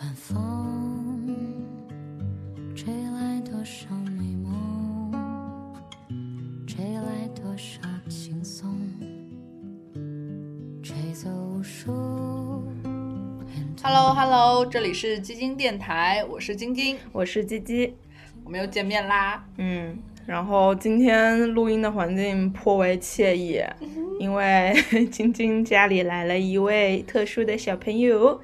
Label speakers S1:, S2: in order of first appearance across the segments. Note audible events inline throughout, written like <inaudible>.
S1: 晚风吹来多少美梦，吹来多少轻松，吹走无数人
S2: h e l l o h e l l o 这里是基金电台，我是晶晶，
S3: 我是鸡鸡，
S2: 我们又见面啦。
S3: 嗯，然后今天录音的环境颇为惬意，因为 <laughs> 晶晶家里来了一位特殊的小朋友，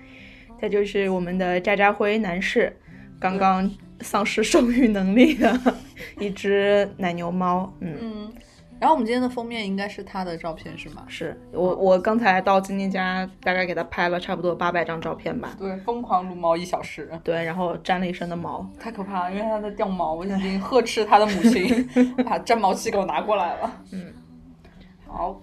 S3: 他就是我们的渣渣辉男士，刚刚丧失生育能力的一只奶牛猫。嗯，
S2: 嗯，然后我们今天的封面应该是他的照片是吗？
S3: 是我我刚才到晶晶家，大概给他拍了差不多八百张照片吧。
S2: 对，疯狂撸猫一小时，
S3: 对，然后沾了一身的毛。
S2: 太可怕了，因为他在掉毛，我已经呵斥他的母亲 <laughs> 把粘毛器给我拿过来了。
S3: 嗯，
S2: 好，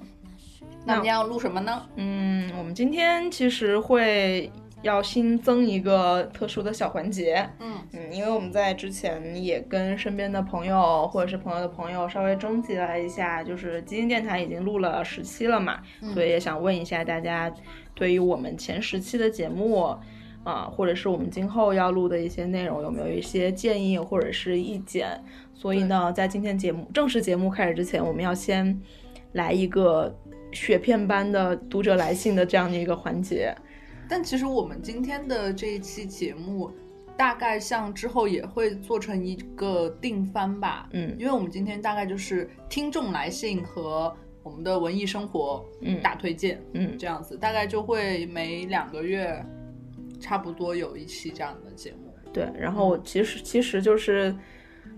S2: 那我们要录什么呢？
S3: 嗯，我们今天其实会要新增一个特殊的小环节，
S2: 嗯
S3: 嗯，因为我们在之前也跟身边的朋友或者是朋友的朋友稍微征集了一下，就是基金电台已经录了十期了嘛，所以也想问一下大家对于我们前十期的节目啊、或者是我们今后要录的一些内容，有没有一些建议或者是意见？所以呢，在今天节目正式节目开始之前，我们要先来一个雪片般的读者来信的这样的一个环节。
S2: 但其实我们今天的这一期节目，大概像之后也会做成一个定番吧，
S3: 嗯
S2: 因为我们今天大概就是听众来信和我们的文艺生活
S3: 嗯
S2: 大推荐。
S3: 嗯，
S2: 这样子，大概就会每两个月差不多有一期这样的节目。
S3: 对。然
S2: 嗯
S3: 后其实其实就是，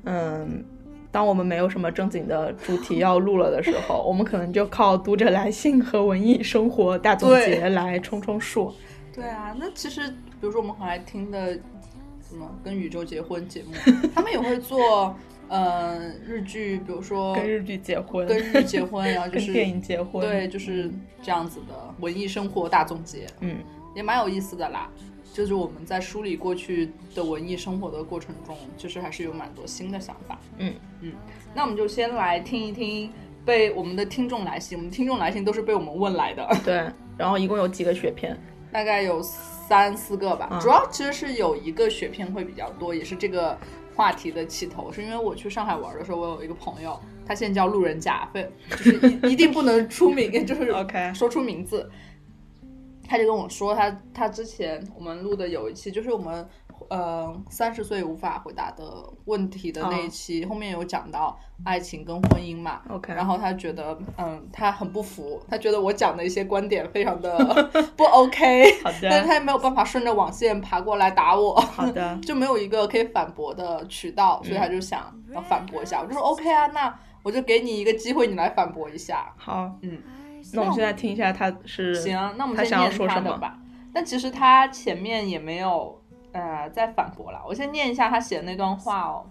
S3: 嗯。当我们没有什么正经的主题要录了的时候， <laughs> 我们可能就靠读者来信和文艺生活大总
S2: 对
S3: 结来冲冲数。
S2: 对啊，那其实比如说我们后来听的什么跟宇宙结婚 <laughs> 节目，他们也会做呃日剧，比如说
S3: 跟日剧结婚，
S2: 跟日结婚，然后就
S3: 跟
S2: 是
S3: 电影结婚，
S2: 对，就是这样子的文艺生活大总结，
S3: 嗯，
S2: 也蛮有意思的啦。就是我们在梳理过去的文艺生活的过程中，就是还是有蛮多新的想法。
S3: 嗯
S2: 嗯，那我们就先来听一听被我们的听众来信，我们听众来信都是被我们问来的，
S3: 对。然后一共有几个雪片？
S2: 大概有三四个吧。
S3: 嗯
S2: 主要其实是有一个雪片会比较多，也是这个话题的起头，是因为我去上海玩的时候，我有一个朋友，他现在叫路人甲，非就是一一定不能出名， <laughs> 就是
S3: OK
S2: 说出名字。他就跟我说他，他之前我们录的有一期，就是我们呃三十岁无法回答的问题的那一期，
S3: 嗯
S2: 后面有讲到爱情跟婚姻嘛。
S3: OK
S2: 然后他觉得，嗯，他很不服，他觉得我讲的一些观点非常的 <laughs> 不 OK，
S3: <laughs> 好的
S2: 但是他也没有办法顺着网线爬过来打我。 <laughs>
S3: 好的，
S2: 就没有一个可以反驳的渠道，所以
S3: 嗯
S2: 他就想要反驳一下。我就说 OK 啊，那我就给你一个机会，你来反驳一下。
S3: 好，
S2: 嗯，
S3: 那我们现在听一下他是
S2: 行，那我们
S3: 他
S2: 先
S3: 想要
S2: 念
S3: 说什
S2: 的
S3: 么？
S2: 吧。但其实他前面也没有呃在反驳啦，我先念一下他写的那段话哦，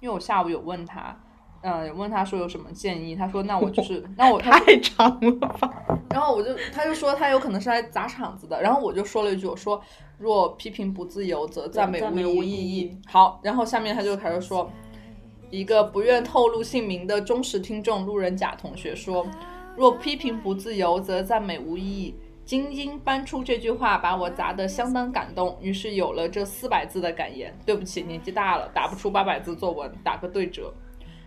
S2: 因为我下午有问他，嗯、有问他说有什么建议，他说那我
S3: <laughs>
S2: 就是，那我他
S3: <laughs> 太长了吧？
S2: 然后我就，他就说他有可能是来砸场子的，然后我就说了一句，我说若批评不自由，则赞美
S3: 赞美
S2: 无
S3: 无
S2: 意
S3: 意
S2: 义
S3: 义。
S2: 好，然后下面他就开始说，一个不愿透露姓名的忠实听众路人甲同学说，若批评不自由，则赞美无意义。晶晶搬出这句话，把我砸得相当感动，于是有了这四百字的感言。对不起，年纪大了，打不出八百字作文，打个对折。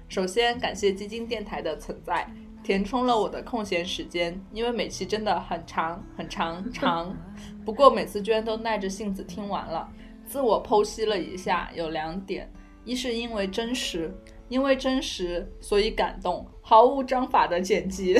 S2: 首先感谢基金电台的存在，填充了我的空闲时间，因为每期真的很长很长长，不过每次居然都耐着性子听完了。自我剖析了一下，有两点：一是因为真实，因为真实所以感动，毫无章法的剪辑，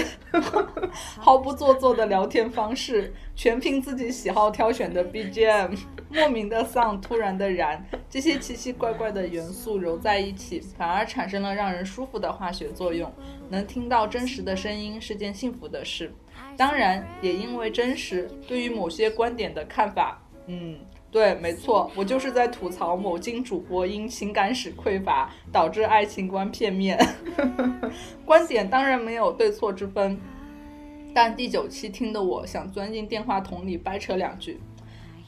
S2: <laughs> 毫不做作的聊天方式，全凭自己喜好挑选的 BGM，莫名的丧，突然的燃，这些奇奇怪怪的元素揉在一起，反而产生了让人舒服的化学作用。能听到真实的声音是件幸福的事。当然，也因为真实，对于某些观点的看法，嗯，对，没错，我就是在吐槽某金主播因情感史匮乏导致爱情观片面。 <laughs> 观点当然没有对错之分，但第九期听得我想钻进电话筒里掰扯两句。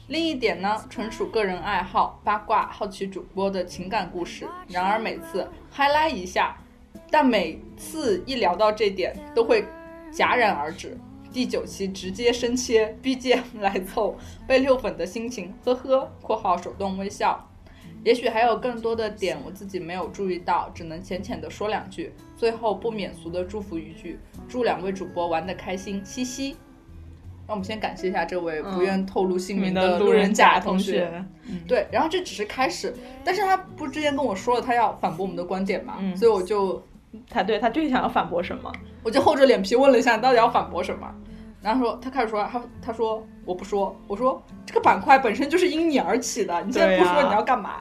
S2: 另一点呢，纯属个人爱好、八卦、好奇主播的情感故事。然而每次嗨啦一下，但每次一聊到这点，都会戛然而止。第九期直接深切 BGM 来凑被六粉的心情，呵呵（括号手动微笑）。也许还有更多的点我自己没有注意到，只能浅浅的说两句。最后不免俗的祝福一句：祝两位主播玩的开心，嘻嘻。那我们先感谢一下这位不愿透露姓名的路人甲同学。
S3: 嗯
S2: 对，然后这只是开始，但是他不是之前跟我说了他要反驳我们的观点嘛，
S3: 嗯
S2: 所以我就
S3: 他对他对想要反驳什么？
S2: 我就厚着脸皮问了一下你到底要反驳什么，然后说他开始说他他说我不说，我说这个板块本身就是因你而起的，你现在不
S3: 对啊
S2: 说你要干嘛？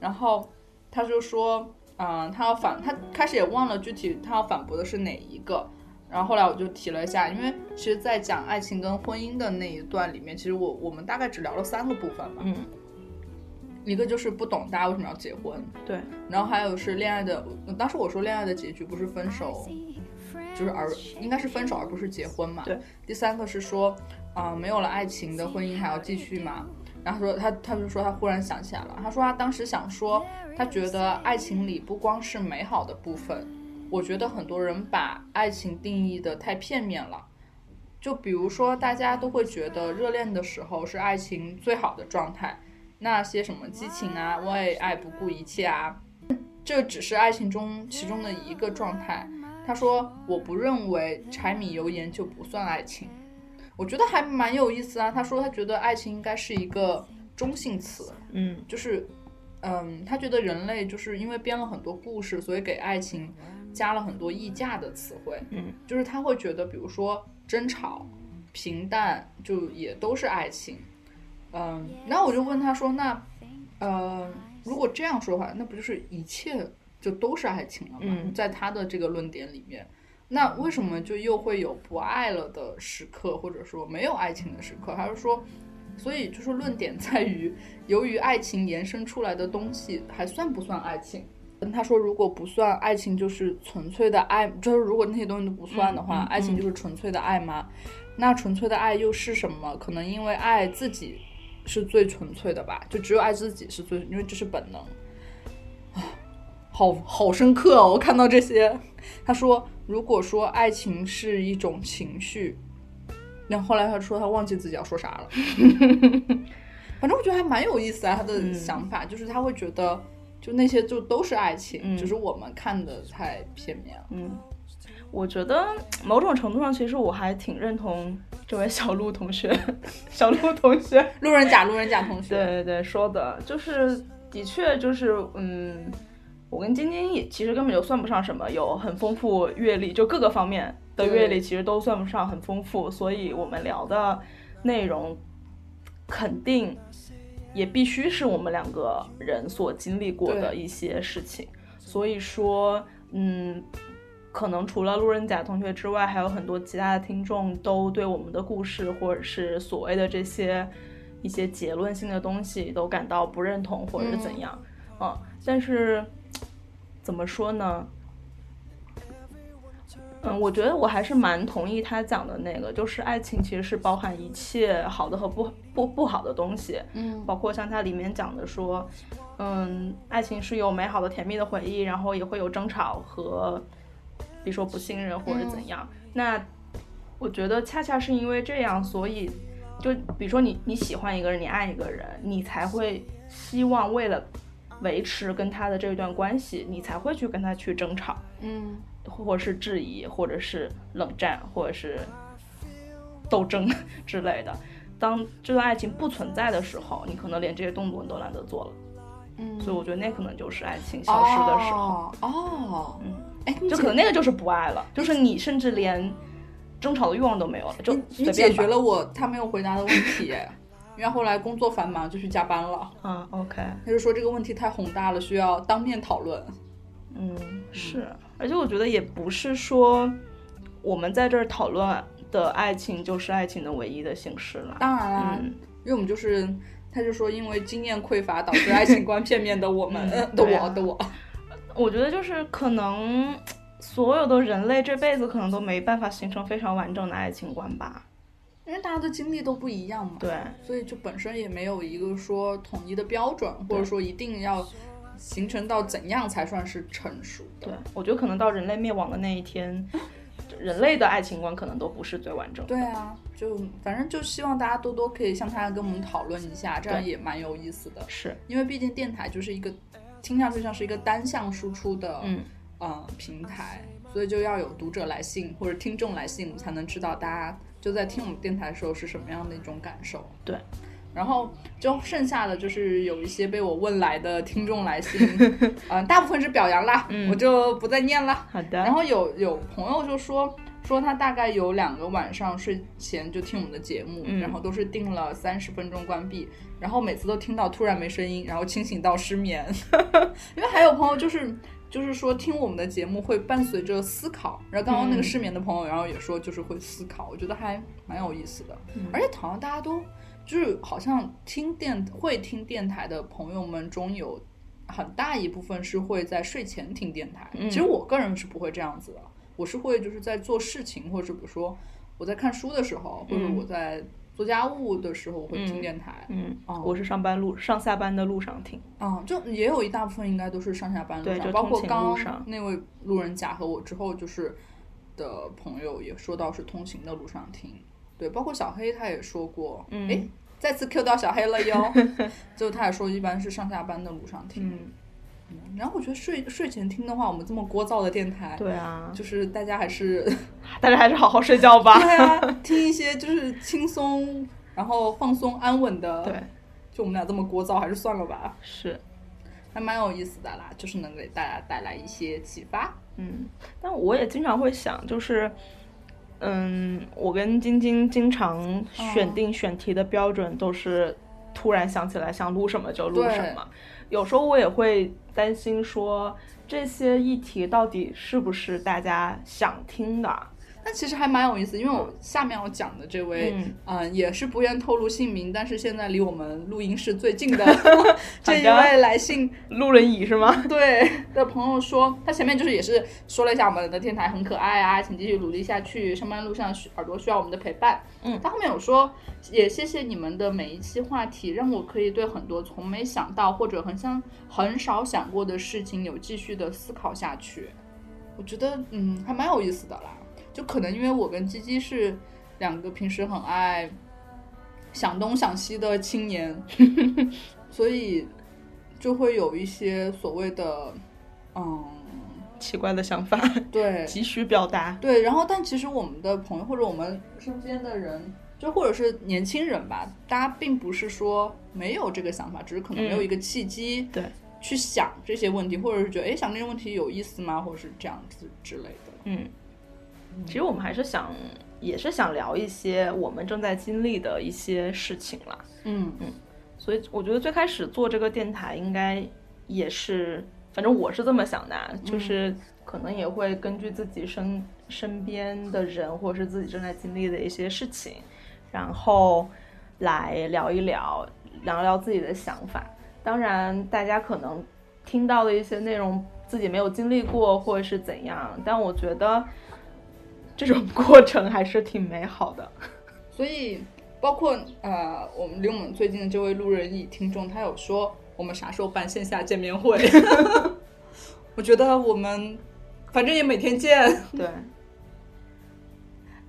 S2: 然后他就说嗯、他要反他开始也忘了具体他要反驳的是哪一个。然后后来我就提了一下，因为其实，在讲爱情跟婚姻的那一段里面，其实我我们大概只聊了三个部分吧。
S3: 嗯，
S2: 一个就是不懂大家为什么要结婚，
S3: 对，
S2: 然后还有是恋爱的，当时我说恋爱的结局不是分手，就是而应该是分手而不是结婚嘛。
S3: 对。
S2: 第三个是说，啊、没有了爱情的婚姻还要继续吗？然后说他他就说他忽然想起来了，他说他当时想说，他觉得爱情里不光是美好的部分，我觉得很多人把爱情定义的太片面了。就比如说，大家都会觉得热恋的时候是爱情最好的状态，那些什么激情啊、为爱不顾一切啊，这只是爱情中其中的一个状态。他说：“我不认为柴米油盐就不算爱情。”我觉得还蛮有意思啊。他说他觉得爱情应该是一个中性词，
S3: 嗯，
S2: 就是，嗯，他觉得人类就是因为编了很多故事，所以给爱情加了很多溢价的词汇。
S3: 嗯，
S2: 就是他会觉得，比如说争吵、平淡，就也都是爱情。嗯，然后我就问他说：“那，呃，如果这样说的话，那不就是一切就都是爱情了吗？”
S3: 嗯
S2: 在他的这个论点里面。那为什么就又会有不爱了的时刻，或者说没有爱情的时刻？还是说，所以就是论点在于，由于爱情延伸出来的东西还算不算爱情？嗯他说，如果不算爱情，就是纯粹的爱，就是如果那些东西都不算的话，
S3: 嗯嗯
S2: 爱情就是纯粹的爱吗？那纯粹的爱又是什么？可能因为爱自己是最纯粹的吧，就只有爱自己是最，因为这是本能。好好深刻哦！我看到这些，他说，如果说爱情是一种情绪，然后后来他说他忘记自己要说啥了，反正我觉得还蛮有意思啊。他的
S3: 嗯
S2: 想法、就是他会觉得，就那些就都是爱情，
S3: 嗯
S2: 只是我们看的太片面了。
S3: 嗯，我觉得某种程度上，其实我还挺认同这位小鹿同学， <laughs> 小鹿同学，
S2: 路人甲，路人甲同
S3: 对
S2: 学，
S3: 对对，说的就是，的确就是，嗯，我跟晶晶也其实根本就算不上什么，有很丰富阅历，就各个方面的
S2: 对
S3: 阅历其实都算不上很丰富，所以我们聊的内容肯定也必须是我们两个人所经历过的
S2: 对
S3: 一些事情，所以说，嗯。可能除了路人甲同学之外，还有很多其他的听众都对我们的故事或者是所谓的这些一些结论性的东西都感到不认同或者是怎样，嗯但是怎么说呢？嗯，我觉得我还是蛮同意他讲的那个，就是爱情其实是包含一切好的和不不不好的东西，
S2: 嗯
S3: 包括像它里面讲的说，嗯，爱情是有美好的、甜蜜的回忆，然后也会有争吵和，比如说不信任或者怎样。那我觉得恰恰是因为这样，所以就比如说你你喜欢一个人，你爱一个人，你才会希望为了维持跟他的这一段关系，你才会去跟他去争吵，
S2: 嗯，
S3: 或者是质疑，或者是冷战，或者是斗争 <laughs> 之类的。当这段爱情不存在的时候，你可能连这些动作你都懒得做了。
S2: 嗯
S3: 所以我觉得那可能就是爱情消失的时候，
S2: 哦，哦
S3: 嗯，
S2: 哎、你
S3: 就
S2: 解
S3: 可能那个就是不爱了，就是你甚至连争吵的欲望都没有了，就
S2: 你
S3: 随
S2: 解
S3: 便
S2: 决
S3: 吧。
S2: 了我他没有回答的问题耶，因为后来工作繁忙就去加班了。
S3: 啊，OK，
S2: 他就说这个问题太宏大了，需要当面讨论。
S3: 嗯，是，而且我觉得也不是说我们在这儿讨论的爱情就是爱情的唯一的形式了。
S2: 当然啦、
S3: 嗯
S2: 因为我们就是，他就说因为经验匮乏导致爱情观片面的我们呃的
S3: 对
S2: 我
S3: 啊
S2: 的我， <laughs>
S3: 我觉得就是可能所有的人类这辈子可能都没办法形成非常完整的爱情观吧。
S2: 因为大家的经历都不一样嘛，
S3: 对，
S2: 所以就本身也没有一个说统一的标准，或者说一定要形成到怎样才算是成熟的。
S3: 对，我觉得可能到人类灭亡的那一天，人类的爱情观可能都不是最完整的。
S2: 对啊，就反正就希望大家多多可以向他跟我们讨论一下，这样
S3: 对
S2: 也蛮有意思的。
S3: 是，
S2: 因为毕竟电台就是一个听上去像是一个单向输出的，
S3: 嗯，
S2: 呃平台，所以就要有读者来信或者听众来信，我们才能知道大家就在听我们电台的时候是什么样的一种感受。
S3: 对。
S2: 然后就剩下的就是有一些被我问来的听众来信，
S3: <laughs>
S2: 嗯、大部分是表扬啦，
S3: 嗯
S2: 我就不再念了。
S3: 好的。
S2: 然后有有朋友就说说他大概有两个晚上睡前就听我们的节目，
S3: 嗯
S2: 然后都是定了三十分钟关闭，然后每次都听到突然没声音，然后清醒到失眠。 <laughs> 因为还有朋友就是就是说听我们的节目会伴随着思考，然后刚刚那个
S3: 嗯
S2: 失眠的朋友，然后也说就是会思考，我觉得还蛮有意思的，
S3: 嗯
S2: 而且好像大家都就是好像听电会听电台的朋友们中有。很大一部分是会在睡前听电台。
S3: 嗯
S2: 其实我个人是不会这样子的，我是会就是在做事情，或者比如说我在看书的时候，或者
S3: 嗯
S2: 我在做家务的时候，我会听
S3: 嗯
S2: 电台。
S3: 嗯
S2: 哦，
S3: 我是上班路上下班的路上听。
S2: 啊，就也有一大部分应该都是上下班路
S3: 对
S2: 上，
S3: 就
S2: 包括
S3: 通勤
S2: 刚
S3: 路上
S2: 刚那位路人甲和我之后就是的朋友也说到是通勤的路上听，对，包括小黑他也说过，
S3: 嗯
S2: 诶，再次 Q 到小黑了哟，
S3: <laughs>
S2: 就他也说一般是上下班的路上听，
S3: 嗯，
S2: 然后我觉得睡睡前听的话，我们这么聒噪的电台，
S3: 对啊，
S2: 就是大家还
S3: <laughs>
S2: 是
S3: 大家还是好好睡觉吧。
S2: 对啊，听一些就是轻松，然后放松安稳的，
S3: 对，
S2: 就我们俩这么聒噪，还是算了吧。
S3: 是。
S2: 还蛮有意思的啦，就是能给大家带来一些启发。
S3: 嗯，但我也经常会想，就是，嗯，我跟晶晶经常选定选题的标准都是突然想起来想录什么就录什么，有时候我也会担心说这些议题到底是不是大家想听的。
S2: 但其实还蛮有意思，因为我下面要讲的这位，嗯
S3: 嗯、
S2: 也是不愿透露姓名，但是现在离我们录音室最近
S3: <laughs>
S2: 的这一
S3: 好的
S2: 位来信，
S3: 路人乙是吗？ <laughs>
S2: 对的朋友说，他前面就是也是说了一下我们的电台很可爱啊，请继续努力下去，上班路上需耳朵需要我们的陪伴。
S3: 嗯
S2: 他后面有说，也谢谢你们的每一期话题，让我可以对很多从没想到或者很想很少想过的事情有继续的思考下去。我觉得嗯，还蛮有意思的啦。就可能因为我跟鸡鸡是两个平时很爱想东想西的青年， <laughs> 所以就会有一些所谓的，嗯，
S3: 奇怪的想法，
S2: 对
S3: 急需表达。
S2: 对。然后，但其实我们的朋友或者我们身边的人，就或者是年轻人吧，大家并不是说没有这个想法，只是可能没有一个契机
S3: 对，
S2: 去想这些问题，或者是觉得哎，诶想这些问题有意思吗？或者是这样子之类的。
S3: 嗯，其实我们还是想，也是想聊一些我们正在经历的一些事情啦。
S2: 嗯
S3: 所以我觉得最开始做这个电台应该也是，反正我是这么想的啊，就是可能也会根据自己身身边的人或者是自己正在经历的一些事情，然后来聊一聊，聊聊自己的想法。当然，大家可能听到的一些内容自己没有经历过或者是怎样，但我觉得这种过程还是挺美好的。 <laughs>
S2: 所以包括呃，我们离我们最近的这位路人乙听众，他有说我们啥时候办线下见面会？ <laughs> 我觉得我们反正也每天见，
S3: 对，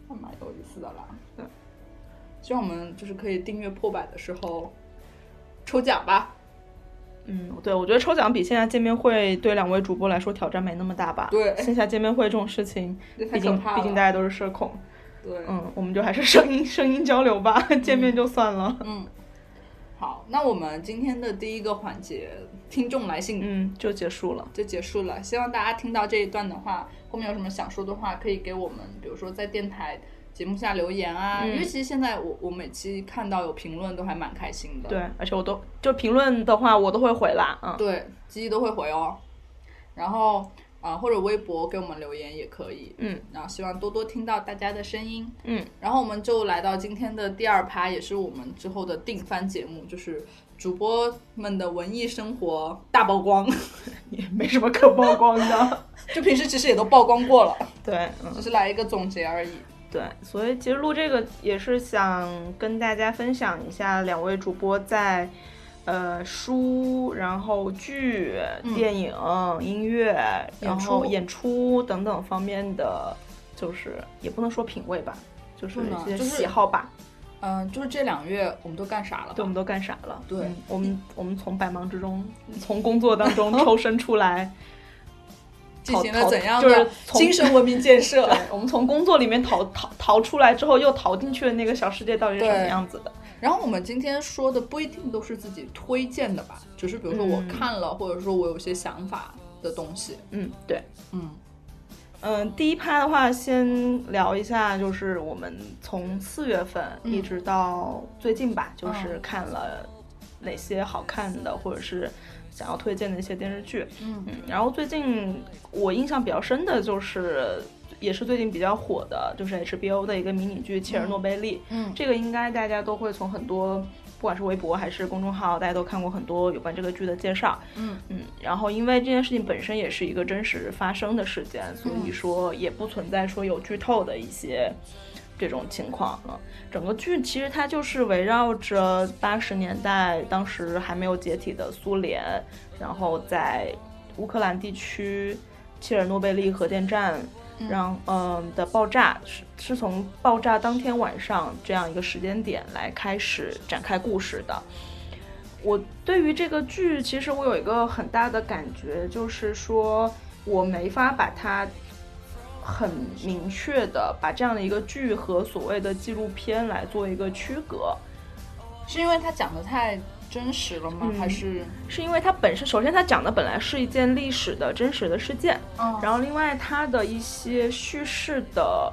S2: 还蛮有意思的啦。对，希望我们就是可以订阅破百的时候抽奖吧。
S3: 嗯，对，我觉得抽奖比线下见面会对两位主播来说挑战没那么大吧？
S2: 对
S3: 线下见面会这种事情，
S2: 这太
S3: 毕竟
S2: 可怕了
S3: 毕竟大家都是社恐，
S2: 对，
S3: 嗯，我们就还是声音声音交流吧，见面就算了。
S2: 嗯好，那我们今天的第一个环节，听众来信
S3: 嗯，就结束了。
S2: 就结束了。希望大家听到这一段的话，后面有什么想说的话，可以给我们，比如说在电台节目下留言啊。
S3: 嗯
S2: 因为其实现在我我每期看到有评论，都还蛮开心的。
S3: 对，而且我都就评论的话，我都会回啦。嗯，
S2: 对，积极都会回哦。然后啊、或者微博给我们留言也可以。
S3: 嗯，
S2: 然后希望多多听到大家的声音。
S3: 嗯，
S2: 然后我们就来到今天的第二趴，也是我们之后的定番节目，就是主播们的文艺生活大曝光。 <laughs>
S3: 也没什么可曝光的。
S2: 就平时其实也都曝光过了，
S3: 对，嗯，
S2: 只是来一个总结而已。
S3: 对，所以其实录这个也是想跟大家分享一下两位主播在呃书，然后剧、电影、音乐，然
S2: 嗯演出
S3: 后演出等等方面的就是也不能说品味吧，就是
S2: 不能
S3: 一些
S2: 就是
S3: 喜好吧。
S2: 嗯，就是这两个月我们都干啥了
S3: 对，
S2: 吧？
S3: 我们都干啥了？
S2: 对嗯
S3: 嗯我们我们从百忙之中，从工作当中抽身出
S2: <laughs>
S3: 来，
S2: 进行了
S3: 逃
S2: 怎样
S3: 就是
S2: 的
S3: 从
S2: 精神文明建设？
S3: 对，我们从工作里面逃逃逃出来之后，又逃进去的那个小世界到底是什么
S2: 对
S3: 样子的？
S2: 然后我们今天说的不一定都是自己推荐的吧，只是比如说我
S3: 嗯
S2: 看了，或者说我有些想法的东西。
S3: 嗯，对。
S2: 嗯，
S3: 嗯，第一趴的话，先聊一下，就是我们从四月份
S2: 嗯
S3: 一直到最近吧，就
S2: 嗯
S3: 是看了哪些好看的，或者是想要推荐的一些电视剧。
S2: 嗯
S3: 然后最近我印象比较深的就是，也是最近比较火的，就是 HBO 的一个迷你剧《切尔诺贝利》。
S2: 嗯
S3: 这个应该大家都会从很多，不管是微博还是公众号，大家都看过很多有关这个剧的介绍。
S2: 嗯
S3: 嗯，然后因为这件事情本身也是一个真实发生的事件，所以说也不存在说有剧透的一些这种情况了。整个剧其实它就是围绕着八十年代当时还没有解体的苏联，然后在乌克兰地区切尔诺贝利核电站。让嗯、的爆炸是是从爆炸当天晚上这样一个时间点来开始展开故事的。我对于这个剧，其实我有一个很大的感觉，就是说我没法把它很明确的把这样的一个剧和所谓的纪录片来做一个区隔，
S2: 是因为他讲的太真实了吗？
S3: 嗯
S2: 还是
S3: 是因为它本身，首先它讲的本来是一件历史的真实的事件，
S2: 嗯
S3: 然后另外它的一些叙事的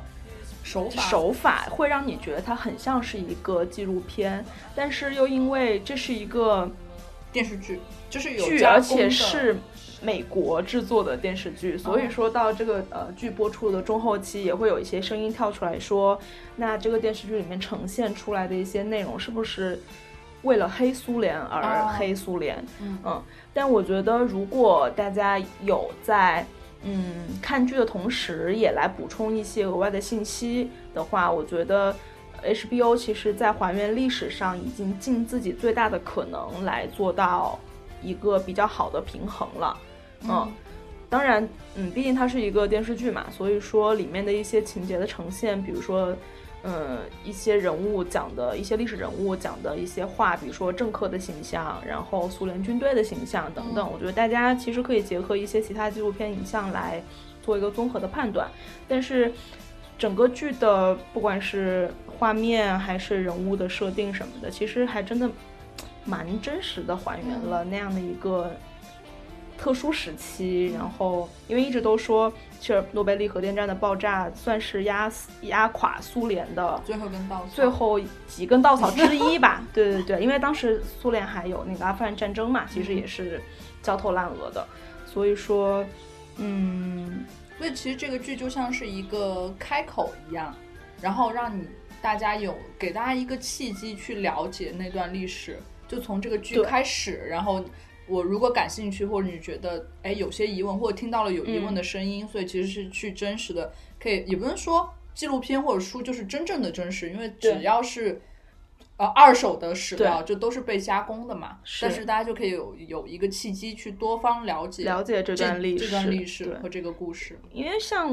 S2: 手法？
S3: 手法会让你觉得它很像是一个纪录片，但是又因为这是一个
S2: 电视剧就是有
S3: 剧，
S2: 加
S3: 而
S2: 工
S3: 且
S2: 的哦
S3: 是美国制作的电视剧，所以说到这个呃剧播出的中后期，也会有一些声音跳出来说，那这个电视剧里面呈现出来的一些内容是不是为了黑苏联而
S2: 哦
S3: 黑苏联？
S2: 嗯
S3: 但我觉得如果大家有在嗯看剧的同时，也来补充一些额外的信息的话，我觉得。HBO 其实在还原历史上已经尽自己最大的可能来做到一个比较好的平衡了。嗯，当然，嗯，毕竟它是一个电视剧嘛，所以说里面的一些情节的呈现，比如说，嗯，一些人物讲的一些历史人物讲的一些话，比如说政客的形象，然后苏联军队的形象等等，我觉得大家其实可以结合一些其他纪录片影像来做一个综合的判断，但是。整个剧的不管是画面啊还是人物的设定什么的，其实还真的蛮真实的还原了那样的一个特殊时期，然后因为一直都说切尔诺贝利核电站的爆炸算是压死压垮苏联的
S2: 最后跟到
S3: 最后几根稻草之一吧。对对对，因为当时苏联还有那个阿富汗战争嘛，其实也是焦头烂额的，所以说，嗯，
S2: 所以其实这个剧就像是一个开口一样，然后让你大家有给大家一个契机去了解那段历史，就从这个剧
S3: 对
S2: 开始。然后我如果感兴趣，或者你觉得哎有些疑问，或者听到了有疑问
S3: 嗯
S2: 的声音，所以其实是去真实的，可以也不能说纪录片或者书就是真正的真实，因为
S3: 对
S2: 只要是。呃，二手的史
S3: 对
S2: 料就都是被加工的嘛，
S3: 是
S2: 但是大家就可以有有一个契机去多方了解
S3: 了解这
S2: 这
S3: 段历史，
S2: 这段历
S3: 对
S2: 史和这个故事。
S3: 因为像，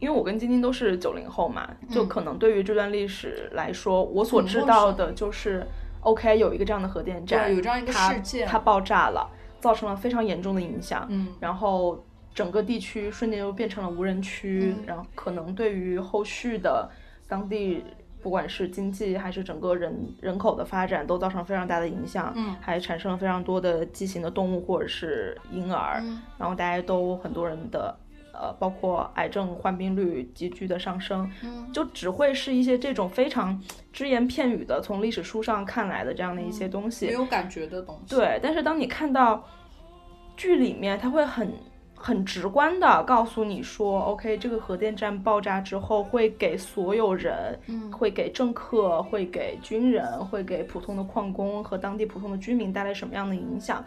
S3: 因为我跟晶晶都是九零后嘛，就可能对于这段历史来说，我所知道的就是，OK，有一个这样的核电站，
S2: 对有这样一个
S3: 它
S2: 事件
S3: 它爆炸了，造成了非常严重的影响，
S2: 嗯
S3: 然后整个地区瞬间就变成了无人区，
S2: 嗯
S3: 然后可能对于后续的当地。不管是经济还是整个人人口的发展，都造成非常大的影响，
S2: 嗯
S3: 还产生了非常多的畸形的动物或者是婴儿，
S2: 嗯
S3: 然后大家都很多人的呃，包括癌症患病率急剧的上升，
S2: 嗯
S3: 就只会是一些这种非常只言片语的从历史书上看来的这样的一些东西。
S2: 没有感觉的东西。
S3: 对，但是当你看到剧里面，它会很很直观的告诉你说，OK，这个核电站爆炸之后会给所有人，
S2: 嗯
S3: 会给政客，会给军人，会给普通的矿工和当地普通的居民带来什么样的影响，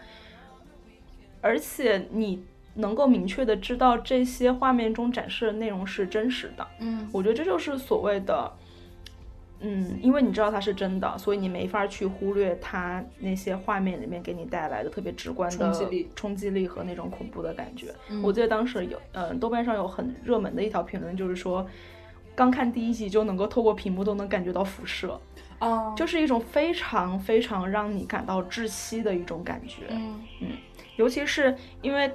S3: 而且你。能够明确的知道这些画面中展示的内容是真实的，
S2: 嗯
S3: 我觉得这就是所谓的，嗯，因为你知道它是真的，所以你没法去忽略它那些画面里面给你带来的特别直观
S2: 冲
S3: 的
S2: 击力
S3: 冲击力和那种恐怖的感觉。我记得当时有，嗯，豆瓣上有很热门的一条评论，就是说，刚看第一集就能够透过屏幕都能感觉到辐射，
S2: 啊，
S3: 就是一种非常非常让你感到窒息的一种感觉。
S2: 嗯
S3: 尤其是因为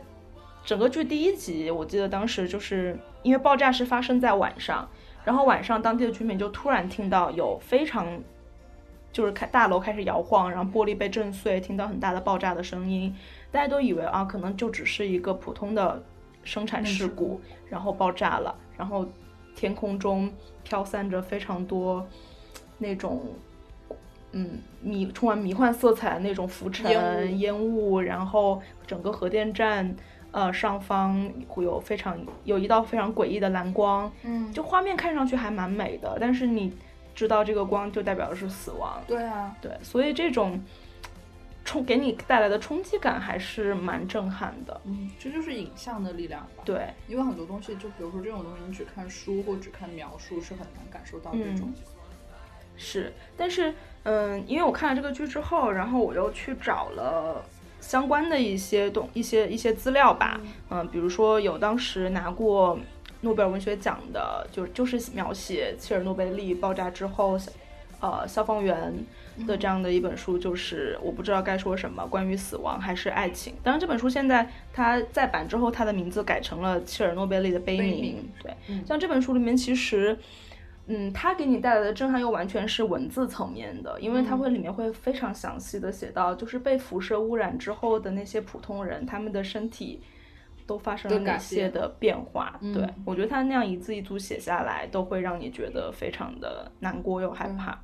S3: 整个剧第一集，我记得当时就是因为爆炸是发生在晚上，然后晚上当地的居民就突然听到有非常就是开大楼开始摇晃，然后玻璃被震碎，听到很大的爆炸的声音，大家都以为啊，可能就只是一个普通的生产事故，然后爆炸
S2: 嗯
S3: 了，然后天空中飘散着非常多那种。嗯，迷充满迷幻色彩的那种浮尘
S2: 烟雾
S3: 烟雾，然后整个核电站，呃，上方会有非常有一道非常诡异的蓝光，
S2: 嗯，
S3: 就画面看上去还蛮美的，但是你知道这个光就代表的是死亡，
S2: 对啊，
S3: 对，所以这种冲给你带来的冲击感还是蛮震撼的，
S2: 嗯，这就是影像的力量吧。
S3: 对，
S2: 因为很多东西，就比如说这种东西，你只看书或只看描述是很难感受到这
S3: 嗯
S2: 种。
S3: 是，但是嗯，因为我看了这个剧之后，然后我又去找了相关的一些东一些一些资料吧，嗯、比如说有当时拿过诺贝尔文学奖的，就就是描写切尔诺贝利爆炸之后，呃，消防员的这样的一本书，就是我不知道该说什么，关于死亡还是爱情。当然，这本书现在它再版之后，它的名字改成了切尔诺贝利的悲
S2: 悲
S3: 鸣。
S2: 鸣
S3: 对，
S2: 嗯
S3: 像这本书里面其实。嗯，它给你带来的震撼又完全是文字层面的，因为
S2: 嗯
S3: 它会里面会非常详细的写到，就是被辐射污染之后的那些普通人，他们的身体都发生了
S2: 的
S3: 哪
S2: 改
S3: 些
S2: 变
S3: 的变化。
S2: 嗯
S3: 对我觉得他那样一字一句写下来，都会让你觉得非常的难过又害怕。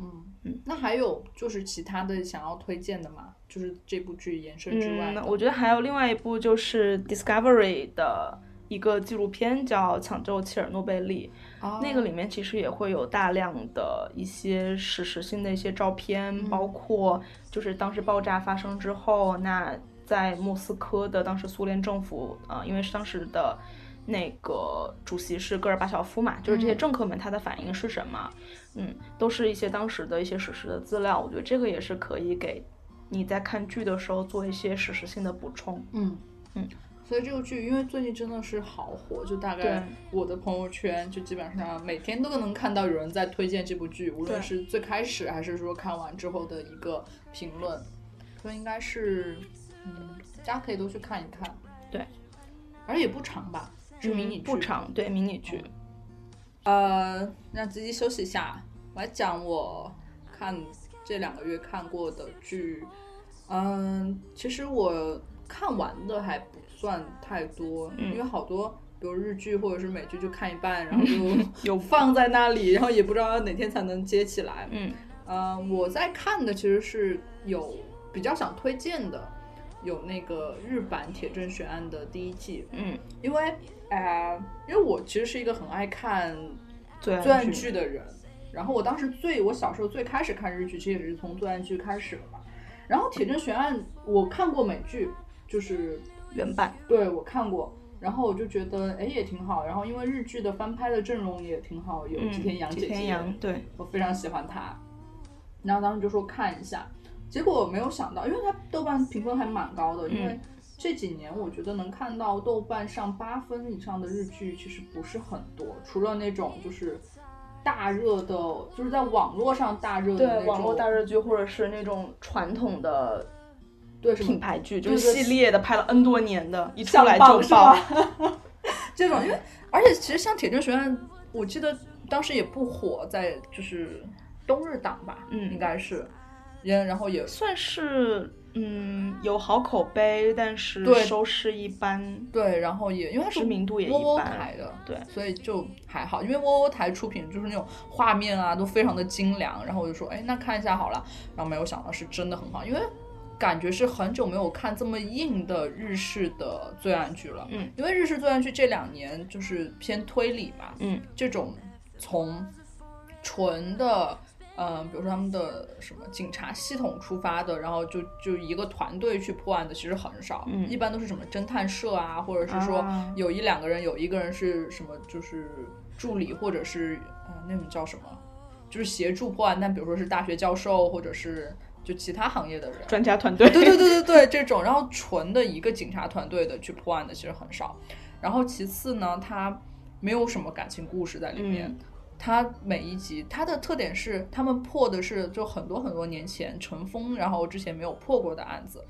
S2: 嗯那还有就是其他的想要推荐的吗？就是这部剧延伸之外的，
S3: 嗯，我觉得还有另外一部就是 Discovery 的一个纪录片叫《抢救切尔诺贝利》，
S2: 啊
S3: 那个里面其实也会有大量的一些史实性的一些照片，
S2: 嗯
S3: 包括就是当时爆炸发生之后，那在莫斯科的当时苏联政府啊、呃因为是当时的。那个主席是戈尔巴乔夫嘛，就是这些
S2: 嗯
S3: 政客们他的反应是什么？嗯，都是一些当时的一些史实的资料，我觉得这个也是可以给你在看剧的时候做一些史实性的补充。
S2: 嗯
S3: 嗯。
S2: 所以这个剧，因为最近真的是好火，就大概
S3: 对
S2: 我的朋友圈就基本上每天都能看到有人在推荐这部剧，无论
S3: 对
S2: 是最开始还是说看完之后的一个评论，所以应该是，嗯，大家可以都去看一看。
S3: 对，
S2: 而且也不长吧，是迷你剧、
S3: 嗯不。长，对迷你剧。
S2: 呃，让自己休息一下。我来讲我看这两个月看过的剧。嗯，其实我看完的还不算太多，因
S3: 嗯
S2: 为好多比如日剧或者是美剧就看一半，然后
S3: <laughs>
S2: 就 <laughs>
S3: 有
S2: 放在那里，然后也不知道哪天才能接起来。
S3: 嗯
S2: 呃，我在看的其实是有比较想推荐的，有那个日版《铁证悬案》的第一季，
S3: 嗯，
S2: 因为呃，因为我其实是一个很爱看
S3: 罪
S2: 罪
S3: 案
S2: 案
S3: 剧
S2: 剧的人。然后我当时最，我小时候最开始看日剧，其实也是从罪案剧开始的嘛。然后《铁证悬案》，我看过美剧，就是
S3: 原版。
S2: 对我看过，然后我就觉得哎也挺好。然后因为日剧的翻拍的阵容也挺好，有
S3: 嗯，
S2: 吉田洋姐姐，
S3: 吉田洋对，
S2: 我非常喜欢她。然后当时就说看一下，结果我没有想到，因为它豆瓣评分还蛮高的，因为
S3: 嗯
S2: 这几年我觉得能看到豆瓣上八分以上的日剧其实不是很多，除了那种就是大热的，就是在网络上大热的那
S3: 对
S2: 种
S3: 网络大热剧，或者是那种传统的
S2: 对什么
S3: 品牌剧，就是
S2: 对对
S3: 系列的，拍了 N 多年的，一出
S2: 上
S3: 来
S2: 榜
S3: 就是爆
S2: 吧。？
S3: <laughs>
S2: <laughs> 这种，因为而且其实像《铁证学院》，我记得当时也不火，在就是冬日档吧，
S3: 嗯
S2: 应该是，也然后也
S3: 算是嗯有好口碑，但是
S2: 对
S3: 收视一般，
S2: 对，然后也因为它是
S3: 知名度也一
S2: 窝窝
S3: 般
S2: 台的，
S3: 对
S2: 所以就还好，因为窝窝台出品就是那种画面啊都非常的精良，然后我就说，哎，那看一下好了，然后没有想到是真的很好，因为感觉是很久没有看这么硬的日式的罪案剧了，
S3: 嗯，
S2: 因为日式罪案剧这两年就是偏推理嘛，
S3: 嗯，
S2: 这种从纯的。呃，比如说他们的什么警察系统出发的，然后就就一个团队去破案的，其实很少，
S3: 嗯
S2: 一般都是什么侦探社啊，或者是说
S3: 啊
S2: 有一两个人，有一个人是什么，就是助理或者是呃那种叫什么就是协助破案，但比如说是大学教授或者是就其他行业的人，
S3: 专家团队，
S2: 对对对对对，这种，然后纯的一个警察团队的去破案的其实很少。然后其次呢，它没有什么感情故事在里面。
S3: 嗯
S2: 它每一集它的特点是，他们破的是就很多很多年前尘封，然后之前没有破过的案子。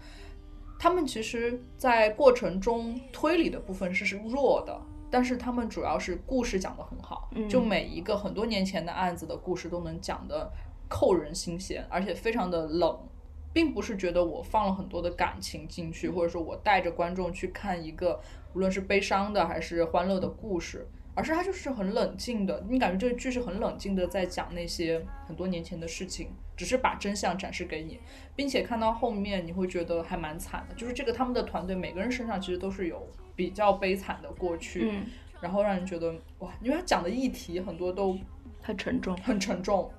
S2: 他们其实，在过程中推理的部分是是弱的，但是他们主要是故事讲得很好，
S3: 嗯
S2: 就每一个很多年前的案子的故事都能讲得扣人心弦，而且非常的冷，并不是觉得我放了很多的感情进去，或者说我带着观众去看一个无论是悲伤的还是欢乐的故事，而是它就是很冷静的，你感觉这个剧是很冷静的在讲那些很多年前的事情，只是把真相展示给你，并且看到后面你会觉得还蛮惨的，就是这个他们的团队每个人身上其实都是有比较悲惨的过去，
S3: 嗯，
S2: 然后让人觉得哇，因为他讲的议题很多都
S3: 太沉重，
S2: 很沉重，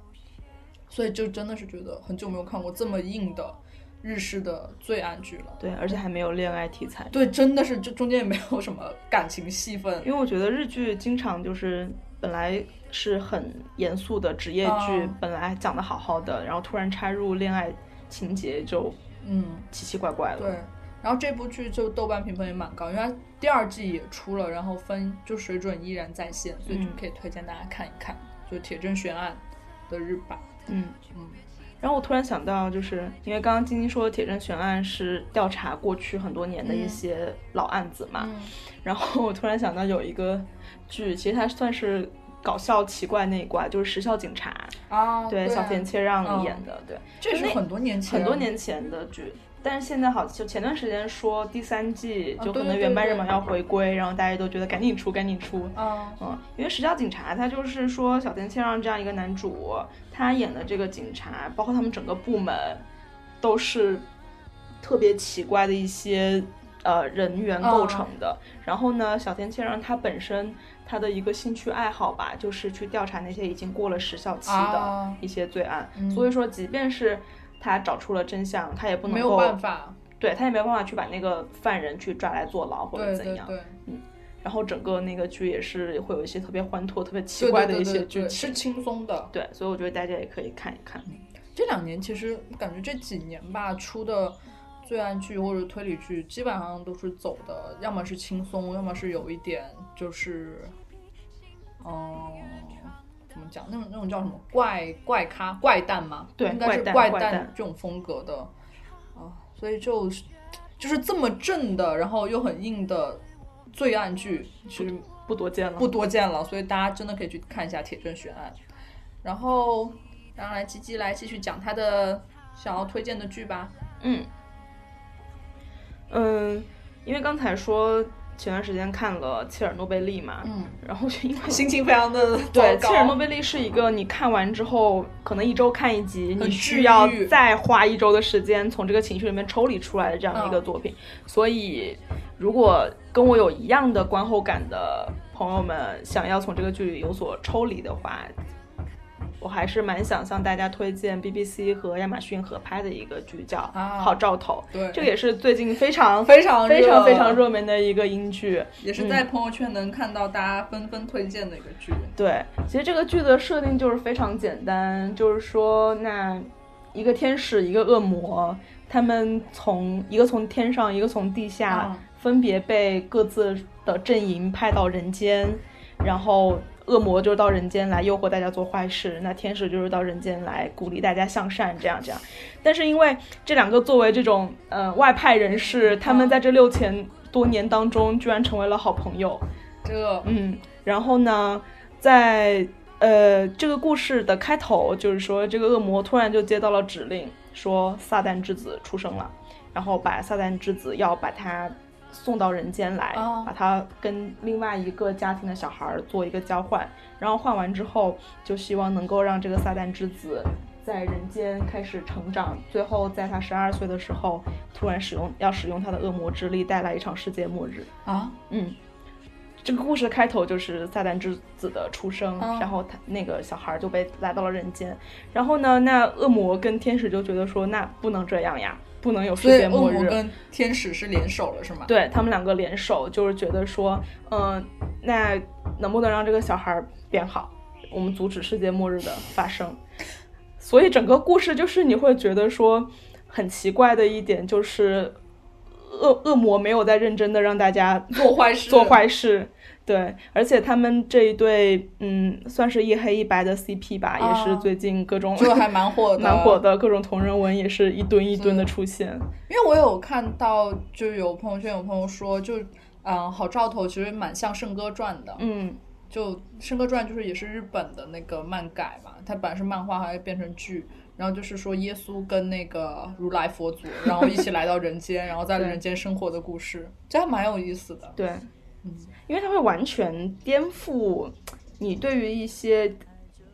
S2: 所以就真的是觉得很久没有看过这么硬的日式的罪案剧了。
S3: 对，而且还没有恋爱题材。
S2: 对，真的是这中间也没有什么感情戏份，
S3: 因为我觉得日剧经常就是本来是很严肃的职业剧，
S2: 嗯
S3: 本来讲的好好的，然后突然插入恋爱情节就
S2: 嗯。
S3: 奇奇怪怪
S2: 对
S3: 了。，
S2: 然后这部剧就豆瓣评分也蛮高，因为它第二季也出了，然后分就水准依然在线，所以就
S3: 嗯
S2: 可以推荐大家看一看，就《铁证悬案》的日版。
S3: 嗯
S2: 嗯。
S3: 然后我突然想到，就是因为刚刚晶晶说《铁证悬案》是调查过去很多年的一
S2: 嗯
S3: 些老案子嘛，然后我突然想到有一个剧，其实它算是搞笑奇怪那一挂，就是《时效警察》，
S2: 啊，嗯
S3: 对，小田切让演的，对，
S2: 这是很多年前，
S3: 很多年前的剧，但是现在好，就前段时间说第三季
S2: 啊
S3: 就可
S2: 对
S3: 能
S2: 对
S3: 原班
S2: 对
S3: 人马要回归，然后大家都觉得赶紧出，赶紧出。
S2: 啊，
S3: 嗯，因为《时效警察》他就是说小田切让这样一个男主，他演的这个警察，包括他们整个部门，都是特别奇怪的一些呃人员
S2: 嗯
S3: 构成的。然后呢，小田切让他本身他的一个兴趣爱好吧，就是去调查那些已经过了时效期的
S2: 啊
S3: 一些罪案。
S2: 嗯
S3: 所以说，即便是他找出了真相，他也不能
S2: 没
S3: 够
S2: 有办，法，
S3: 对他也没有办法去把那个犯人去抓来坐牢或者
S2: 对
S3: 怎样。
S2: 对对，
S3: 然后整个那个剧也是会有一些特别欢脱、特别奇
S2: 对
S3: 怪
S2: 对
S3: 的一
S2: 对
S3: 些
S2: 对
S3: 剧
S2: 对
S3: 情
S2: 是。轻松的，
S3: 对，所以我觉得大家也可以看一看。
S2: 这两年其实感觉这几年吧出的罪案剧或者推理剧，基本上都是走的，要么是轻松，要么是有一点就是，嗯、怎么讲？那种那种叫什么怪怪咖怪诞吗？
S3: 对
S2: 应该是
S3: 怪诞怪
S2: 诞
S3: 诞
S2: 这种风格的啊、所以就是就是这么正的，然后又很硬的罪案剧，其实
S3: 不多见了，
S2: 不多见了，所以大家真的可以去看一下《铁证悬案》。然后，让来吉吉来继续讲他的想要推荐的剧吧。
S3: 嗯，嗯，因为刚才说前段时间看了《切尔诺贝利》嘛，
S2: 嗯，
S3: 然后就因为
S2: 心情非常的
S3: 对，《
S2: 糟
S3: 切尔诺
S2: 糕
S3: 贝利》是一个你看完之后，可能一周看一集，
S2: 很
S3: 你
S2: 治
S3: 需要
S2: 愈
S3: 再花一周的时间从这个情绪里面抽离出来的这样一个
S2: 嗯
S3: 作品。所以，如果跟我有一样的观后感的朋友们，想要从这个剧里有所抽离的话，我还是蛮想向大家推荐 BBC 和亚马逊合拍的一个剧，叫
S2: 啊
S3: 《好兆头》。
S2: 对，
S3: 这个也是最近非常
S2: 非常
S3: 非常非常
S2: 热，
S3: 热嗯门的一个英剧。
S2: 也是在朋友圈能看到大家纷纷推荐的一个剧。
S3: 对，其实这个剧的设定就是非常简单，就是说，那一个天使，一个恶魔，他们从一个从天上，一个从地下，
S2: 嗯
S3: 分别被各自的阵营派到人间，然后。恶魔就是到人间来诱惑大家做坏事，那天使就是到人间来鼓励大家向善，这样这样。但是因为这两个作为这种呃外派人士，他们在这六千多年当中居然成为了好朋友，
S2: 这个
S3: 嗯，然后呢，在呃这个故事的开头，就是说这个恶魔突然就接到了指令，说撒旦之子出生了，然后把撒旦之子要把他送到人间来，
S2: 哦
S3: 把他跟另外一个家庭的小孩儿做一个交换，然后换完之后，就希望能够让这个撒旦之子。在人间开始成长，最后在他十二岁的时候，突然使用要使用他的恶魔之力，带来一场世界末日。
S2: 啊，
S3: 嗯，这个故事开头就是撒旦之子的出生，
S2: 嗯
S3: 然后他那个小孩就被来到了人间。然后呢，那恶魔跟天使就觉得说，那不能这样呀，不能有世
S2: 所以
S3: 界
S2: 恶
S3: 末
S2: 魔
S3: 日。
S2: 跟天使是联手了，是吗？
S3: 对他们两个联呃手，就是觉得说，嗯、那能不能让这个小孩变好？我们阻止世界末日的发生。所以整个故事就是你会觉得说很奇怪的一点就是恶恶魔没有在认真的让大家
S2: 做坏事，
S3: 做坏事。对，而且他们这一对，嗯，算是一黑一白的 CP 吧，
S2: 啊
S3: 也是最近各种
S2: 就还蛮火的，
S3: 蛮火的，各种同人文也是一吨一吨的出现。
S2: 因为我有看到，就有朋友圈有朋友说，就嗯，呃好兆头其实蛮像《圣歌传》的，
S3: 嗯，
S2: 就《圣歌传》就是也是日本的那个漫改嘛，它本来是漫画，后来变成剧。然后就是说耶稣跟那个如来佛祖，然后一起来到人间，然后在
S3: 对
S2: 人间生活的故事，这还蛮有意思的。
S3: 对，
S2: 嗯
S3: 因为它会完全颠覆你对于一些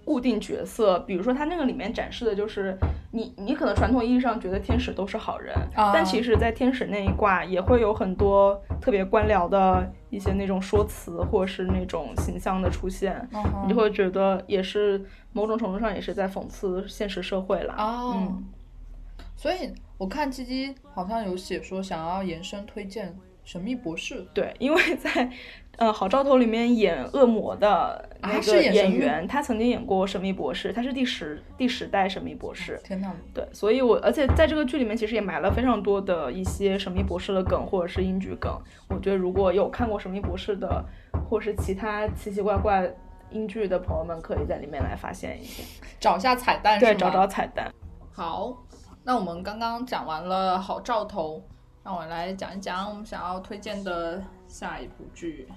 S3: 固定角色，比如说它那个里面展示的就是你，你可能传统意义上觉得天使都是好人，
S2: 啊
S3: 但其实，在天使那一卦也会有很多特别官僚的一些那种说辞，或者是那种形象的出现。
S2: 嗯哼
S3: 你就会觉得也是某种程度上也是在讽刺现实社会啦。
S2: 哦，
S3: 嗯
S2: 所以我看鸡鸡好像有写说想要延伸推荐《神秘博士》
S3: 对，因为在呃《好兆头》里面演恶魔的那
S2: 是
S3: 个
S2: 演神
S3: 啊演
S2: 秘
S3: 员，他曾经演过《神秘博士》，他是第十第十代神秘博士。 <laughs>
S2: 天呐，
S3: 对，所以我而且在这个剧里面其实也埋了非常多的一些神秘博士的梗或者是英剧梗。我觉得如果有看过神秘博士的，或是其他奇奇怪怪英剧的朋友们，可以在里面来发现一下，
S2: 找一下彩蛋是
S3: 对，
S2: 吗
S3: 找找彩蛋。
S2: 好，那我们刚刚讲完了好兆头，让我来讲一讲我们想要推荐的下一部剧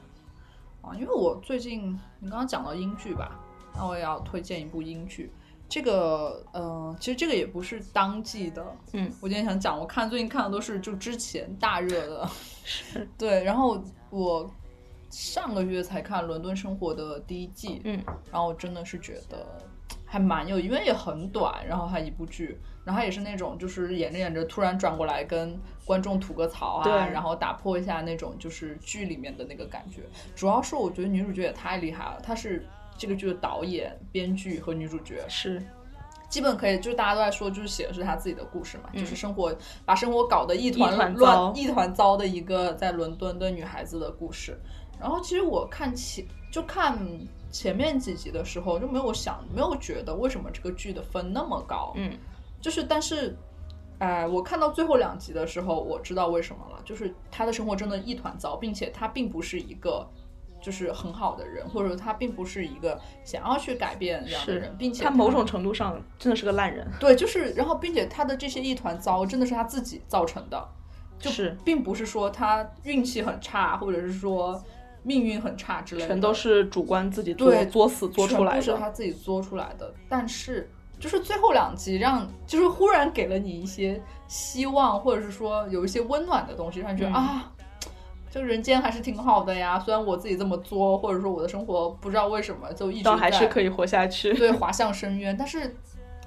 S2: 啊，因为我最近你刚刚讲到英剧吧，那我也要推荐一部英剧。这个，呃，其实这个也不是当季的，
S3: 嗯，
S2: 我今天想讲，我看最近看的都是就之前大热的，
S3: 是，
S2: <laughs> 对，然后我上个月才看《伦敦生活》的第一季，
S3: 嗯，
S2: 然后我真的是觉得还蛮有，因为也很短，然后还一部剧，然后它也是那种就是演着演着突然转过来跟观众吐个槽
S3: 对
S2: 啊，然后打破一下那种就是剧里面的那个感觉。主要是我觉得女主角也太厉害了，她是这个剧的导演、编剧和女主角，
S3: 是，
S2: 基本可以，就是大家都在说，就是写的是他自己的故事嘛，
S3: 嗯
S2: 就是生活把生活搞得一团
S3: 一团糟
S2: 乱、一团糟的一个在伦敦的女孩子的故事。然后其实我看前就看前面几集的时候，就没有想没有觉得为什么这个剧的分那么高，
S3: 嗯，
S2: 就是但是，哎、我看到最后两集的时候，我知道为什么了，就是她的生活真的一团糟，并且她并不是一个。就是很好的人，或者她并不是一个想要去改变这样的
S3: 是
S2: 人，并且
S3: 他某种程度上真的是个烂人，
S2: 对，就是，然后，并且他的这些一团糟，真的是他自己造成的，
S3: 就是
S2: 并不是说他运气很差，或者是说命运很差之类的，
S3: 全都是主观自己作
S2: 对
S3: 作死做出来
S2: 全部是
S3: 的。
S2: 他自己作出来的。但是，就是最后两集让，就是忽然给了你一些希望，或者是说有一些温暖的东西，让你觉得、
S3: 嗯
S2: 啊。这个人间还是挺好的呀，虽然我自己这么作，或者说我的生活不知道为什么就一直
S3: 倒还
S2: 在
S3: 是可以活下去。
S2: 对，滑向深渊。但是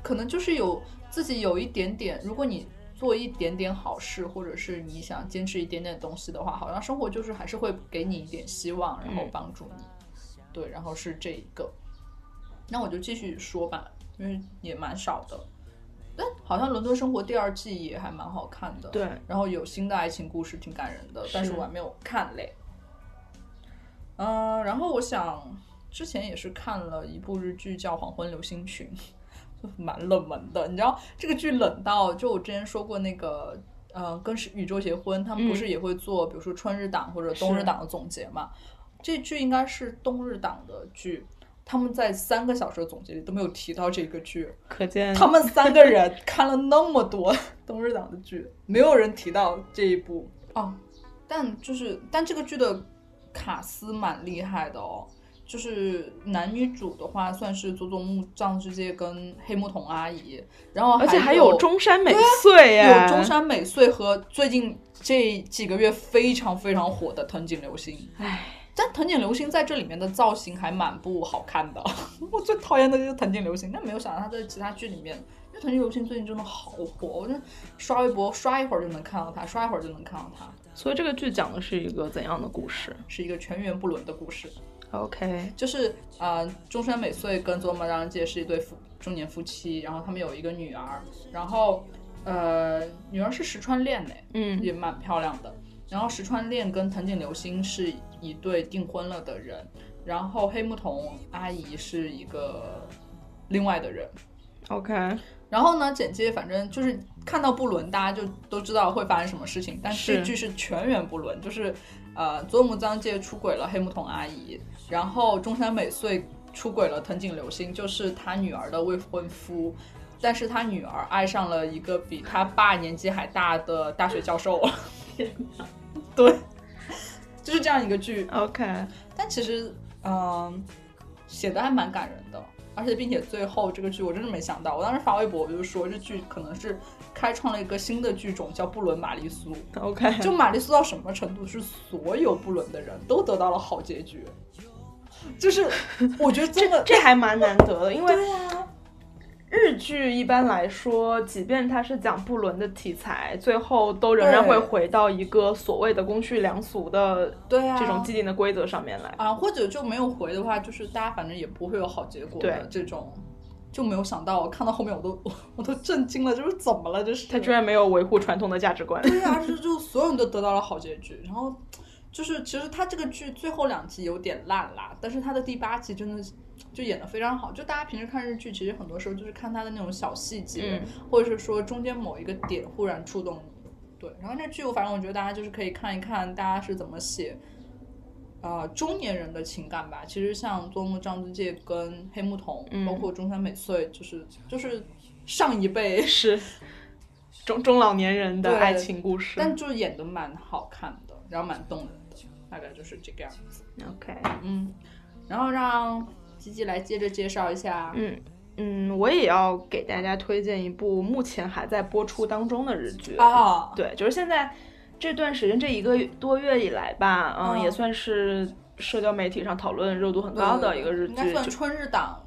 S2: 可能就是有自己有一点点，如果你做一点点好事，或者是你想坚持一点点东西的话，好像生活就是还是会给你一点希望，然后
S3: 嗯
S2: 帮助你。对，然后是这一个。那我就继续说吧，因为也蛮少的。但好像《伦敦生活》第二季也还蛮好看的，
S3: 对，
S2: 然后有新的爱情故事，挺感人的，但是
S3: 是
S2: 我还没有看嘞。嗯、然后我想之前也是看了一部日剧叫《黄昏流星群》， <laughs> 就蛮冷门的。你知道这个剧冷到，就我之前说过那个，呃，跟宇宙结婚，他们不
S3: 嗯
S2: 是也会做，比如说春日档或者冬日
S3: 是
S2: 档的总结嘛？这剧应该是冬日档的剧。他们在三个小时的总结里都没有提到这个剧，
S3: 可见
S2: 他们三个人看了那么多冬日档的 <laughs> 剧，没有人提到这一部哦。但就是，但这个剧的卡斯蛮厉害的哦。就是男女主的话，算是佐佐木藏之介跟黑木瞳阿姨，然后
S3: 而且还
S2: 有啊
S3: 有中山美穗耶，
S2: 有中，山美穗和最近这几个月非常非常火的藤井流星。
S3: 唉，
S2: 但藤井流星在这里面的造型还蛮不好看的， <laughs> 我最讨厌的就是藤井流星。但没有想到他在其他剧里面，因为藤井流星最近真的好火，我就刷微博刷一会儿就能看到他，刷一会儿就能看到他，
S3: 所以这个剧讲的是一个怎样的故事
S2: 是一个全员不伦的故事。
S3: ？OK，
S2: 就是呃，中山美穗跟佐佐木朗介是一对夫中年夫妻，然后他们有一个女儿，然后呃，女儿是石川恋嘞，
S3: 嗯
S2: 也蛮漂亮的。然后石川恋跟藤井流星是一对订婚了的人，然后黑木瞳阿姨是一个另外的人。
S3: OK，
S2: 然后呢，简介反正就是看到布伦，大家就都知道会发生什么事情。但
S3: 是
S2: 这剧是全员布伦，就是呃，佐木章介出轨了黑木瞳阿姨，然后中山美穗出轨了藤井流星，就是他女儿的未婚夫。但是他女儿爱上了一个比他爸年纪还大的大学教授。 <laughs> 对，就是这样一个剧。
S3: OK，
S2: 但其实，嗯、写的还蛮感人的，而且并且最后这个剧我真的没想到，我当时发微博我就说这剧可能是开创了一个新的剧种，叫布伦玛丽
S3: <laughs>
S2: 苏。
S3: OK，
S2: 就玛丽苏到什么程度，是所有布伦的人都得到了好结局，
S3: <laughs>
S2: 就是我觉得真的
S3: 这还蛮难得的，因为
S2: 对啊，
S3: 日剧一般来说，即便它是讲不伦的题材，最后都仍然
S2: 对
S3: 会回到一个所谓的公序良俗的
S2: 对啊，
S3: 这种既定的规则上面来。
S2: 啊，或者就没有回的话，就是大家反正也不会有好结果的
S3: 对
S2: 这种。就没有想到，我看到后面我都我都震惊了，就是怎么了？这是
S3: 他居然没有维护传统的价值观。
S2: 对啊，就就所有人都得到了好结局。然后就是，其实他这个剧最后两集有点烂啦，但是他的第八集真的就演的非常好。就大家平时看日剧，其实很多时候就是看他的那种小细节，
S3: 嗯
S2: 或者是说中间某一个点忽然触动你。对，然后这剧我反正我觉得大家就是可以看一看大家是怎么写。呃，中年人的情感吧，其实像佐木章之介跟黑木瞳，
S3: 嗯
S2: 包括中山美穗，就是就是上一辈
S3: 是中中老年人的
S2: 对
S3: 爱情故事。
S2: 但就是演的蛮好看的，然后蛮动人的，大概就是这个样子。
S3: OK，
S2: 嗯，然后让吉吉来接着介绍一下。
S3: 嗯嗯，我也要给大家推荐一部目前还在播出当中的日剧。
S2: 啊，
S3: 对，就是现在这段时间这一个月多月以来吧，嗯，
S2: 嗯
S3: 也算是社交媒体上讨论热度很高的一个日
S2: 应
S3: 剧，
S2: 该嗯算
S3: 就
S2: 春日档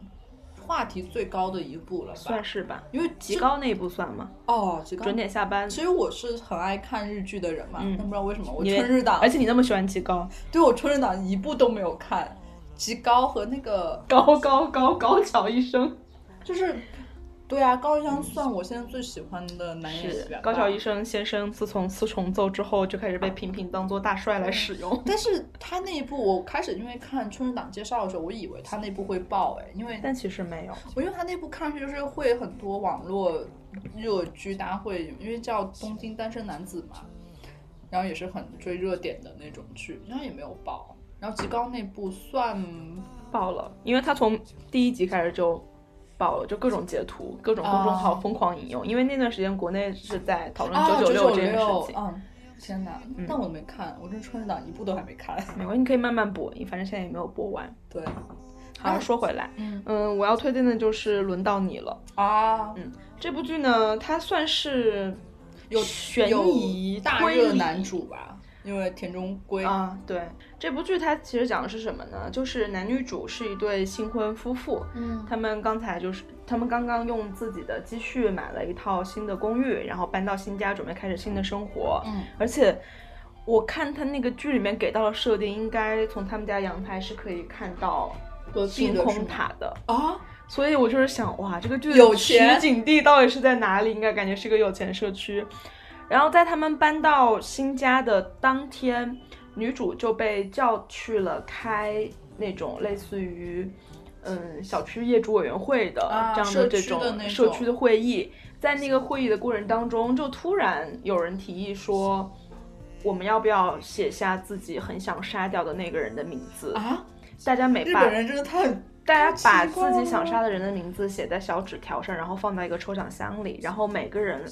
S2: 话题最高的一部了吧？
S3: 算是吧。
S2: 因为
S3: 极
S2: 这
S3: 高那一部算吗？
S2: 哦，极高
S3: 准。点下班。
S2: 其实我是很爱看日剧的人嘛，
S3: 嗯
S2: 但不知道为什么我
S3: 因为
S2: 春日档
S3: 而，且你那么喜欢极高， <laughs>
S2: 对我春日档一部都没有看，极高和那个
S3: 高高高高桥医生
S2: 就是，对啊，高香算我现在最喜欢哎的男演
S3: 是
S2: 员吧，
S3: 高桥医生先生，自从四重奏之后就开始被频频当做大帅来使用。
S2: 但是他那一部，我开始因为看春日档介绍的时候，我以为他那部会爆哎，因为
S3: 但其实没有，
S2: 我因为他那部看上去就是会很多网络热剧，大家会因为叫《东京单身男子》嘛，然后也是很追热点的那种剧，然后也没有爆。然后极高那部算
S3: 爆了，因为他从第一集开始就爆了，就各种截图，各种公众号
S2: 哦
S3: 疯狂引用。因为那段时间国内是在讨论
S2: 啊
S3: 九
S2: 九
S3: 六这件事
S2: 六，
S3: 情，
S2: 嗯，天哪！但我没看，我这春日档一部都还没看。
S3: 没关系，你可以慢慢播，你反正现在也没有播完。
S2: 对，
S3: 好，说回来，
S2: 嗯
S3: 嗯，我要推荐的就是《轮到你了》
S2: 啊，
S3: 这部剧呢，它算是
S2: 有
S3: 悬
S2: 哦有
S3: 疑
S2: 大
S3: 推
S2: 热
S3: 理
S2: 男主吧，因为田中圭
S3: 啊，对，这部剧它其实讲的是什么呢？就是男女主是一对新婚夫妇，
S1: 嗯
S3: 他们刚才就是他们刚刚用自己的积蓄买了一套新的公寓，然后搬到新家，准备开始新的生活。
S2: 嗯，
S3: 而且我看他那个剧里面给到的设定，应该从他们家阳台是可以看到
S2: 隔壁
S3: 星
S2: 的是
S3: 空
S2: 吗
S3: 塔的。
S2: 啊，
S3: 所以我就是想，哇，这个剧
S2: 有
S3: 的
S2: 钱
S3: 取景地到底是在哪里？应该感觉是个有钱社区。然后在他们搬到新家的当天，女主就被叫去了开那种类似于，嗯，小区业主委员会的、
S2: 啊
S3: 这样
S2: 社
S3: 的
S2: 区
S3: 这
S2: 的
S3: 种
S2: 那
S3: 社
S2: 种
S3: 区的会议。在那个会议的过程当中，就突然有人提议说，我们要不要写下自己很想杀掉的那个人的名字？
S2: 啊，
S3: 大家每
S2: 日
S3: 把
S2: 本人真的太
S3: 大家
S2: 太
S3: 把
S2: 奇怪
S3: 自
S2: 了
S3: 己想杀的人的名字写在小纸条上，然后放到一个抽奖箱里，然后每个人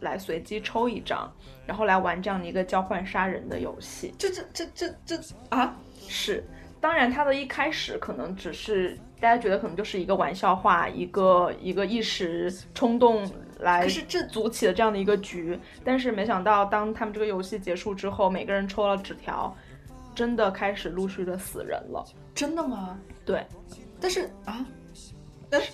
S3: 来随机抽一张，然后来玩这样的一个交换杀人的游戏。
S2: 这这这这这啊，
S3: 是，当然它的一开始可能只是大家觉得可能就是一个玩笑话，一个一个一时冲动来
S2: 可是这
S3: 组起的这样的一个局，但是没想到当他们这个游戏结束之后，每个人抽了纸条，真的开始陆续的死人了。
S2: 真的吗？
S3: 对，
S2: 但是啊，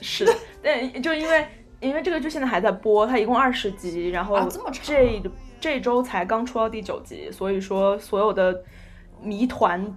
S3: 是， <laughs> 但就因为因为这个剧现在还在播，它一共二十集，然后
S2: 啊这么长
S3: 这这周才刚出到第九集，所以说所有的谜团。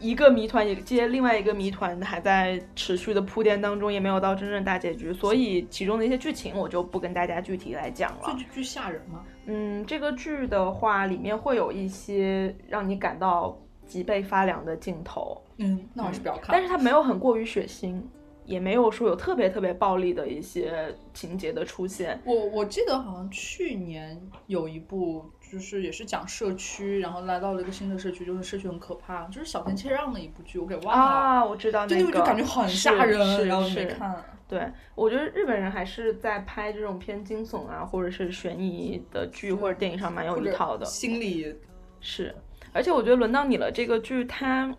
S3: 一个谜团也接另外一个谜团，还在持续的铺垫当中，也没有到真正大结局，所以其中的一些剧情我就不跟大家具体来讲了
S2: 这。剧吓人吗？
S3: 嗯，这个剧的话，里面会有一些让你感到脊背发凉的镜头，
S2: 嗯，那我还是不要看。
S3: 但是它没有很过于血腥，也没有说有特别特别暴力的一些情节的出现。
S2: 我我记得好像去年有一部，就是也是讲社区，然后来到了一个新的社区，就是社区很可怕，就是小田切让的一部剧，我给忘了。
S3: 啊，我知道
S2: 哦就
S3: 那
S2: 那部
S3: 个，
S2: 就感觉很吓人，
S3: 是是
S2: 然后没
S3: 是
S2: 看。
S3: 对，我觉得日本人还是在拍这种偏惊悚啊，或者是悬疑的剧或者电影上蛮有
S2: 或
S3: 一
S2: 者
S3: 套的。
S2: 心理
S3: 是，而且我觉得轮到你了，这个剧它，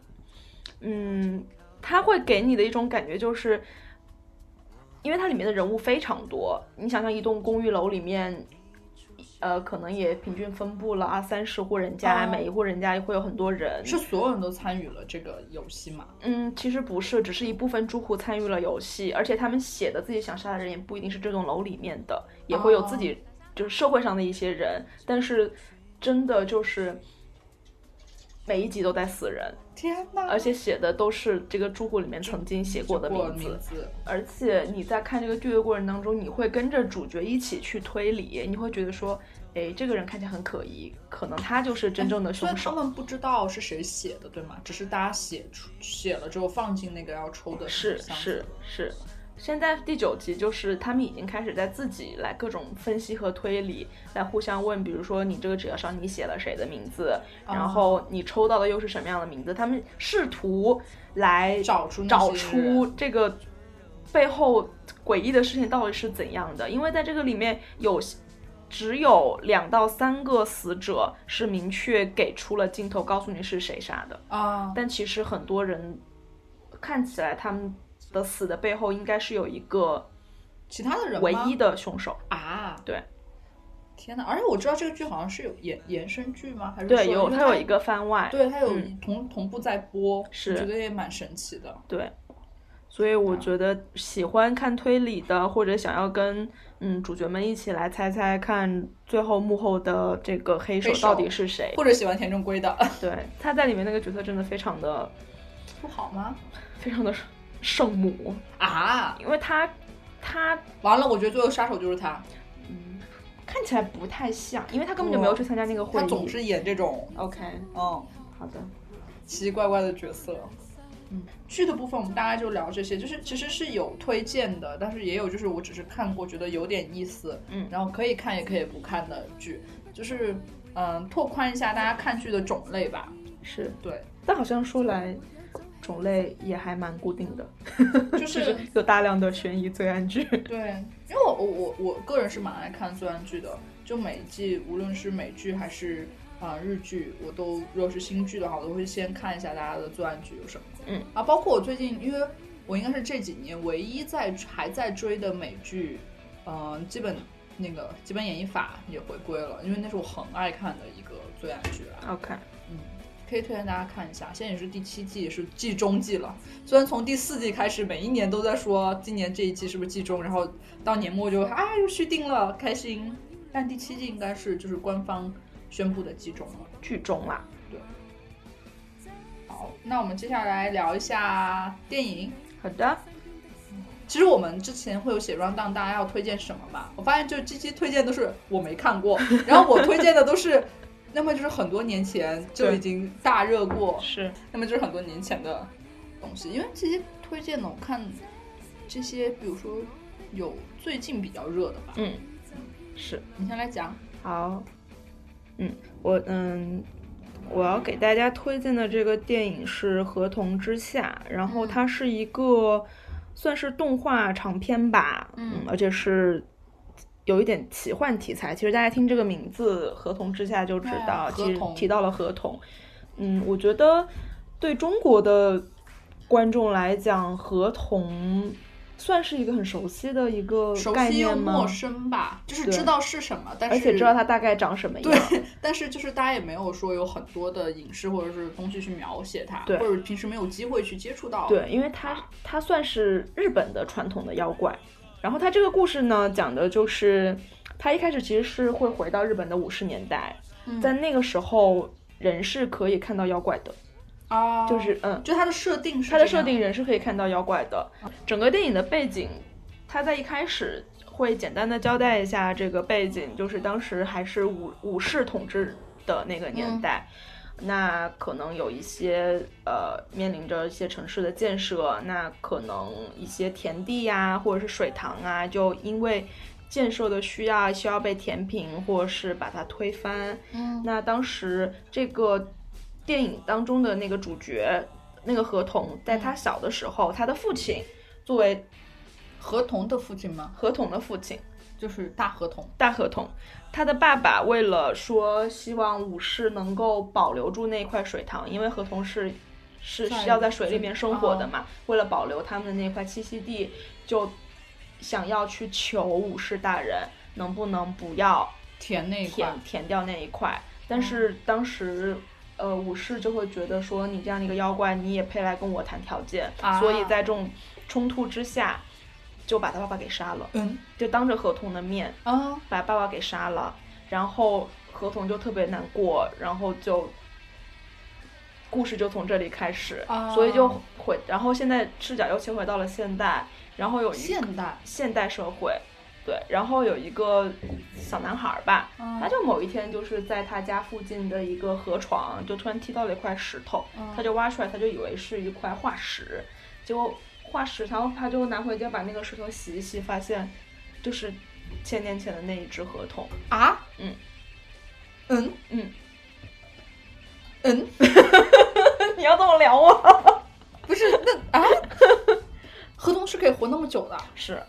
S3: 嗯，它会给你的一种感觉就是，因为它里面的人物非常多，你想想一栋公寓楼里面。呃，可能也平均分布了二三十户人家，
S2: 哦
S3: 每一户人家会有很多人。
S2: 是所有人都参与了这个游戏嘛？
S3: 嗯，其实不是，只是一部分住户参与了游戏，而且他们写的自己想杀的人也不一定是这栋楼里面的，也会有
S2: 哦
S3: 自己、就是社会上的一些人，但是真的就是每一集都在死人，
S2: 天哪！
S3: 而且写的都是这个住户里面曾经写过的
S2: 过
S3: 名字，
S2: 字，
S3: 而且你在看这个剧的过程当中，你会跟着主角一起去推理，你会觉得说，哎，这个人看起来很可疑，可能他就是真正的
S2: 哎所以
S3: 凶
S2: 他
S3: 手。
S2: 们不知道是谁写的，对吗？只是大家写出写了之后放进那个要抽的
S3: 是
S2: 箱子
S3: 是是，现在第九集就是他们已经开始在自己来各种分析和推理，来互相问，比如说你这个纸条上你写了谁的名字，然后你抽到的又是什么样的名字，他们试图来
S2: 找出那
S3: 找
S2: 些人
S3: 出这个背后诡异的事情到底是怎样的，因为在这个里面有。只有两到三个死者是明确给出了镜头，告诉你是谁杀的。
S2: 啊，
S3: 但其实很多人看起来他们的死的背后应该是有一个
S2: 其他的人
S3: 唯
S2: 吗
S3: 一的凶手。
S2: 啊，
S3: 对
S2: 天哪！而且我知道这个剧好像是有延延伸剧吗？还是
S3: 对，
S2: 说
S3: 有
S2: 因为
S3: 他有一个番外，
S2: 对它有
S3: 嗯
S2: 同、同步在播，
S3: 是
S2: 我觉得也蛮神奇的。
S3: 对，所以
S2: 嗯
S3: 我觉得喜欢看推理的，或者想要跟嗯主角们一起来猜猜看最后幕后的这个黑手
S2: 黑手
S3: 到底是谁
S2: 或。者喜欢田中圭的 <laughs>
S3: 对，他在里面那个角色真的非常的
S2: 不好吗？
S3: 非常的圣母，
S2: 啊，
S3: 因为他他
S2: 完了！我觉得最后杀手就是他，嗯
S3: 看起来不太像，因为他根本就没有去参加那个会
S2: 他
S3: 议。
S2: 总是演这种
S3: OK，
S2: 嗯
S3: 好的，
S2: 奇奇怪怪的角色。嗯，剧的部分我们大概就聊这些，就是其实是有推荐的，但是也有就是我只是看过觉得有点意思，
S3: 嗯
S2: 然后可以看也可以不看的剧，就是嗯拓宽一下大家看剧的种类吧。
S3: 是。
S2: 对，
S3: 但好像说来，种类也还蛮固定的，
S2: <laughs> 就是
S3: 有大量的悬疑罪案剧。
S2: 对，因为我我我我个人是蛮爱看罪案剧的，就每一季无论是美剧还是啊、呃日剧，我都如果是新剧的话，我都会先看一下大家的罪案剧有什么。
S3: 嗯
S2: 啊，包括我最近，因为我应该是这几年唯一在还在追的美剧，嗯、基本那个基本演绎法也回归了，因为那是我很爱看的一个罪案剧啦。
S3: OK，
S2: 嗯，可以推荐大家看一下。现在也是第七季，也是季中季了。虽然从第四季开始，每一年都在说今年这一季是不是季中，然后到年末就啊又续订了，开心。但第七季应该是就是官方宣布的季中了。
S3: 剧啊中啦，
S2: 好，那我们接下来聊一下电影。
S3: 好的，
S2: 其实我们之前会有写 round down，大家要推荐什么嘛？我发现就这期推荐都是我没看过，然后我推荐的都是， <laughs> 要么就是很多年前就已经大热过，
S3: 是
S2: 那么就是很多年前的东西，因为这些推荐的，我看这些，比如说有最近比较热的吧，
S3: 嗯是
S2: 你先来讲。
S3: 好，嗯，我嗯。我要给大家推荐的这个电影是《合同之下》，然后它是一个算是动画长片吧，
S2: 嗯
S3: 而且是有一点奇幻题材。其实大家听这个名字“合同之下”就知道，
S2: 哎
S3: 其实
S2: 合同
S3: 提到了合同。嗯，我觉得对中国的观众来讲，合同算是一个很熟悉的一个
S2: 熟
S3: 概
S2: 悉又
S3: 念吗
S2: 陌？生吧，就是
S3: 对
S2: 知道是什么，但
S3: 而
S2: 是
S3: 且知道它大概长什么样。
S2: 对，但是就是大家也没有说有很多的影视或者是东西去描写它，
S3: 对
S2: 或者平时没有机会去接触到。，
S3: 对，因为它它算是日本的传统的妖怪。然后它这个故事呢，讲的就是它一开始其实是会回到日本的五十年代，
S2: 嗯
S3: 在那个时候人是可以看到妖怪的，
S2: 啊，
S3: 就是嗯，
S2: 就它的设定是
S3: 它的
S2: 这样
S3: 设定人是可以看到妖怪的。整个电影的背景，它在一开始会简单的交代一下这个背景，就是当时还是武武士统治的那个年代。
S2: 嗯
S3: 那可能有一些呃面临着一些城市的建设，那可能一些田地呀、或者是水塘啊，就因为建设的需要需要被填平，或者是把它推翻。
S1: 嗯
S3: 那当时这个电影当中的那个主角，那个合同，在他小的时候，他的父亲作为
S2: 合同的父亲吗？
S3: 合同的父亲，
S2: 就是大合同。
S3: 大合同，他的爸爸为了说希望武士能够保留住那块水塘，因为合同是是
S2: 在
S3: 是要在水里面生活的嘛，为了保留他们的那块栖息地，就想要去求武士大人能不能不要
S2: 填那一块嗯
S3: 填，填掉那一块。但是当时，呃，武士就会觉得说你这样的一个妖怪，你也配来跟我谈条件，
S2: 啊
S3: 所以在这种冲突之下，就把他爸爸给杀了，
S2: 嗯
S3: 就当着合同的面
S2: 啊，
S3: 把爸爸给杀了，然后合同就特别难过，然后就故事就从这里开始，
S2: 啊
S3: 所以就回，然后现在视角又切回到了现代，然后有一
S2: 现代
S3: 现代社会，对，然后有一个小男孩儿吧，
S2: 嗯
S3: 他就某一天就是在他家附近的一个河床，就突然踢到了一块石头，
S2: 嗯
S3: 他就挖出来，他就以为是一块化石，结果化石，然后他就拿回家把那个石头洗一洗，发现就是千年前的那一只河童，
S2: 啊，
S3: 嗯
S2: 嗯
S3: 嗯， <laughs>
S2: 嗯，
S3: 你要这么聊我？
S2: 不是那啊， <laughs> 合同是可以活那么久的
S3: 是，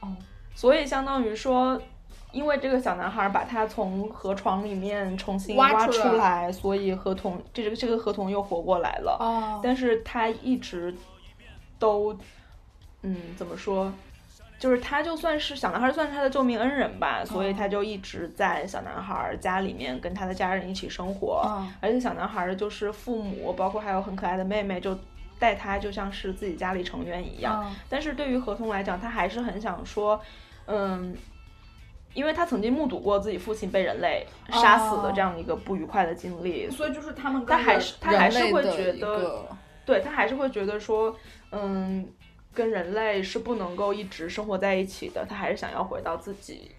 S2: 哦，
S3: 所以相当于说。因为这个小男孩把他从河床里面重新
S2: 挖
S3: 挖
S2: 出
S3: 出
S2: 来
S3: 来，所以河童这个这个河童又活过来了。
S2: 哦
S3: 但是他一直都，嗯，怎么说？就是他就算是小男孩，算是他的救命恩人
S2: 哦
S3: 吧，所以他就一直在小男孩家里面跟他的家人一起生活，
S2: 嗯
S3: 而且小男孩就是父母，包括还有很可爱的妹妹，就待他就像是自己家里成员一样。
S2: 嗯
S3: 但是对于合同来讲，他还是很想说，嗯，因为他曾经目睹过自己父亲被人类杀死的
S2: 哦
S3: 这样一个不愉快的经历，
S2: 所以就是他们
S3: 但
S2: 跟
S3: 还是
S2: 人
S3: 他还是
S2: 人类
S3: 会
S2: 的
S3: 觉
S2: 一
S3: 得
S2: 个
S3: 对他还是会觉得说，嗯，跟人类是不能够一直生活在一起的，他还是想要回到自己，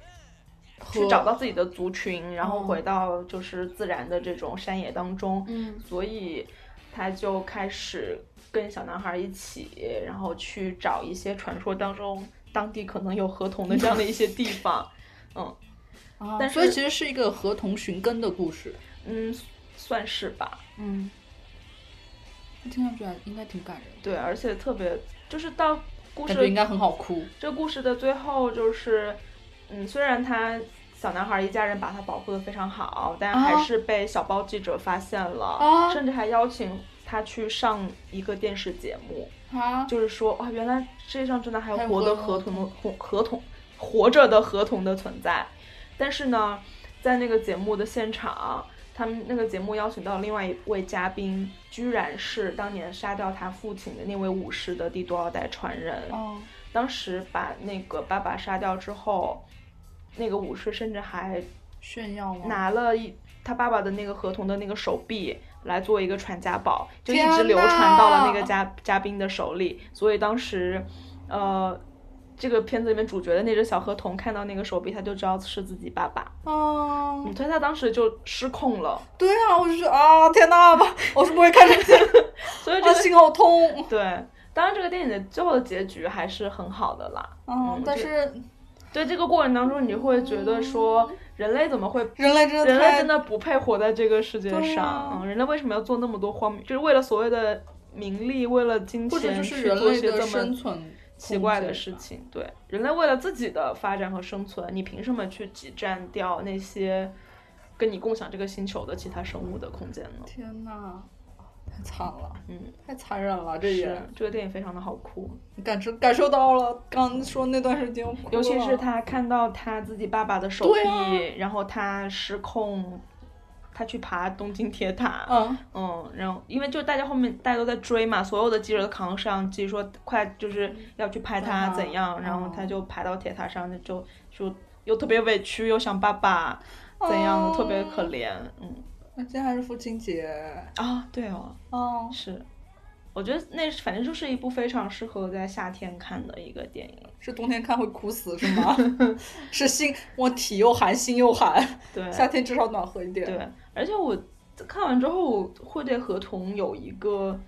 S3: 去
S2: 和
S3: 找到自己的族群，然后
S2: 嗯
S3: 回到就是自然的这种山野当中，
S2: 嗯
S3: 所以他就开始跟小男孩一起，然后去找一些传说当中当地可能有合同的这样的一些地方，嗯
S2: 啊
S3: 但
S2: 所以
S3: 是
S2: 其实是一个合同寻根的故事。
S3: 嗯，算是吧，
S2: 嗯，听上去还应该挺感人的，
S3: 对，而且特别就是到故事
S2: 感觉应该很好哭。
S3: 这故事的最后就是，嗯，虽然他小男孩一家人把他保护的非常好，但还是被小报记者发现了，
S2: 啊
S3: 甚至还邀请他去上一个电视节目，
S2: 啊，
S3: 就是说啊，原来世界上真的还有
S2: 还有
S3: 活的
S2: 合
S3: 合同的合合同活着的合同的存在。但是呢，在那个节目的现场，他们那个节目邀请到另外一位嘉宾，居然是当年杀掉他父亲的那位武士的第多少代传人。
S2: 哦，
S3: 当时把那个爸爸杀掉之后，那个武士甚至还
S2: 炫耀吗？
S3: 拿了一他爸爸的那个合同的那个手臂来做一个传家宝，就一
S2: 天
S3: 直流
S2: 呐
S3: 传到了那个嘉嘉宾的手里。所以当时，呃，这个片子里面主角的那只小河童看到那个手臂，他就知道是自己爸爸，
S2: 哦，
S3: 所以他当时就失控了。
S2: 对啊，我就说啊，天哪，
S3: <laughs>
S2: 吧，我是不会看这些，
S3: 所以这
S2: 啊，
S3: 个、
S2: 心好痛。
S3: 对，当然这个电影的最后的结局还是很好的啦。
S2: 嗯，但
S3: 这
S2: 是
S3: 对这个过程当中，你会觉得说，人类怎么会
S2: 人类真的
S3: 人类
S2: 太
S3: 真的不配活在这个世界
S2: 对
S3: 上，
S2: 啊
S3: 嗯，人类为什么要做那么多荒谬？就是为了所谓的名利，为了金
S2: 或者就
S3: 钱
S2: 是
S3: 去
S2: 人
S3: 做一
S2: 类
S3: 些
S2: 的
S3: 这
S2: 生
S3: 么
S2: 存
S3: 奇怪的事。情。对，人类为了自己的发展和生存，你凭什么去挤占掉那些跟你共享这个星球的其他生物的空间呢？
S2: 天哪，太惨了，
S3: 嗯，
S2: 太残忍了，这
S3: 是
S2: 也
S3: 这个电影非常的好哭，
S2: 感受感受到了。刚说那段时间，
S3: 尤其是，他看到他自己爸爸的手
S2: 对
S3: 臂，
S2: 啊
S3: 然后他失控，他去爬东京铁塔，
S2: 嗯，
S3: 嗯，然后因为就大家后面大家都在追嘛，所有的记者都扛着摄像机说快就是要去拍他
S2: 对啊
S3: 怎样，然后
S2: 嗯
S3: 他就爬到铁塔上就就又特别委屈，又想爸爸怎样的，
S2: 哦
S3: 特别可怜，嗯
S2: 今天还是父亲节，
S3: 啊，对哦，
S2: 哦，
S3: 是我觉得那反正就是一部非常适合在夏天看的一个电影。
S2: 是冬天看会哭死是
S3: <laughs>
S2: 吗？是心我体又寒心又寒，
S3: 对
S2: 夏天至少暖和一点。
S3: 对，而且我看完之后我会对合同有一个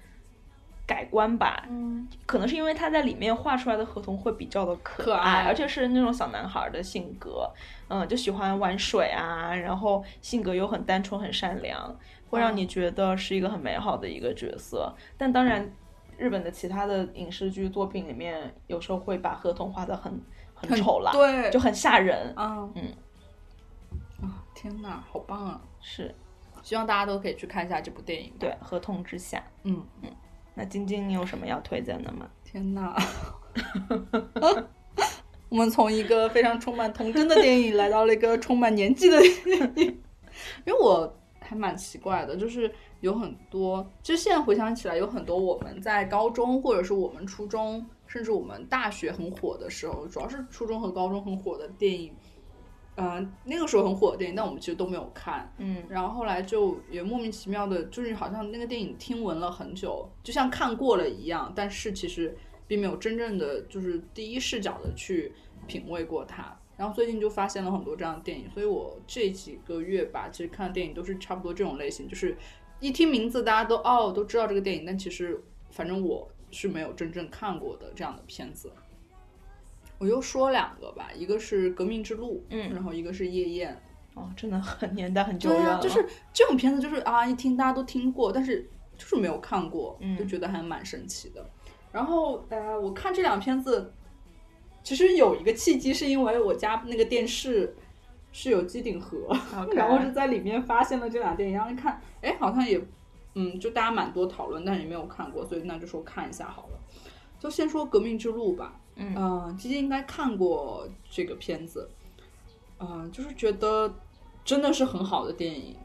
S3: 改观吧，
S2: 嗯，
S3: 可能是因为他在里面画出来的合同会比较的
S2: 可
S3: 可爱，
S2: 爱
S3: 而且是那种小男孩的性格，嗯，就喜欢玩水啊，然后性格又很单纯、很善良，会让
S2: 嗯
S3: 你觉得是一个很美好的一个角色。但当然，日本的其他的影视剧作品里面，有时候会把合同画的很很丑啦，
S2: 对，
S3: 就很吓人。
S2: 啊，
S3: 嗯，
S2: 啊，天哪，好棒啊！
S3: 是
S2: 希望大家都可以去看一下这部电影。，
S3: 对合同之下。
S2: 嗯，
S3: 那晶晶，你有什么要推荐的吗？
S2: 天哪！ <laughs> 我们从一个非常充满童真的电影，来到了一个充满年纪的电影，因为我还蛮奇怪的，就是有很多，其实现在回想起来，有很多我们在高中，或者是我们初中，甚至我们大学很火的时候，主要是初中和高中很火的电影，嗯、那个时候很火的电影，但我们其实都没有看，
S3: 嗯
S2: 然后后来就也莫名其妙的，就是好像那个电影听闻了很久，就像看过了一样，但是其实并没有真正的就是第一视角的去品味过它。然后最近就发现了很多这样的电影，所以我这几个月吧，其实看的电影都是差不多这种类型，就是一听名字大家都哦都知道这个电影，但其实反正我是没有真正看过的这样的片子。我又说两个吧，一个是《革命之路》，
S3: 嗯
S2: 然后一个是《夜宴》，
S3: 哦，真的很年代很久
S2: 对
S3: 远
S2: 啊
S3: 了，，
S2: 就是这种片子，就是啊，一听大家都听过，但是就是没有看过，
S3: 嗯
S2: 就觉得还蛮神奇的。然后呃，我看这两片子，其实有一个契机，是因为我家那个电视是有机顶盒 <laughs>
S3: OK
S2: 然
S3: <laughs>
S2: 后是在里面发现了这俩电影，然后一看，哎，好像也，嗯，就大家蛮多讨论，但是也没有看过，所以那就说看一下好了。就先说《革命之路》吧，
S3: 嗯
S2: 呃，基金应该看过这个片子，嗯、就是觉得真的是很好的电影，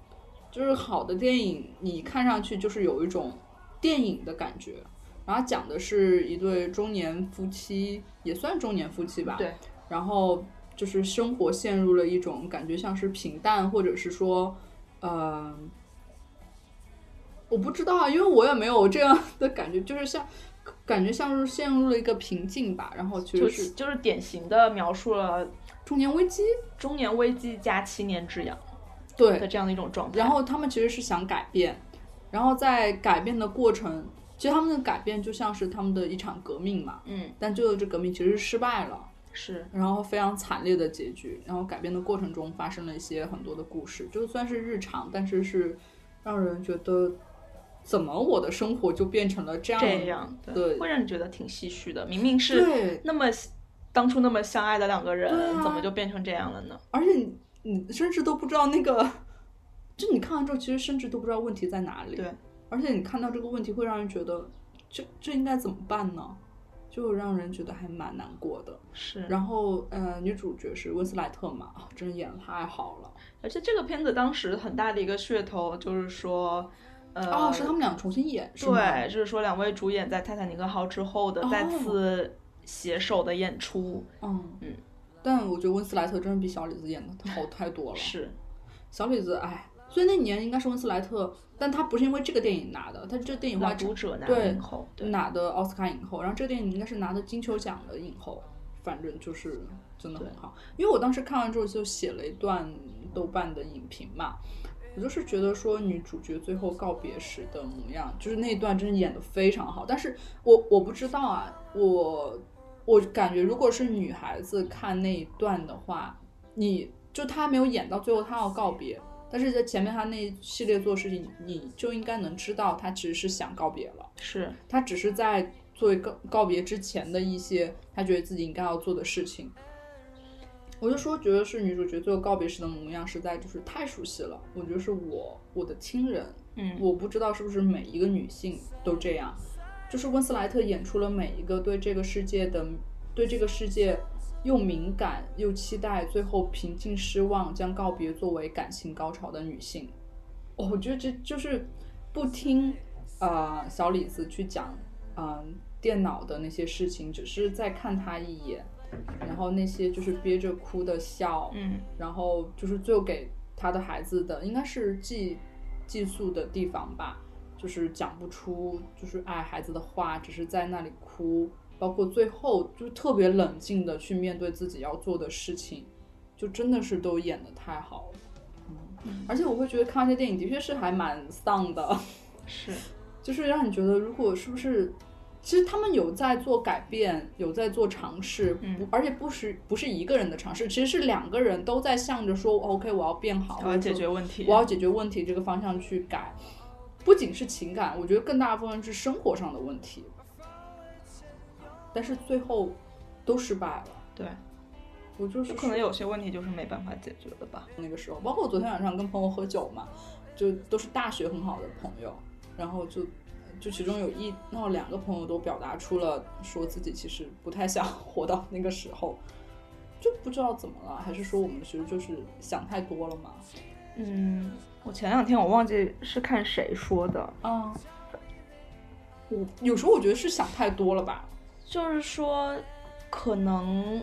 S2: 就是好的电影，你看上去就是有一种电影的感觉。然后讲的是一对中年夫妻，也算中年夫妻吧，
S3: 对，
S2: 然后就是生活陷入了一种感觉像是平淡，或者是说，呃，我不知道啊，因为我也没有这样的感觉，就是像感觉像是陷入了一个瓶颈吧。然后其
S3: 就
S2: 实
S3: 是
S2: 是
S3: 就是典型的描述了
S2: 中年危机，
S3: 中年危机加七年之痒
S2: 对
S3: 的这样的一种状态。
S2: 然后他们其实是想改变，然后在改变的过程，其实他们的改变就像是他们的一场革命嘛，
S3: 嗯，
S2: 但最后这革命其实是失败了。
S3: 是
S2: 然后非常惨烈的结局，然后改编的过程中发生了一些很多的故事，就算是日常，但是是让人觉得，怎么我的生活就变成了这样
S3: 这样，
S2: 对
S3: 会让你觉得挺唏嘘的。明明是
S2: 对，
S3: 那么当初那么相爱的两个人，
S2: 对啊
S3: 怎么就变成这样了呢？
S2: 而且你你甚至都不知道那个，就你看完之后，其实甚至都不知道问题在哪里。
S3: 对，
S2: 而且你看到这个问题，会让人觉得这这应该怎么办呢？就让人觉得还蛮难过的。
S3: 是。
S2: 然后，呃，女主角是温斯莱特嘛，啊，真的演的太好了。
S3: 而且这个片子当时很大的一个噱头就是说，呃，
S2: 哦，是他们俩重新演，是吗
S3: 对，就是说两位主演在《泰坦尼克号》之后的
S2: 哦
S3: 再次携手的演出，
S2: 嗯
S3: 嗯，
S2: 但我觉得温斯莱特真的比小李子演的好太多了。
S3: <laughs> 是
S2: 小李子，哎，所以那年应该是温斯莱特，但他不是因为这个电影拿的，他这个电影
S3: 《
S2: 后
S3: 老
S2: 来
S3: 读者》拿
S2: 对
S3: 影后，对，
S2: 拿的奥斯卡影后，然后这个电影应该是拿的金球奖的影后，反正就是真的很好。因为我当时看完之后就写了一段豆瓣的影评嘛，我就是觉得说女主角最后告别时的模样，就是那一段真的演的非常好。但是我我不知道啊，我我感觉如果是女孩子看那一段的话，你就她没有演到最后，她要告别。但是在前面她那一系列做事情，你就应该能知道她其实是想告别了。
S3: 是
S2: 他只是在作为告告别之前的一些他觉得自己应该要做的事情。我就说，觉得是女主角最后告别时的模样，实在就是太熟悉了。我觉得是我我的亲人，
S3: 嗯
S2: 我不知道是不是每一个女性都这样。就是温斯莱特演出了每一个对这个世界的，对这个世界又敏感又期待，最后平静失望，将告别作为感情高潮的女性。哦我觉得这就是不听呃小李子去讲嗯、呃电脑的那些事情，只是在看他一眼，然后那些就是憋着哭的笑，
S3: 嗯
S2: 然后就是最后给他的孩子的应该是寄寄宿的地方吧，就是讲不出就是爱孩子的话，只是在那里哭，包括最后就是特别冷静的去面对自己要做的事情，就真的是都演的太好了。嗯，而且我会觉得看这些电影的确是还蛮丧的，
S3: 是，
S2: 就是让你觉得如果是不是。其实他们有在做改变，有在做尝试，
S3: 嗯
S2: 不，而且不是不是一个人的尝试，其实是两个人都在向着说，OK，我要变好，
S3: 我要解决问题，
S2: 我要解决问题这个方向去改，不仅是情感，我觉得更大部分是生活上的问题，但是最后都失败了。
S3: 对，
S2: 我就是
S3: 就可能有些问题就是没办法解决的吧。
S2: 那个时候，包括我昨天晚上跟朋友喝酒嘛，就都是大学很好的朋友，然后就就其中有一那两个朋友都表达出了说自己其实不太想 <laughs> 活到那个时候，就不知道怎么了，还是说我们其实就是想太多了嘛？
S3: 嗯，我前两天我忘记是看谁说的，
S2: 啊，我有时候我觉得是想太多了吧？
S3: 就是说，可能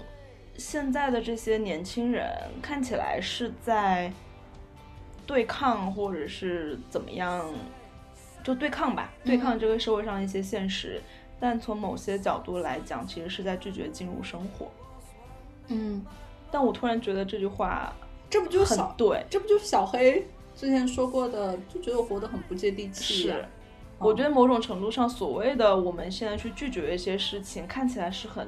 S3: 现在的这些年轻人看起来是在对抗，或者是怎么样，就对抗吧，对抗这个社会上一些现实。但从某些角度来讲，其实是在拒绝进入生活。
S2: 嗯，
S3: 但我突然觉得这句话
S2: 这不就
S3: 很
S2: 小
S3: 对，
S2: 这不就是小黑之前说过的，就觉得我活得很不接地气啊呀、
S3: 是我觉得某种程度上，所谓的我们现在去拒绝一些事情，看起来是很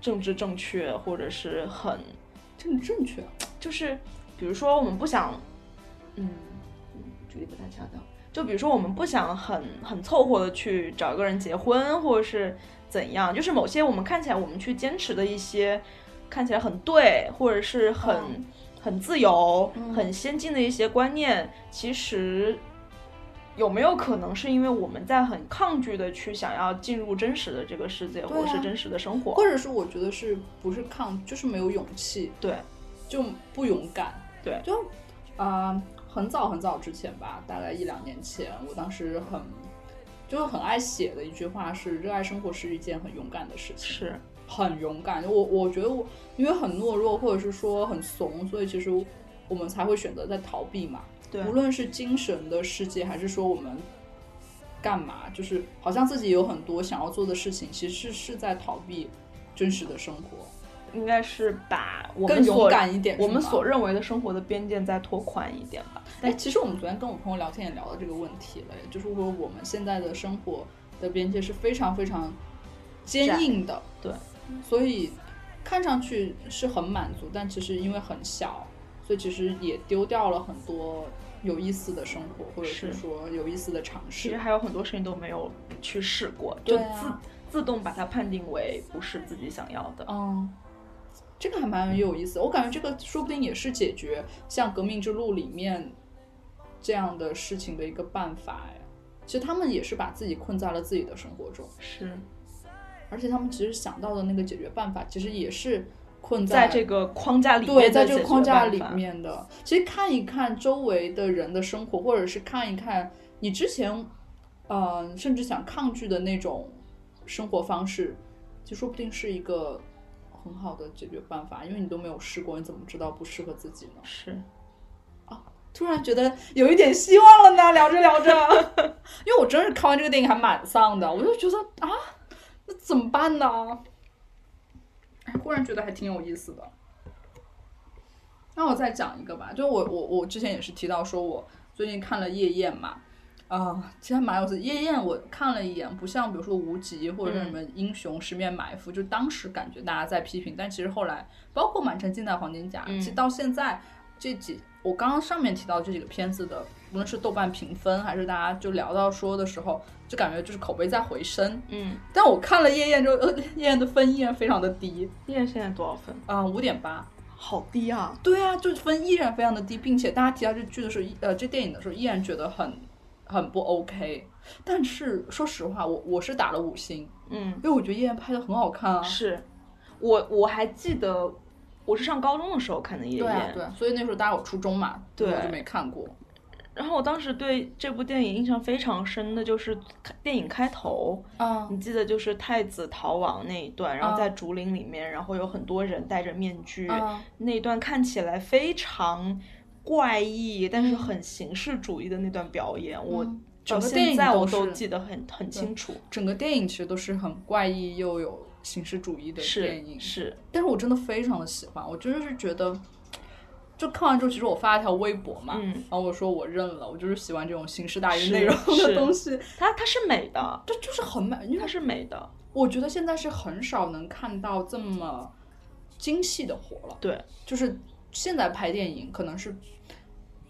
S3: 政治正确，或者是很
S2: 这很正确。啊
S3: 就是，比如说我们不想，嗯，嗯举例不太恰当，就比如说我们不想很很凑合的去找一个人结婚，或者是怎样，就是某些我们看起来我们去坚持的一些，看起来很对，或者是很、
S2: 嗯
S3: 很自由、
S2: 嗯
S3: 很先进的一些观念，其实。有没有可能是因为我们在很抗拒的去想要进入真实的这个世界，或者是真实的生活？
S2: 啊或者是我觉得是不是抗，就是没有勇气，
S3: 对，
S2: 就不勇敢。
S3: 对
S2: 就啊、呃很早很早之前吧，大概一两年前，我当时很就是很爱写的一句话是：热爱生活是一件很勇敢的事情。
S3: 是，
S2: 很勇敢。我我觉得我因为很懦弱，或者是说很怂，所以其实我们才会选择在逃避嘛。
S3: 对
S2: 无论是精神的世界，还是说我们干嘛，就是好像自己有很多想要做的事情，其实是是在逃避真实的生活，
S3: 应该是把我们
S2: 更勇
S3: 所
S2: 敢一点。
S3: 我们
S2: 是吗
S3: 所认为的生活的边界再拓宽一点吧。
S2: 哎，其实我们昨天跟我朋友聊天也聊到这个问题了，就是说我们现在的生活的边界是非常非常坚硬的，
S3: 对，
S2: 所以看上去是很满足，但其实因为很小，所以其实也丢掉了很多有意思的生活，或者是
S3: 是
S2: 说有意思的尝试。
S3: 其实还有很多事情都没有去试过，
S2: 对
S3: 就自、
S2: 啊
S3: 自动把它判定为不是自己想要的。
S2: 嗯，这个还蛮有意思。我感觉这个说不定也是解决像《革命之路》里面这样的事情的一个办法呀。其实他们也是把自己困在了自己的生活中，
S3: 是
S2: 而且他们其实想到的那个解决办法，其实也是困在
S3: 在这个框架里面，
S2: 对，在这个框架里。面的，其实看一看周围的人的生活，或者是看一看你之前，呃，甚至想抗拒的那种生活方式，就说不定是一个很好的解决办法，因为你都没有试过，你怎么知道不适合自己呢？
S3: 是
S2: 突然觉得有一点希望了呢，聊着聊着， <laughs> 因为我真是看完这个电影还蛮丧的，我就觉得啊，那怎么办呢？哎，忽然觉得还挺有意思的。那我再讲一个吧，就我我我之前也是提到说我最近看了《夜宴》嘛，啊、其实还蛮有意思。《夜宴》我看了一眼，不像比如说《无极》或者是什么《英雄》《十面埋伏》，就当时感觉大家在批评，但其实后来包括《满城尽带黄金甲》
S3: 嗯
S2: 其实到现在这几，我刚刚上面提到这几个片子的，无论是豆瓣评分还是大家就聊到说的时候，就感觉就是口碑在回升。
S3: 嗯，
S2: 但我看了《夜宴》之后，呃，《夜宴》的分依然非常的低，
S3: 夜宴现在多少分？
S2: 啊、五点八。
S3: 好低啊！
S2: 对啊，就是分依然非常的低，并且大家提到这剧的时候，呃，这电影的时候依然觉得很很不 OK。但是说实话，我我是打了五星，
S3: 嗯
S2: 因，为我觉得叶燕拍的很好看啊。
S3: 是我我还记得我是上高中的时候看的夜
S2: 对啊
S3: 宴，，
S2: 对啊，所以那时候大家有初中嘛，
S3: 对
S2: 我就没看过。
S3: 然后我当时对这部电影印象非常深的就是电影开头，
S2: 啊
S3: 你记得就是太子逃亡那一段，然
S2: 啊
S3: 后在竹林里面，然后有很多人戴着面具，
S2: 啊
S3: 那一段看起来非常怪异，但是很形式主义的那段表演，我整
S2: 嗯整
S3: 个
S2: 个
S3: 电
S2: 电
S3: 影
S2: 影
S3: 我
S2: 都
S3: 都
S2: 是
S3: 记得很很清楚，
S2: 整个电影其实都是很怪异又有形式主义的电影
S3: 是，是，
S2: 但是我真的非常的喜欢，我真的是觉得，就看完之后，其实我发了条微博嘛，
S3: 嗯
S2: 然后我说我认了，我就是喜欢这种形式大于
S3: 是
S2: 内容
S3: 是
S2: 的东西，
S3: 它它是美的，
S2: 这就是很美，因为
S3: 它是美的，
S2: 我觉得现在是很少能看到这么精细的活了，
S3: 对，
S2: 就是现在拍电影可能是。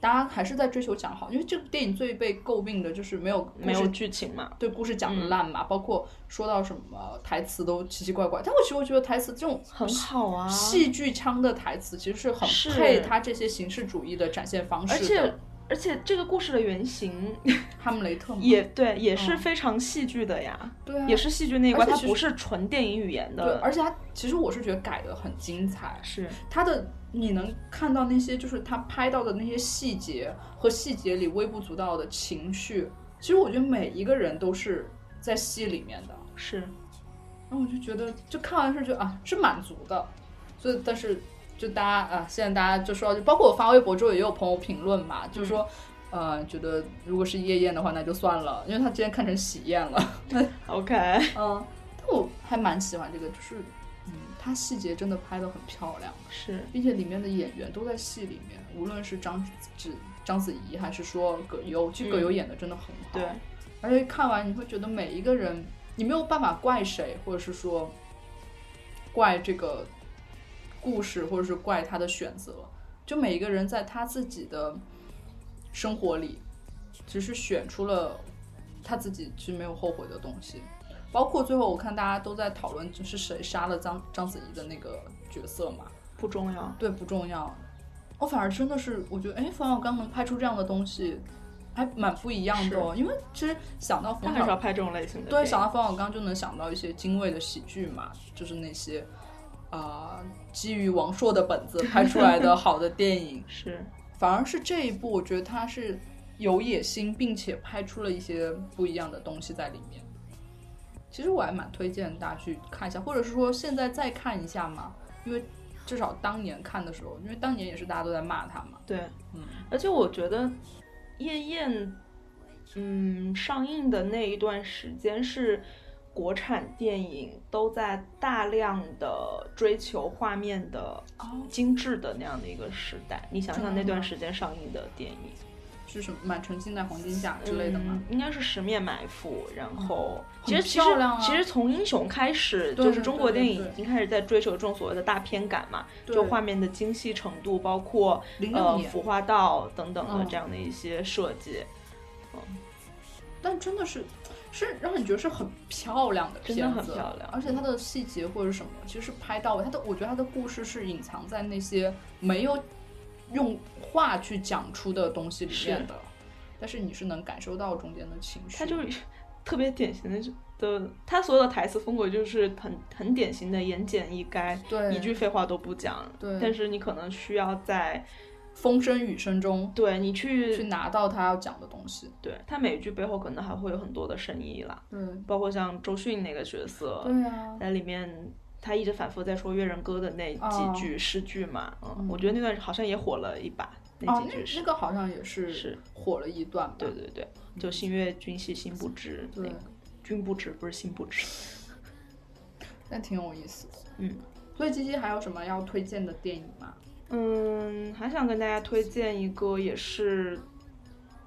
S2: 大家还是在追求讲好，因为这部电影最被诟病的就是没有故事
S3: 没有嗯剧情嘛，
S2: 对故事讲的烂嘛，包括说到什么台词都奇奇怪怪。但我其实我觉得台词这种
S3: 很好啊，
S2: 戏剧腔的台词，其实是很
S3: 是
S2: 配他这些形式主义的展现方式
S3: 而
S2: 的。
S3: 且而且这个故事的
S2: <laughs>
S3: 原型
S2: 哈姆雷特嘛，
S3: 也对，也是
S2: 嗯
S3: 非常戏剧的呀，
S2: 对啊，
S3: 也是戏剧那一
S2: 而
S3: 关，
S2: 且
S3: 它
S2: 其
S3: 不
S2: 实
S3: 是纯电影语言
S2: 对，
S3: 的，
S2: 而且他其实我是觉得改的很精彩，
S3: 是
S2: 他的你能看到那些就是他拍到的那些细节和细节里微不足道的情绪，其实我觉得每一个人都是在戏里面的。
S3: 是，
S2: 然后我就觉得，就看完是就啊是满足的，所以但是就大家啊，现在大家就说，就包括我发微博之后也有朋友评论嘛，就说。呃，觉得如果是夜宴的话，那就算了，因为他之前看成喜宴了。
S3: OK，
S2: 嗯，但我还蛮喜欢这个，就是，嗯，他细节真的拍的很漂亮，
S3: 是
S2: 并且里面的演员都在戏里面，无论是章子章子怡还是说葛优，其实葛优演的真的很好。
S3: 对，
S2: 而且看完你会觉得每一个人，你没有办法怪谁，或者是说怪这个故事，或者是怪他的选择，就每一个人在他自己的生活里，只是选出了他自己是没有后悔的东西。包括最后我看大家都在讨论，就是谁杀了章章子怡的那个角色嘛，
S3: 不重要，
S2: 对，不重要。我反而真的是，我觉得，哎，冯小刚能拍出这样的东西，还蛮不一样的、哦。因为其实想到
S3: 他
S2: 冯
S3: 很
S2: 小
S3: 少
S2: 刚，
S3: 拍这种类型的电
S2: 对，
S3: 影，。
S2: 想到冯小刚就能想到一些精卫的喜剧嘛，就是那些啊、基于王朔的本子拍出来的好的电影
S3: 是
S2: 反而是这一部，我觉得他是有野心，并且拍出了一些不一样的东西在里面。其实我还蛮推荐大家去看一下，或者是说现在再看一下嘛，因为至少当年看的时候，因为当年也是大家都在骂他嘛，
S3: 对，
S2: 嗯，
S3: 而且我觉得《夜宴》嗯上映的那一段时间是国产电影都在大量的追求画面的
S2: 哦，
S3: 精致的那样的一个时代。你想想那段时间上映的电影
S2: 是什么满城尽带黄金甲嗯之
S3: 之类
S2: 类
S3: 的
S2: 的
S3: 吗
S2: 嘛？？
S3: 应该是《十面埋伏》，然后
S2: 很
S3: 其实其实
S2: 漂亮啊
S3: 其实从《英雄》开始，
S2: 对
S3: 就是
S2: 对
S3: 中
S2: 对
S3: 国
S2: 对
S3: 电影
S2: 对
S3: 已经开始在追求这种所谓的大片感嘛，
S2: 对
S3: 就画面的精细程度，包括
S2: 零六
S3: 呃
S2: 年，
S3: 服化道等等的
S2: 嗯
S3: 这样的一些设计，
S2: 但真的是是让你觉得是很漂亮的片
S3: 真
S2: 子，
S3: 的很漂亮
S2: 而且它的细节或者什么，其实是拍到位。它的我觉得它的故事是隐藏在那些没有用话去讲出的东西里面的，但是你是能感受到中间的情绪。
S3: 它就是特别典型的就的，它所有的台词风格就是很很典型的言简意赅，
S2: 对
S3: 一句废话都不讲。
S2: 对
S3: 但是你可能需要在
S2: 风声雨声中
S3: 对你
S2: 去
S3: 去
S2: 拿到他要讲的东西。
S3: 对它每一句背后可能还会有很多的深意啦，
S2: 对，
S3: 包括像周迅那个角色
S2: 对啊，
S3: 在里面。他一直反复在说越人歌的那几
S2: 哦
S3: 句诗句嘛，嗯，
S2: 嗯
S3: 我觉得那段好像也火了一把，那
S2: 哦，
S3: 几
S2: 那
S3: 句诗
S2: 那，个好像也是
S3: 是
S2: 火了一段吧。
S3: 对对对，就心悦君兮心不知，
S2: 嗯
S3: 那
S2: 对
S3: 个君不知不是心不
S2: <laughs>
S3: 知，
S2: 那挺有意思的。
S3: 嗯，
S2: 所以鸡鸡还有什么要推荐的电影吗？
S3: 嗯，还想跟大家推荐一个，也是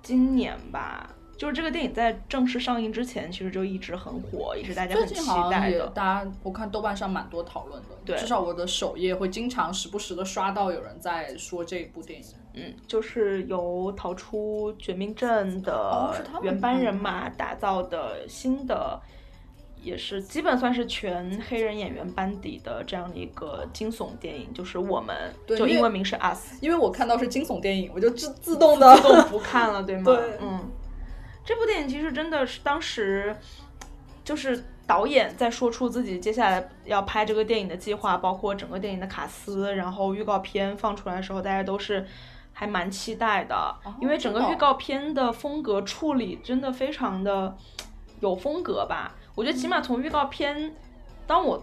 S3: 今年吧，就是这个电影在正式上映之前，其实就一直很火，也是大家
S2: 最
S3: 很期
S2: 近好像
S3: 待
S2: 也
S3: 的。
S2: 大家，我看豆瓣上蛮多讨论的，
S3: 对
S2: 至少我的首页会经常时不时的刷到有人在说这部电影。
S3: 嗯，就是由逃出绝命镇
S2: 哦
S3: 的
S2: 是他们嗯
S3: 原班人马打造的新的，也是基本算是全黑人演员班底的这样的一个惊悚电影，就是我们，
S2: 对
S3: 就
S2: 因为
S3: 英文名是 Us。
S2: 因为我看到是惊悚电影，我就自自动的 <laughs>
S3: 自动不看了，对吗？
S2: 对
S3: 嗯，这部电影其实真的是当时就是导演在说出自己接下来要拍这个电影的计划，包括整个电影的卡司，然后预告片放出来的时候，大家都是。还蛮期待的，因为整个
S2: 真的哦
S3: 预告片的风格处理真的非常的有风格吧。我觉得起码从预告片，当我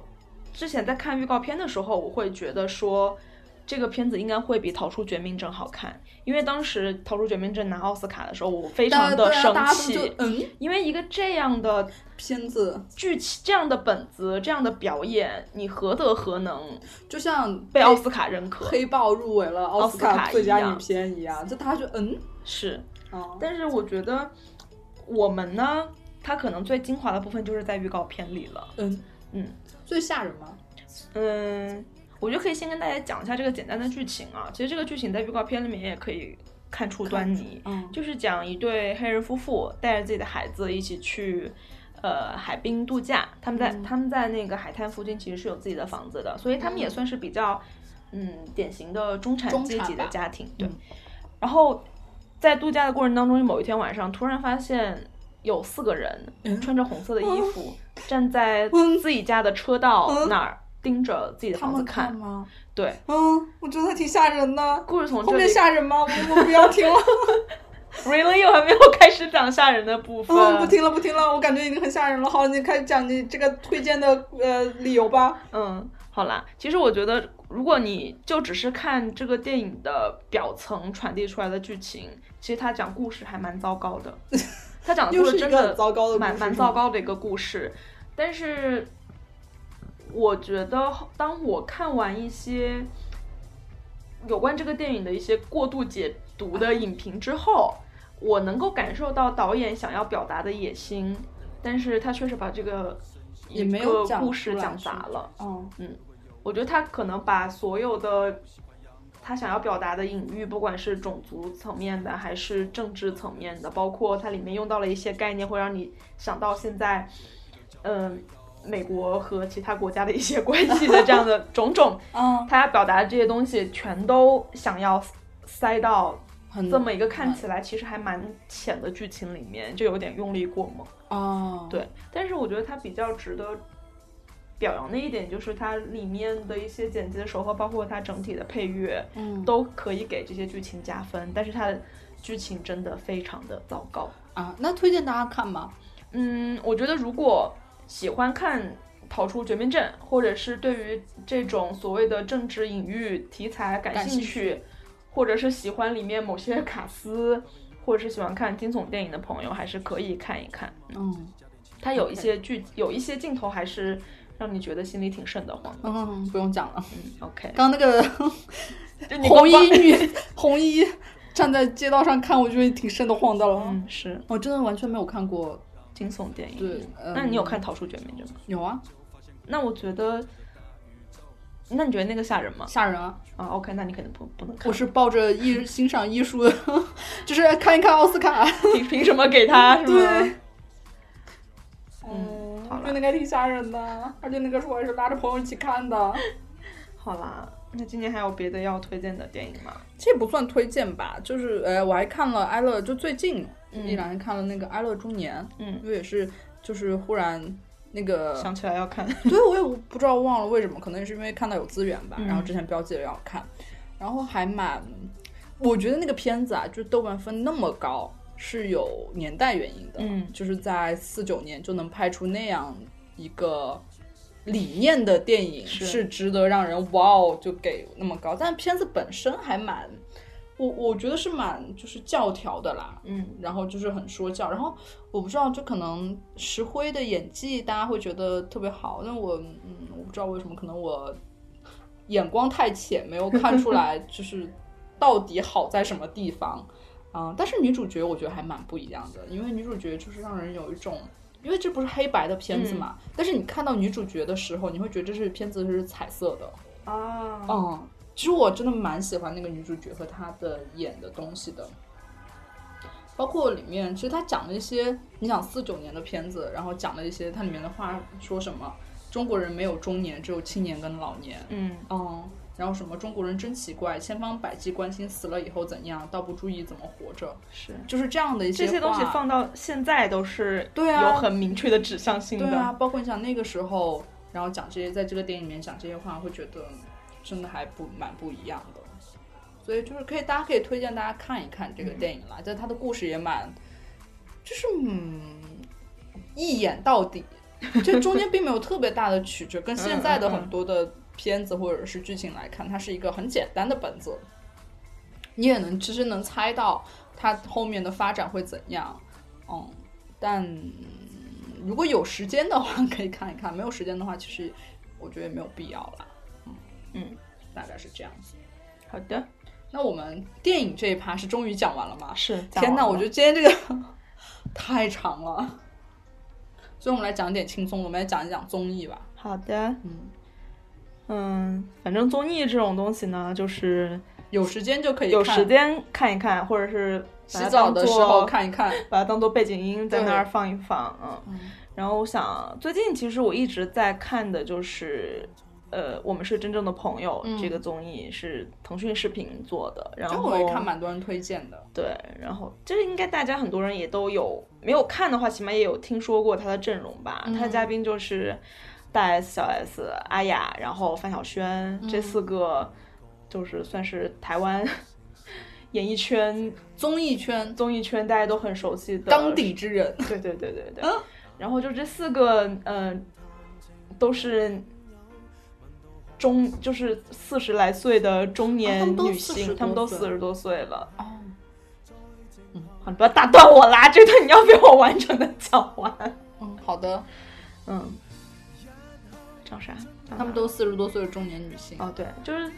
S3: 之前在看预告片的时候，我会觉得说，这个片子应该会比《逃出绝命镇》好看，因为当时《逃出绝命镇》拿奥斯卡的时候，我非
S2: 大
S3: 常
S2: 家
S3: 的
S2: 对啊
S3: 生
S2: 大家都
S3: 气
S2: 就，嗯，
S3: 因为一个这样的
S2: 片子
S3: 剧情、这样的本子、这样的表演，你何德何能
S2: 就像
S3: 被奥斯卡认可？
S2: 黑豹入围了奥斯
S3: 奥斯卡
S2: 卡最
S3: 一
S2: 佳
S3: 样
S2: 影片一样，就大家就嗯
S3: 是，
S2: 啊，
S3: 但是我觉得我们呢，它可能最精华的部分就是在预告片里了。
S2: 嗯
S3: 嗯，
S2: 最吓人吗？
S3: 嗯，我觉得可以先跟大家讲一下这个简单的剧情啊。其实这个剧情在预告片里面也可以看出端倪，
S2: 嗯，
S3: 就是讲一对黑人夫妇带着自己的孩子一起去。呃，海滨度假，他们在、
S2: 嗯
S3: 他们在那个海滩附近其实是有自己的房子的，所以他们也
S2: 嗯
S3: 算是比较，嗯，典型的中产
S2: 中
S3: 阶
S2: 产
S3: 级的
S2: 吧
S3: 家庭。对
S2: 嗯，
S3: 然后在度假的过程当中，某一天晚上突然发现有四个人
S2: 嗯
S3: 穿着红色的衣服，站在
S2: 嗯
S3: 自己家的车道
S2: 嗯
S3: 那儿盯着自己的
S2: 他
S3: 房子
S2: 们
S3: 看。
S2: 吗？
S3: 对，
S2: 嗯，我觉得挺吓人的。
S3: 故事从
S2: 后
S3: 这里
S2: 面吓人吗？我我不要听了，
S3: ，really 我还没有开始讲吓人的部
S2: <laughs>
S3: 分。
S2: 嗯，不听了，不听了，我感觉已经很吓人了。好，你开始讲你这个推荐的呃理由吧。
S3: 嗯，好啦，其实我觉得，如果你就只是看这个电影的表层传递出来的剧情，其实他讲故事还蛮糟
S2: <laughs>
S3: 糕的。他讲的
S2: 又是
S3: 故事
S2: 一
S3: 真
S2: 个
S3: 的
S2: 很糟糕的故
S3: 蛮
S2: 事
S3: 蛮
S2: 是吗
S3: 糟糕的一个故事。但是，我觉得当我看完一些有关这个电影的一些过度解读的影评之后，我能够感受到导演想要表达的野心，但是他确实把这个
S2: 也
S3: 一
S2: 没有
S3: 个
S2: 讲
S3: 故
S2: 出
S3: 事
S2: 来
S3: 讲
S2: 是
S3: 砸
S2: 吗
S3: 了。
S2: 嗯
S3: 我觉得他可能把所有的他想要表达的隐喻，不管是种族层面的，还是政治层面的，包括它里面用到了一些概念，会让你想到现在，嗯、美国和其他国家的一些关系的这样的种种，
S2: 嗯，
S3: 他要表达的这些东西，全都想要塞到
S2: 很
S3: 这么一个看起来其实还蛮浅的剧情里面，就有点用力过猛。
S2: 哦，
S3: 对，但是我觉得它比较值得表扬的一点就是它里面的一些剪辑的手法，包括它整体的配乐，
S2: 嗯
S3: 都可以给这些剧情加分。但是它的剧情真的非常的糟糕。
S2: 啊，那推荐大家看吧。
S3: 嗯，我觉得如果喜欢看《逃出绝命镇》，或者是对于这种所谓的政治隐喻题材感
S2: 感
S3: 兴
S2: 兴
S3: 趣，或者是喜欢里面某些卡斯，或者是喜欢看惊悚电影的朋友，还是可以看一看。
S2: 嗯
S3: 它有一些剧，有一些镜头还是让你觉得心里挺瘆得慌的。
S2: 嗯，不用讲了。
S3: 嗯，OK，
S2: 刚刚那个
S3: 就 <laughs> 你
S2: 红衣
S3: 光
S2: 女， <laughs> 红衣站在街道上看，我觉得挺瘆得慌的了。
S3: 嗯是
S2: 我真的完全没有看过。
S3: 惊悚电影。
S2: 对，嗯
S3: 那你有看《逃出绝命镇》吗？
S2: 有啊，
S3: 那我觉得，那你觉得那个吓人吗？
S2: 吓人啊！
S3: 啊，OK，那你肯定不不能看
S2: 我。是抱着艺欣赏艺术的， <laughs> 就是看一看奥斯卡。
S3: <laughs> 凭凭什么给他是吗
S2: 对？
S3: 嗯好
S2: 我
S3: 了
S2: 觉得那个挺吓人的，而且那个是我也是拉着朋友一起看的，
S3: 好啦，那今年还有别的要推荐的电影吗？
S2: 这不算推荐吧？就是呃，我还看了埃勒，就最近
S3: 嗯
S2: 依然看了那个《埃勒中年》，
S3: 嗯，
S2: 因为也是就是忽然那个
S3: 想起来要看。
S2: <laughs> 对，我也不知道忘了为什么，可能也是因为看到有资源吧，
S3: 嗯
S2: 然后之前标记了要看，然后还蛮，我觉得那个片子啊，就豆瓣分那么高是有年代原因的，
S3: 嗯
S2: 就是在四九年就能拍出那样一个理念的电影，
S3: 是
S2: 是值得让人哇哦就给那么高，但片子本身还蛮，我我觉得是蛮就是教条的啦，
S3: 嗯
S2: 然后就是很说教，然后我不知道，就可能石灰的演技大家会觉得特别好，但我嗯，我不知道为什么，可能我眼光太浅，没有看出来就是到底好在什么地方。嗯，但是女主角我觉得还蛮不一样的，因为女主角就是让人有一种，因为这不是黑白的片子嘛，但是你看到女主角的时候，你会觉得这是片子是彩色的，
S3: 啊，
S2: 嗯，其实我真的蛮喜欢那个女主角和她的演的东西的，包括里面其实她讲了一些，你想四九年的片子，然后讲了一些它里面的话说什么中国人没有中年，只有青年跟老年，
S3: 嗯
S2: 嗯，然后什么中国人真奇怪，千方百计关心死了以后怎样，倒不注意怎么活着，
S3: 是。
S2: 就是这样的一
S3: 这些
S2: 些
S3: 东西
S2: 话
S3: 放到现在都是
S2: 对啊
S3: 有很明确的指向性的。
S2: 对啊，包括你想那个时候，然后讲这些，在这个电影里面讲这些话，会觉得真的还不蛮不一样的。所以就是可以，大家可以推荐大家看一看这个电影啦，但它的故事也蛮，就是嗯，一眼到底，就中间并没有特别大的曲折，跟现在的很多的片子或者是剧情来看，它是一个很简单的本子，你也能其实能猜到它后面的发展会怎样。嗯，但如果有时间的话可以看一看，没有时间的话，其实我觉得也没有必要啦。嗯嗯，大概是这样子。
S3: 好的，
S2: 那我们电影这一趴是终于讲完了吗？
S3: 是。
S2: 啊天
S3: 哪，
S2: 我觉得今天这个 <laughs> 太长了，所以我们来讲点轻松的，我们来讲一讲综艺吧。
S3: 好的，
S2: 嗯，
S3: 嗯，反正综艺这种东西呢，就是
S2: 有时间就可以
S3: 有
S2: 看
S3: 时，间看一看，或者是把
S2: 洗
S3: 它
S2: 澡
S3: 当
S2: 的时
S3: 做
S2: 候看一看。
S3: 把它当做背景音在那儿
S2: 对
S3: 放一放，嗯。
S2: 嗯
S3: 然后我想，最近其实我一直在看的就是，呃，我们是真正的朋友、
S2: 嗯
S3: 这个综艺是腾讯视频做的，然
S2: 这
S3: 后
S2: 我也看蛮多人推荐的，
S3: 对，然后这应该大家很多人也都有，没有看的话，起码也有听说过他的阵容吧。他的
S2: 嗯
S3: 嘉宾就是大 S、小 S、阿雅，然后范晓萱、
S2: 嗯
S3: 这四个，就是算是台湾 <laughs> 演艺圈、
S2: 综艺圈
S3: 综艺圈大家都很熟悉的
S2: 当嗯底之人。
S3: 对对对对对。然后就这四个，嗯、都是中，就是四十来岁的中
S2: 啊他
S3: 年
S2: 们都
S3: 女
S2: 40
S3: 性，
S2: 多
S3: 她们都
S2: 岁
S3: 四十多岁了。
S2: 哦，
S3: 好，你不要打断我啦，这段你要被我完整的讲完。
S2: 嗯，好的，
S3: 嗯，长啥？
S2: 他们都四十多岁的中年女性。
S3: 哦，对，就是，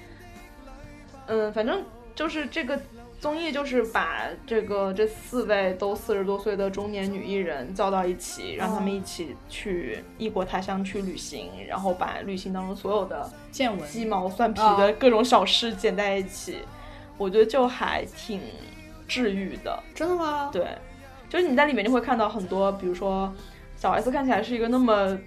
S3: 嗯，反正就是这个综艺，就是把这个这四位都四十多岁的中年女艺人叫到一起，让他
S2: 嗯
S3: 们一起去异国他乡去旅行，然后把旅行当中所有的
S2: 见闻
S3: 鸡毛蒜皮
S2: 嗯
S3: 的各种小事捡在一起，我觉得就还挺治愈的。
S2: 真的吗？ <laughs>
S3: 对，就是你在里面就会看到很多，比如说小 S 看起来是一个那么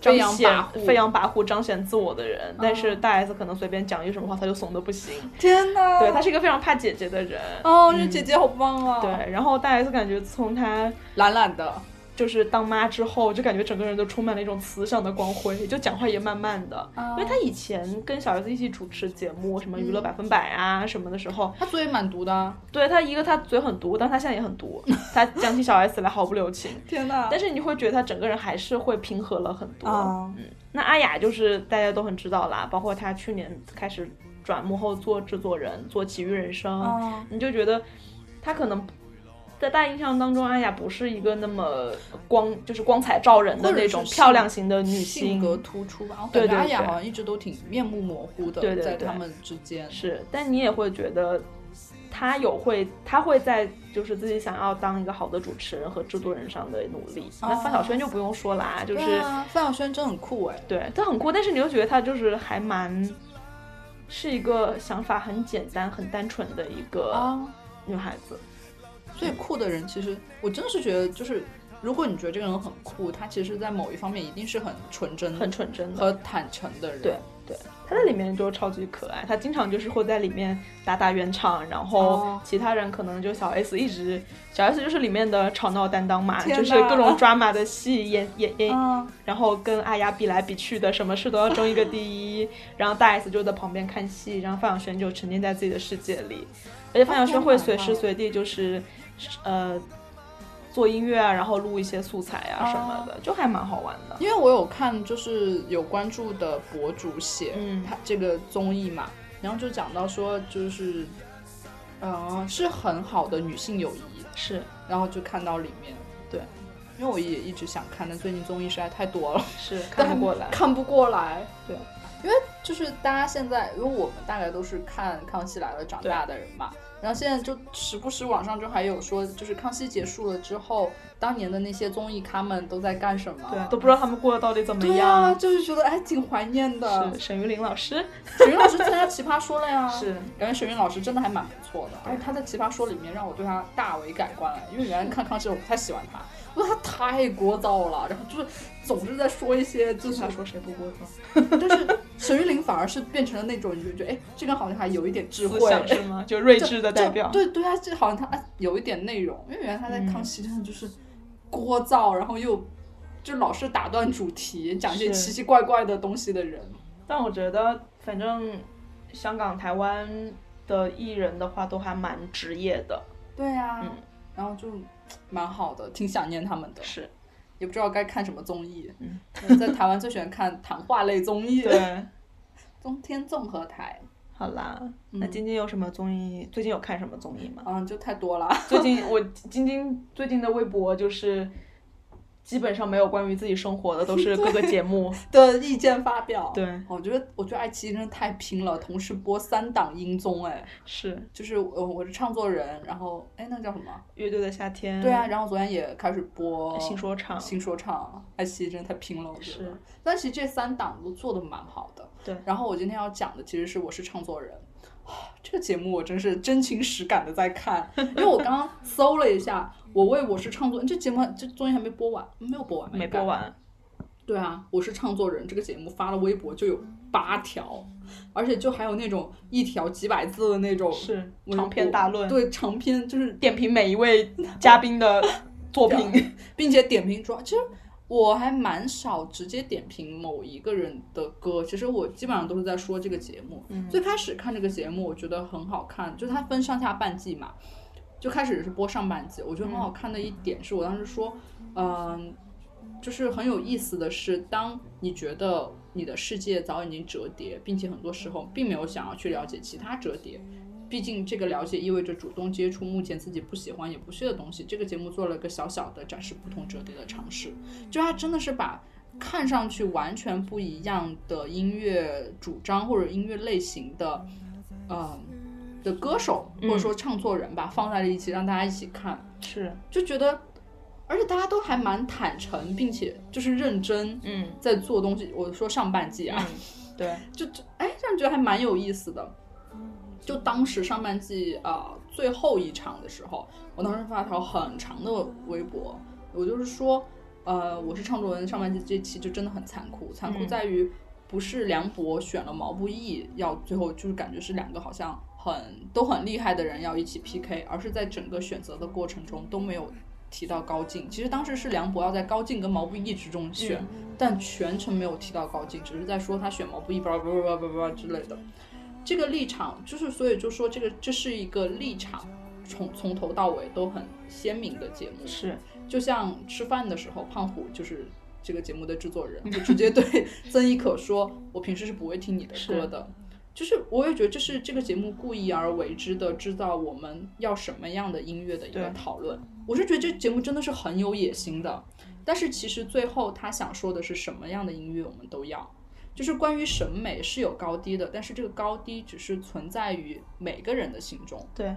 S3: 彰
S2: 飞扬
S3: 显
S2: 跋扈嗯
S3: 飞扬跋扈、彰显自我的人，但是大 S 可能随便讲一句什么话，他就怂的不行。
S2: 天哪！
S3: 对，他是一个非常怕姐姐的人。
S2: 哦，这姐姐好棒啊！
S3: 对，，然后大 S 感觉从她
S2: 懒懒的，
S3: 就是当妈之后，就感觉整个人都充满了一种慈祥的光辉，就讲话也慢慢的。
S2: 嗯
S3: 因为她以前跟小 S 一起主持节目，什么娱乐百分百啊什么的时候，
S2: 她嘴也蛮毒的啊。
S3: 对她一个她嘴很毒，但她现在也很毒，她讲起小 S 来毫不留情。
S2: 天哪！
S3: 但是你会觉得她整个人还是会平和了很多。
S2: 啊
S3: 嗯，那阿雅就是大家都很知道啦，包括她去年开始转幕后做制作人，做《奇遇人生》
S2: 啊
S3: 你就觉得她可能在大印象当中，阿雅不是一个那么光就是光彩照人的
S2: 或者
S3: 那
S2: 是
S3: 种
S2: 性
S3: 漂亮型的女
S2: 性
S3: 性。
S2: 格突出吧，我
S3: 对
S2: 感觉阿
S3: 对
S2: 雅
S3: 对
S2: 好像一直都挺面目模糊的，
S3: 对对
S2: 在
S3: 对
S2: 他们之间。
S3: 是，但你也会觉得她有会，她会在就是自己想要当一个好的主持人和制作人上的努力。那范晓萱就不用说啦，就
S2: 对
S3: 是。
S2: 啊，范晓萱真很酷哎。
S3: 对，他很酷，但是你又觉得他就是还蛮，是一个想法很简单、很单纯的一个
S2: 啊，
S3: 女孩子。
S2: 所以酷的人其实，我真的是觉得，就是如果你觉得这个人很酷，他其实，在某一方面一定是很纯真、
S3: 很纯真的
S2: 和坦诚的人。
S3: 对对，他在里面就超级可爱，他经常就是会在里面打打圆场，然后
S2: 哦
S3: 其他人可能就小 S 一直，小 S 就是里面的吵闹担当嘛，
S2: 天
S3: 就是
S2: 哪
S3: 各种 drama 的戏演演演，
S2: 啊，
S3: 然后跟阿雅比来比去的，什么事都要争一个第一， <laughs> 然后大 S 就在旁边看戏，然后范晓萱就沉浸在自己的世界里，而且范晓萱会随时随地就是，呃，做音乐啊，然后录一些素材啊什么的，就还蛮好玩的。
S2: 因为我有看，就是有关注的博主写，
S3: 嗯
S2: 他这个综艺嘛，然后就讲到说，就是，呃，是很好的女性友谊，
S3: 是
S2: 然后就看到里面，
S3: 对，
S2: 因为我也一直想看，但最近综艺实在太多了，
S3: 是看不过来，
S2: <laughs> 看不过来，
S3: 对，
S2: 因为就是大家现在，因为我们大概都是看《康熙来了》长大的人嘛，然后现在就时不时网上就还有说，就是康熙结束了之后，当年的那些综艺咖们都在干什么，
S3: 对，都不知道他们过得到底怎么
S2: 对呀、
S3: 样。
S2: 就是觉得哎，挺怀念的。 <laughs>
S3: 是沈玉琳老师，
S2: 沈云老师参加《奇葩说》了呀，
S3: 是
S2: 感觉沈云老师真的还蛮不错的，而且他在《奇葩说》里面让我对他大为改观了，因为原来看康熙我不太喜欢他，因为他太聒噪了，然后就是总是在说一些
S3: <laughs>
S2: 就是
S3: 他说谁不过分？
S2: 但是 <laughs> 沈玉琳反而是变成了那种，你就觉得，哎，这个人好像还有一点智慧
S3: 思，想是吗？就睿
S2: 就
S3: 智的代表。
S2: 就对对啊，这好像他啊有一点内容，因为原来他在康熙真的就是聒噪，然后又就老是打断主题，讲一些
S3: 是嗯
S2: 奇奇怪怪的东西的人。
S3: 但我觉得，反正香港、台湾的艺人的话，都还蛮职业的。
S2: 对啊，
S3: 嗯
S2: 然后就蛮好的，挺想念他们的，
S3: <laughs> 是，
S2: 也不知道该看什么综艺。
S3: 嗯
S2: 我在台湾最喜欢看谈话类综艺，
S3: 对，
S2: 中天综合台，
S3: 好啦，那晶晶有什么综艺？最近有看什么综艺吗？
S2: 嗯，就太多了。
S3: <laughs> 最近我晶晶最近的微博就是基本上没有关于自己生活的，都是各个节目。
S2: 的意见发表，
S3: <laughs>
S2: 哦
S3: 对
S2: 我觉得我觉得爱奇艺真的太拼了，同时播三档音综，哎，
S3: 是
S2: 就是呃我是唱作人，然后哎那叫什么？
S3: 乐队的夏天。
S2: 对啊，，然后昨天也开始播
S3: 嗯哎新说唱。
S2: 新说唱，爱奇艺真的太拼了，我觉得
S3: 嗯是。
S2: 但其实这三档都做的蛮好的。
S3: 对
S2: 然后我今天要讲的其实是我是唱作人。啊这个节目我真是真情实感的在看， <laughs> 因为我刚刚搜了一下，我为我是唱作人这节目这综艺还没播完，没有播完，
S3: 没播。完，
S2: 对啊，我是唱作人这个节目发了微博就有八条，而且就还有那种一条几百字的那种
S3: 是
S2: 微博
S3: 长篇大论，
S2: 对长篇就是
S3: 点评每一位嘉宾的作 <laughs> 品。
S2: 并且点评主要，其实我还蛮少直接点评某一个人的歌，其实我基本上都是在说这个节目。
S3: 嗯
S2: 最开始看这个节目，我觉得很好看，就它分上下半季嘛，就开始是播上半季，我觉得很好看的一点是我当时说，嗯、就是很有意思的是，当你觉得你的世界早已经折叠，并且很多时候并没有想要去了解其他折叠，毕竟这个了解意味着主动接触目前自己不喜欢也不屑的东西。这个节目做了一个小小的展示不同折叠的尝试，就它真的是把看上去完全不一样的音乐主张或者音乐类型的，嗯、的歌手或者说唱作人吧，放在了一起让大家一起看。
S3: 是，
S2: 就觉得，而且大家都还蛮坦诚，并且就是认真
S3: 嗯，
S2: 在做东西。我说上半季啊，
S3: 对，
S2: 就就哎，让人觉得还蛮有意思的。就当时上半季啊、呃最后一场的时候，我当时发了条很长的微博，我就是说，呃，我是唱作文上半季这期就真的很残酷，残酷
S3: 嗯
S2: 在于不是梁博选了毛不易，要最后就是感觉是两个好像很都很厉害的人要一起 PK，而是在整个选择的过程中都没有提到高进。其实当时是梁博要在高进跟毛不易之中选，
S3: 嗯
S2: 但全程没有提到高进，只是在说他选毛不易，叭叭叭叭叭之类的。这个立场就是，所以就说这个这是一个立场，从从头到尾都很鲜明的节目。
S3: 是，
S2: 就像吃饭的时候，胖虎就是这个节目的制作人，就直接对曾轶可说：“我平时是不会听你的歌的。”就是我也觉得这是这个节目故意而为之的，制造我们要什么样的音乐的一个
S3: 对
S2: 讨论。我是觉得这节目真的是很有野心的，但是其实最后他想说的是什么样的音乐我们都要。就是关于审美是有高低的，但是这个高低只是存在于每个人的心中，
S3: 对，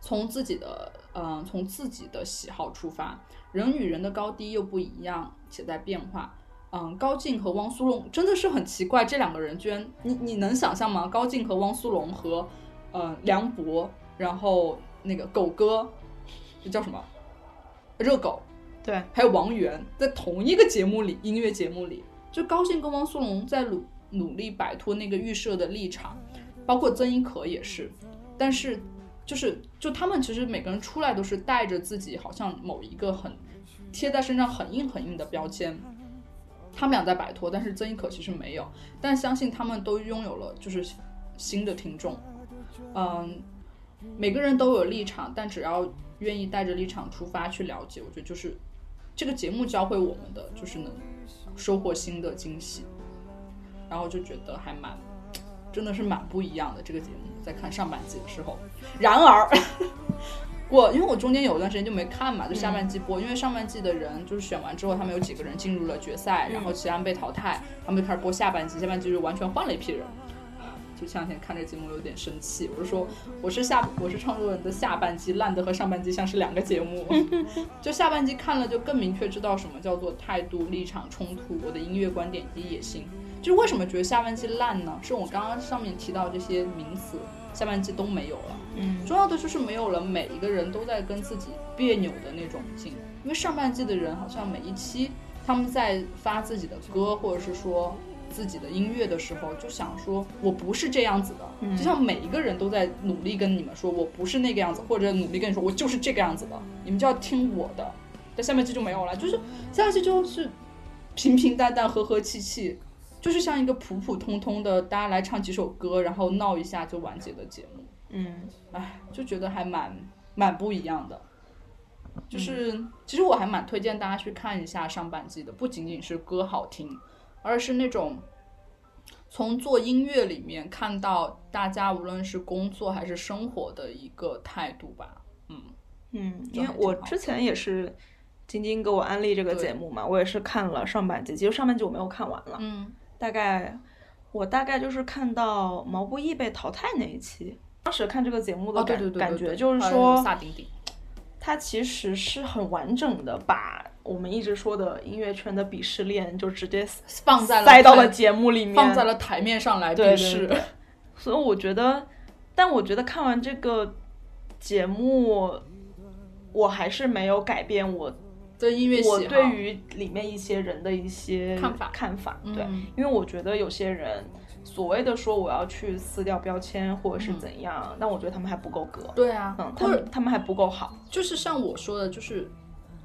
S2: 从自己的嗯、呃从自己的喜好出发，人与人的高低又不一样，且在变化。嗯，高进和汪苏泷真的是很奇怪，这两个人居然你你能想象吗？高进和汪苏泷和呃梁博，然后那个狗哥，这叫什么？热狗，
S3: 对，
S2: 还有王源，在同一个节目里，音乐节目里，就高进跟汪苏泷在努努力摆脱那个预设的立场，包括曾轶可也是，但是就是就他们其实每个人出来都是带着自己好像某一个很贴在身上很硬很硬的标签。他们俩在摆脱，但是曾轶可其实没有，但相信他们都拥有了就是新的听众，嗯，每个人都有立场，但只要愿意带着立场出发去了解，我觉得就是这个节目教会我们的，就是能收获新的惊喜。然后就觉得还蛮，真的是蛮不一样的这个节目，在看上半季的时候。然而，我因为我中间有一段时间就没看嘛，就下半季播，因为上半季的人就是选完之后，他们有几个人进入了决赛，然后其他人被淘汰，他们就开始播下半季，下半季就完全换了一批人。就前两天看这个节目有点生气，我就说我是下我是创作人的下半季烂的和上半季像是两个节目，就下半季看了就更明确知道什么叫做态度、立场冲突，我的音乐观点以及野心。就是为什么觉得下半季烂呢？是我刚刚上面提到这些名词，下半季都没有了。
S3: 嗯，
S2: 重要的就是没有了每一个人都在跟自己别扭的那种劲，因为上半季的人好像每一期他们在发自己的歌或者是说自己的音乐的时候，就想说我不是这样子的，
S3: 嗯
S2: 就像每一个人都在努力跟你们说我不是那个样子，或者努力跟你说我就是这个样子的，你们就要听我的。但下半季就没有了，就是下半季就是平平淡淡、和和气气，就是像一个普普通通的大家来唱几首歌，然后闹一下就完结的节目。
S3: 嗯，
S2: 唉，就觉得还蛮蛮不一样的。就是、其实我还蛮推荐大家去看一下上半季的，不仅仅是歌好听，而是那种从做音乐里面看到大家无论是工作还是生活的一个态度吧。嗯，
S3: 嗯，
S2: 就
S3: 因为
S2: 还挺
S3: 我
S2: 好
S3: 之前也是晶晶给我安利这个
S2: 对
S3: 节目嘛，我也是看了上半集，其实上半集我没有看完了，
S2: 嗯，
S3: 大概我大概就是看到毛不易被淘汰那一期。当时看这个节目的
S2: 哦，对
S3: 感、
S2: 对对对
S3: 感
S2: 对
S3: 觉就是
S2: 还有
S3: 说，
S2: 萨顶顶，
S3: 它其实是很完整的把我们一直说的音乐圈的鄙视链就直接
S2: 放在了
S3: 塞到
S2: 台
S3: 了节目里面，
S2: 放在了台面上来鄙
S3: 对
S2: 视
S3: 对。对所以我觉得，但我觉得看完这个节目，我还是没有改变我
S2: 对音乐喜好
S3: 我对于里面一些人的一些
S2: 看法
S3: 看法，
S2: 嗯
S3: 对，因为我觉得有些人所谓的说我要去撕掉标签或者是怎样，但我觉得他们还不够格，
S2: 对啊，
S3: 嗯，他
S2: 嗯或者
S3: 们他们还不够好，
S2: 就是像我说的，就是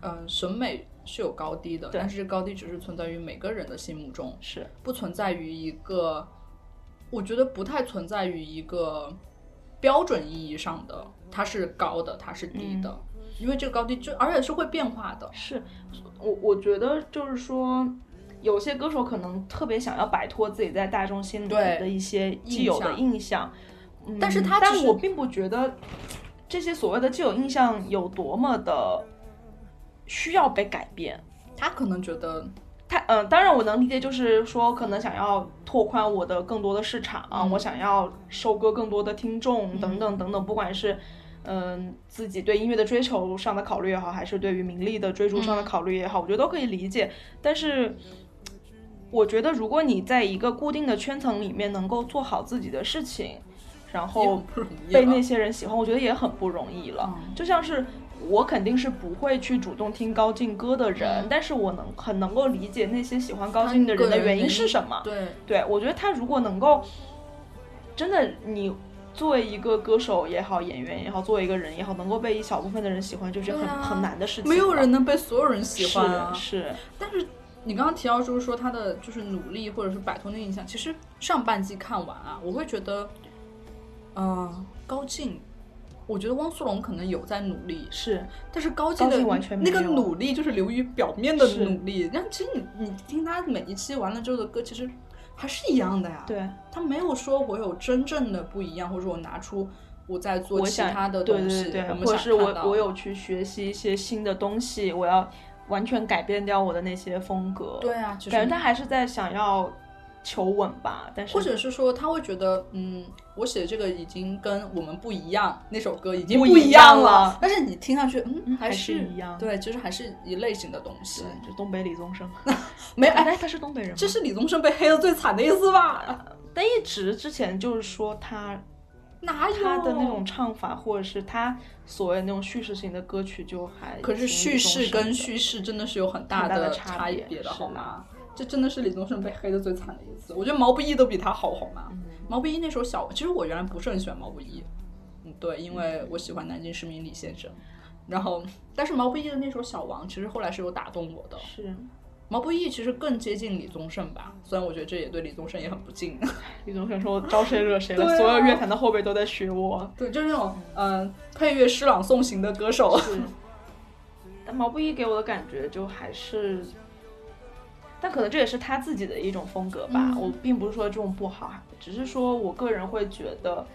S2: 嗯、呃审美是有高低的，
S3: 对
S2: 但是这高低只是存在于每个人的心目中，
S3: 是
S2: 不存在于一个，我觉得不太存在于一个标准意义上的，它是高的，它是低的，
S3: 嗯
S2: 因为这个高低就而且是会变化的，
S3: 是，我我觉得就是说。有些歌手可能特别想要摆脱自己在大众心里
S2: 对
S3: 的一些既有的印象，嗯
S2: 但是他其
S3: 但
S2: 实
S3: 我并不觉得这些所谓的既有印象有多么的需要被改变。
S2: 他可能觉得
S3: 他嗯，当然我能理解，就是说可能想要拓宽我的更多的市场，啊
S2: 嗯
S3: 我想要收割更多的听众等等等等，不管是。嗯，自己对音乐的追求上的考虑也好，还是对于名利的追逐上的考虑也好，我觉得都可以理解。但是，我觉得如果你在一个固定的圈层里面能够做好自己的事情，然
S2: 也
S3: 后
S2: 不容易
S3: 哦被
S2: 了
S3: 那些人喜欢，我觉得也很不容易了。
S2: 嗯
S3: 就像是我肯定是不会去主动听高进歌的人，
S2: 嗯
S3: 但是我能很能够理解那些喜欢高进的人的原因是什么。
S2: 对，
S3: 对我觉得他如果能够真的你。作为一个歌手也好，演员也好，作为一个人也好，能够被一小部分的人喜欢，就是很、
S2: 对啊
S3: 很难的事情了。
S2: 没有人能被所有人喜欢啊，
S3: 是是，
S2: 但是你刚刚提到就是说他的就是努力或者是摆脱那个印象，其实上半季看完啊，我会觉得，嗯、高进，我觉得汪苏泷可能有在努力，
S3: 是
S2: 但是高进
S3: 高
S2: 的
S3: 进完全
S2: 那
S3: 没
S2: 个
S3: 有
S2: 努力就是流于表面的
S3: 是
S2: 努力，但其实你你听他每一期完了之后的歌，其实还是一样的呀，
S3: 对，
S2: 他没有说我有真正的不一样，或者我拿出。我在做
S3: 我
S2: 其
S3: 想
S2: 他的
S3: 对
S2: 东西，
S3: 对对
S2: 我
S3: 对，
S2: 们
S3: 或者
S2: 想
S3: 是我
S2: 看到
S3: 我有去学习一些新的东西，我要完全改变掉我的那些风格。
S2: 对啊，其实
S3: 感觉他还是在想要求稳吧，但是
S2: 或者是说他会觉得，嗯，我写这个已经跟我们不一样，那首歌已经
S3: 不
S2: 一
S3: 一样
S2: 了。
S3: 了
S2: 但是你听上去，嗯，
S3: 嗯
S2: 还
S3: 还
S2: 是
S3: 是一样
S2: 对，就是还是一类型的东西
S3: 对。，就东北李宗 <laughs> 盛，
S2: 没有，哎，
S3: 哎，他是东北人吗，
S2: 这是李宗盛被黑的最惨的一次吧？ <laughs>
S3: 但一直之前就是说他
S2: 哪有啊
S3: 他的那种？唱法，或者是他所谓那种叙事型的歌曲，就还
S2: 可是叙事跟叙
S3: 事
S2: 事真的是有很大
S3: 很大的差
S2: 差
S3: 别
S2: 别的，
S3: 是
S2: 好吗？这真的是李宗盛被黑的最惨的一次。我觉得毛不易都比他好，好吗？
S3: 嗯
S2: 毛不易那首小，其实我原来不是很喜欢毛不易，嗯，对，因为我喜欢南京市民李先生。然后，但是毛不易的那首《小王》，其实后来是有打动我的。
S3: 是
S2: 毛不易其实更接近李宗盛吧，虽然我觉得这也对李宗盛也很不敬。 <laughs>
S3: 李宗盛说招谁惹谁 <laughs>
S2: 对啊
S3: 了，所有乐坛的后辈都在学我，
S2: 对，就是那种嗯、呃配乐诗朗诵型的歌手。
S3: 是，但毛不易给我的感觉就还是，但可能这也是他自己的一种风格吧。
S2: 嗯
S3: 我并不是说这种不好，只是说我个人会觉得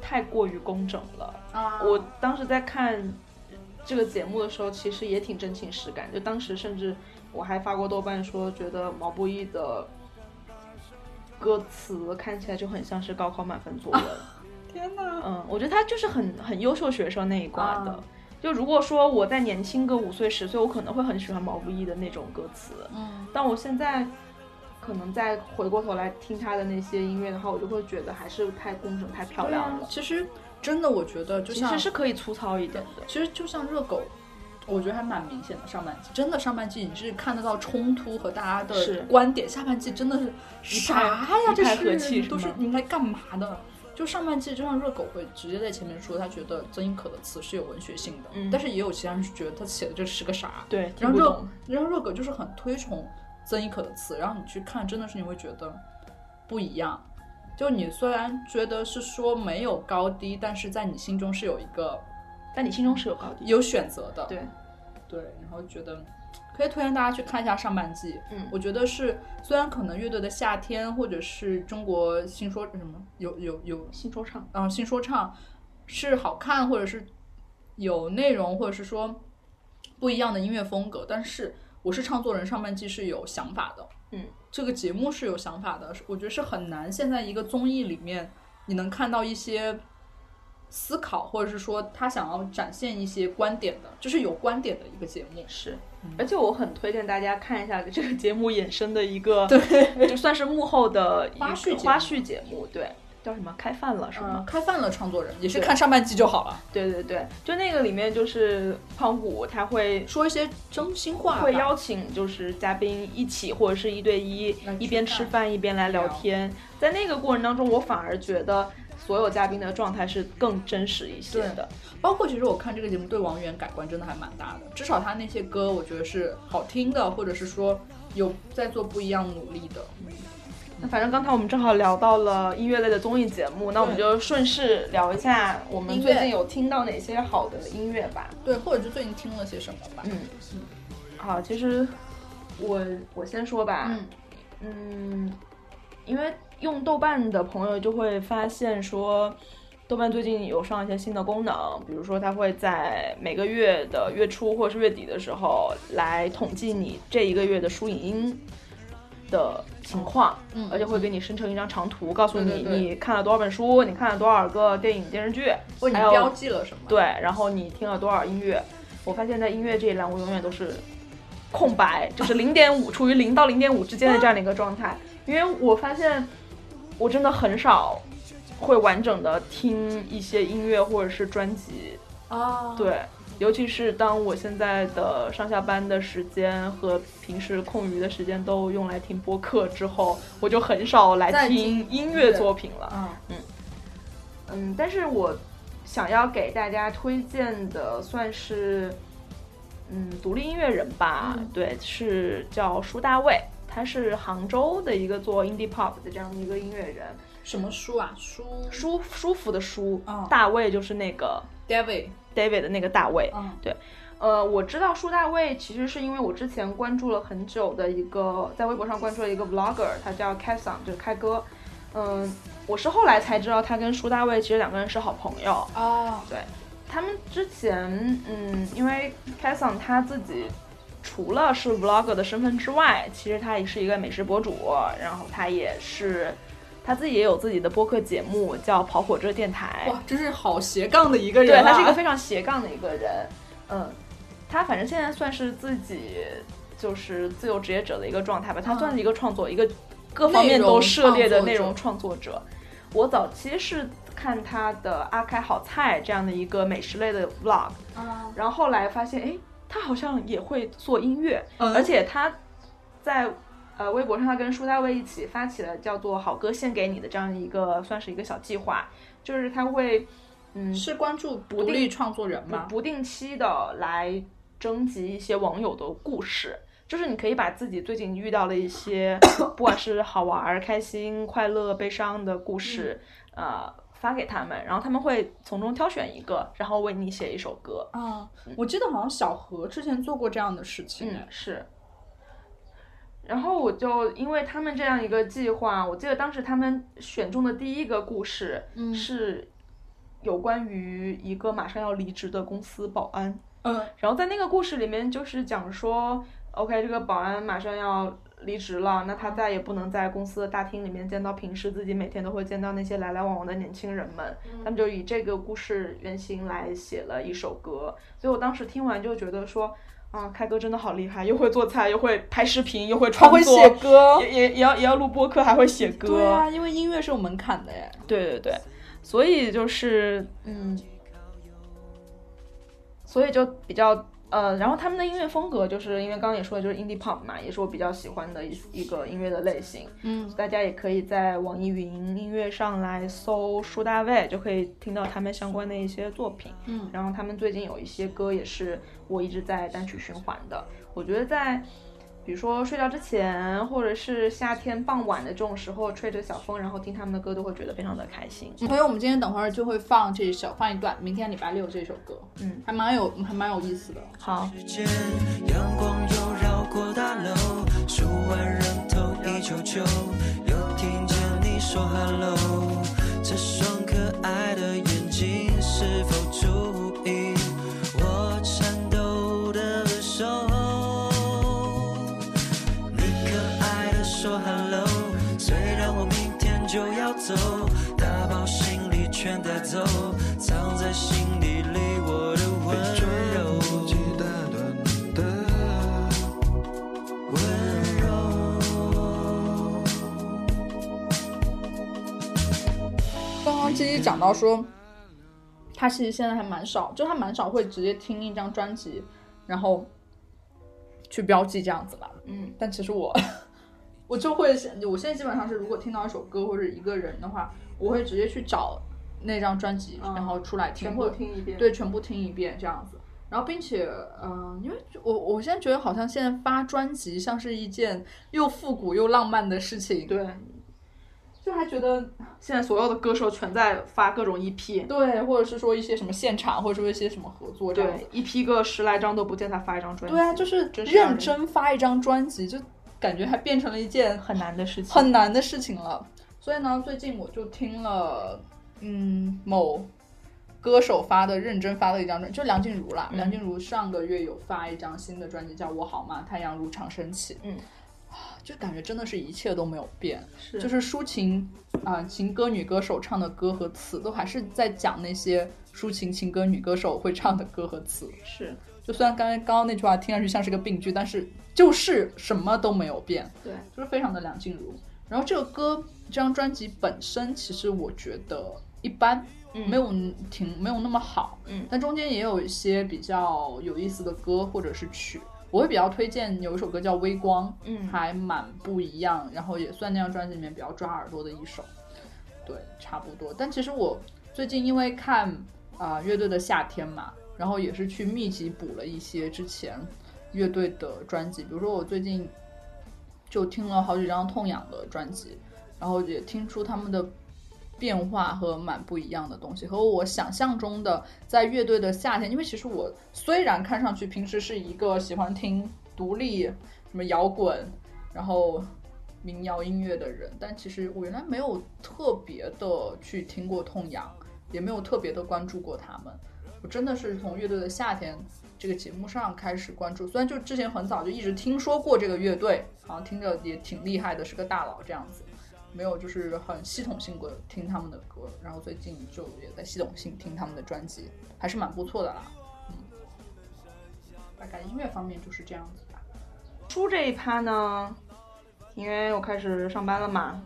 S3: 太过于工整了。
S2: 啊
S3: 我当时在看这个节目的时候，其实也挺真情实感。就当时甚至我还发过豆瓣说，觉得毛不易的歌词看起来就很像是高考满分作文。
S2: 天哪！
S3: 嗯，我觉得他就是很很优秀学生那一挂的。
S2: 啊
S3: 就如果说我再年轻个五岁十岁，我可能会很喜欢毛不易的那种歌词。
S2: 嗯，
S3: 但我现在可能再回过头来听他的那些音乐的话，我就会觉得还是太工整、太漂
S2: 对
S3: 亮
S2: 啊
S3: 了。，
S2: 其实真的，我觉得就
S3: 其
S2: 像
S3: 实是可以粗糙一点的。
S2: 其实就像热狗，我觉得还蛮明显的。上半季真的上半季你是看得到冲突和大家
S3: 是
S2: 的观点，下半季真的是啥呀？
S3: 一
S2: 这
S3: 派
S2: 是
S3: 和气是吗
S2: 都是你们来干嘛的？就上半季，就像热狗会直接在前面说，他觉得曾轶可的词是有文学性的，
S3: 嗯
S2: 但是也有其他人是觉得他写的这是个啥。
S3: 对，听
S2: 然后
S3: 不
S2: 热
S3: 懂。，
S2: 然后热狗就是很推崇曾轶可的词，然后你去看，真的是你会觉得不一样。就你虽然觉得是说没有高低，但是在你心中是有一个
S3: 但你心中是有高低的。
S2: 有选择的。
S3: 对，
S2: 对，然后觉得可以推荐大家去看一下上半季。
S3: 嗯
S2: 我觉得是，虽然可能乐队的夏天或者是中国新说什么有有有
S3: 新说唱，
S2: 嗯，新说唱是好看，或者是有内容，或者是说不一样的音乐风格。但是我是唱作人，上半季是有想法的，
S3: 嗯，
S2: 这个节目是有想法的，是我觉得是很难。现在一个综艺里面，你能看到一些思考，或者是说他想要展现一些观点的，就是有观点的一个节目。
S3: 是
S2: 嗯，
S3: 而且我很推荐大家看一下这个节目衍生的一个，
S2: 对，
S3: 就算是幕后的一个
S2: 花絮节目
S3: 花絮节目，对，叫什么？开饭了是吗？
S2: 嗯，开饭了，创作人也是
S3: 对
S2: 看上半季就好了，
S3: 对对对，就那个里面就是胖虎他会
S2: 说一些真心话吧，
S3: 会邀请就是嘉宾一起或者是一对一
S2: 来吃，
S3: 一边吃饭一边来聊天。在那个过程当中，我反而觉得所有嘉宾的状态是更真实一些的。
S2: 包括其实我看这个节目对王源改观真的还蛮大的，至少他那些歌我觉得是好听的，或者是说有在做不一样努力的。
S3: 那反正刚才我们正好聊到了音乐类的综艺节目，那我们
S2: 对
S3: 就顺势聊一下我们
S2: 音乐
S3: 最近有听到哪些好的音乐吧。
S2: 对，或者是最近听了些什么吧。
S3: 嗯，好，其实我我先说吧，
S2: 嗯
S3: 嗯，因为用豆瓣的朋友就会发现说，豆瓣最近有上一些新的功能，比如说它会在每个月的月初或者是月底的时候来统计你这一个月的书影音的情况，
S2: 嗯
S3: 而且会给你生成一张长图，告诉你
S2: 对对对
S3: 你看了多少本书，你看了多少个电影电视剧，
S2: 或者
S3: 还
S2: 你标
S3: 有
S2: 记了什么？
S3: 对，然后你听了多少音乐。我发现，在音乐这一栏，我永远都是空白，就是零点五处于零到零点五之间的这样的一个状态。因为我发现，我真的很少会完整的听一些音乐或者是专辑。
S2: 啊，
S3: 对，尤其是当我现在的上下班的时间和平时空余的时间都用来听播客之后，我就很少
S2: 再
S3: 来
S2: 听
S3: 听音乐
S2: 乐
S3: 作品了。
S2: 啊，
S3: 嗯，但是我想要给大家推荐的算是，嗯，独立音乐人吧，
S2: 嗯
S3: 对，是叫舒大卫，他是杭州的一个做 indie pop 的这样的一个音乐人，
S2: 什么书啊？书
S3: 舒舒服的舒，
S2: 哦
S3: 大卫就是那个
S2: David，
S3: David 的那个大卫，
S2: 嗯
S3: 呃，我知道舒大卫其实是因为我之前关注了很久的一个，在微博上关注了一个 vlogger，他叫开嗓，就是开哥，嗯、我是后来才知道他跟舒大卫其实两个人是好朋友，
S2: 啊，
S3: 他们之前，嗯，因为 k a s o n 他自己除了是 vlogger 的身份之外，其实他也是一个美食博主，然后他也是他自己也有自己的播客节目叫《跑火车电台》，
S2: 哇，这是好斜杠的一个人
S3: 对
S2: 啊。
S3: 他是一个非常斜杠的一个人，嗯，他反正现在算是自己就是自由职业者的一个状态吧，他
S2: 嗯
S3: 算是一个创作，一个各方面都涉猎的内容创作者。我早期是看他的《阿开好菜》这样的一个美食类的 vlog，
S2: 啊，
S3: 然后后来发现，哎，他好像也会做音乐，
S2: 嗯
S3: 而且他在呃微博上，他跟舒大卫一起发起了叫做“好歌献给你”的这样一个算是一个小计划，就是他会嗯
S2: 是关注独立创作人
S3: 不
S2: 吗？
S3: 不定期的来征集一些网友的故事，就是你可以把自己最近遇到的一些，不管是好玩儿、开心、快乐、悲伤的
S2: 嗯
S3: 故事，呃，发给他们，然后他们会从中挑选一个，然后为你写一首歌。
S2: 啊，我记得好像小何之前做过这样的事情
S3: 嗯
S2: 哎，，
S3: 是。然后我就因为他们这样一个计划，我记得当时他们选中的第一个故事
S1: 嗯
S3: 是有关于一个马上要离职的公司保安。
S2: 嗯
S3: 然后在那个故事里面，就是讲说，OK，这个保安马上要离职了，那他再也不能在公司的大厅里面见到平时自己每天都会见到那些来来往往的年轻人们，
S2: 嗯
S3: 他们就以这个故事原型来写了一首歌。所以我当时听完就觉得说，啊，开哥真的好厉害，又会做菜，又会拍视频，又会
S2: 他
S3: 创
S2: 会
S3: 作，
S2: 写歌，
S3: 也也也要也要录播客，还会写歌。
S2: 对啊，因为音乐是有门槛的哎。
S3: 对对对，所以就是嗯，所以就比较呃，然后他们的音乐风格就是因为刚刚也说的就是 indie pop 嘛，也是我比较喜欢的一一个音乐的类型。
S2: 嗯，
S3: 大家也可以在网易云音乐上来搜舒大卫，就可以听到他们相关的一些作品。
S2: 嗯
S3: 然后他们最近有一些歌也是我一直在单曲循环的。我觉得在比如说睡觉之前，或者是夏天傍晚的这种时候，吹着小风，然后听他们的歌，都会觉得非常的开心。
S2: 所以我们今天等会儿就会放这首，放一段，明天礼拜六这首歌，
S3: 嗯，
S2: 还蛮有，还蛮有意思的。
S3: 好，
S4: 时间，阳光又绕过大楼，数完人头一九九，又听见你说 hello，这双可爱的眼睛是否注意我颤抖的手？你可爱的说 hello，虽然我明天就要走，打包行李全带走，藏在心底里我的温柔。温柔。
S2: 刚刚七七讲到说，他其实现在还蛮少，就他蛮少会直接听一张专辑，然后去标记这样子吧。
S3: 嗯，
S2: 但其实 <laughs> 我我就会，我现在基本上是，如果听到一首歌或者一个人的话，我会直接去找那张专辑，
S3: 嗯
S2: 然后出来听，
S3: 全
S2: 或
S3: 部
S2: 者
S3: 听一遍。
S2: 对，全部听一遍这样子。然后，并且，嗯、因为我我现在觉得好像现在发专辑像是一件又复古又浪漫的事情，
S3: 对，
S2: 就还觉得
S3: 现在所有的歌手全在发各种 E EP，
S2: 对，或者是说一些什么现场，或者说一些什么合作这样
S3: 对
S2: 子。
S3: ，EP 个十来张都不见他发一张专辑，
S2: 对啊，就是
S3: 真是让
S2: 认
S3: 人
S2: 真发一张专辑，就感觉还变成了一件
S3: 很难的事情。
S2: 很难的事情了。所以呢，最近我就听了，嗯，某歌手发的认真发的一张专辑，就梁静茹啦。
S3: 嗯
S2: 梁静茹上个月有发一张新的专辑，叫《我好吗？太阳如常升起》。
S3: 嗯
S2: 啊，就感觉真的是一切都没有变，
S3: 是
S2: 就是抒情啊、情歌女歌手唱的歌和词，都还是在讲那些抒情情歌女歌手会唱的歌和词。
S3: 是，
S2: 就虽然刚才刚刚那句话听上去像是个病句，但是就是什么都没有变。
S3: 对，
S2: 就是非常的梁静茹。然后这个歌这张专辑本身，其实我觉得一般，
S3: 嗯
S2: 没有挺没有那么好，
S3: 嗯
S2: 但中间也有一些比较有意思的歌或者是曲，我会比较推荐有一首歌叫《微光》，
S3: 嗯
S2: 还蛮不一样，然后也算那张专辑里面比较抓耳朵的一首，对，差不多。但其实我最近因为看啊、乐队的夏天嘛，然后也是去密集补了一些之前乐队的专辑，比如说我最近就听了好几张痛痒的专辑，然后也听出他们的变化和蛮不一样的东西，和我想象中的在乐队的夏天，因为其实我虽然看上去平时是一个喜欢听独立、什么摇滚，然后民谣音乐的人，但其实我原来没有特别的去听过痛痒，也没有特别的关注过他们。我真的是从乐队的夏天这个节目上开始关注，虽然就之前很早就一直听说过这个乐队，好像听着也挺厉害的，是个大佬这样子，没有就是很系统性的听他们的歌，然后最近就也在系统性听他们的专辑，还是蛮不错的啦。嗯，大概音乐方面就是这样子吧。
S3: 书这一趴呢，因为我开始上班了 <laughs> 嘛，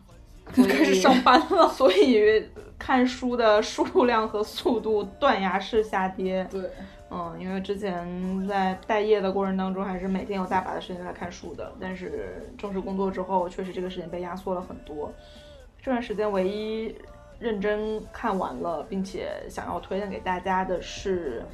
S2: 开始上
S3: 班了， <laughs> 所以看书的数量和速度断崖式下跌。
S2: 对，
S3: 嗯，因为之前在待业的过程当中，还是每天有大把的时间来看书的。但是正式工作之后，确实这个时间被压缩了很多。这段时间唯一认真看完了，并且想要推荐给大家的是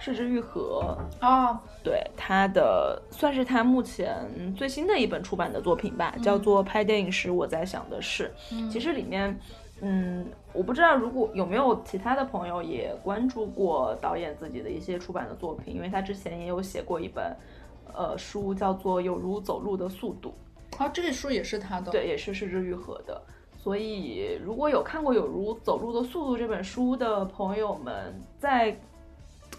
S3: 《失之愈合》，
S2: 啊，
S3: 对他的算是他目前最新的一本出版的作品吧，叫做《拍电影时我在想的事》。其实里面，嗯，我不知道如果有没有其他的朋友也关注过导演自己的一些出版的作品，因为他之前也有写过一本。呃，书叫做《有如走路的速度
S2: 啊，这个书也是他的，》，哦
S3: 对，也是失之愈合的。所以，如果有看过《有如走路的速度》这本书的朋友们，在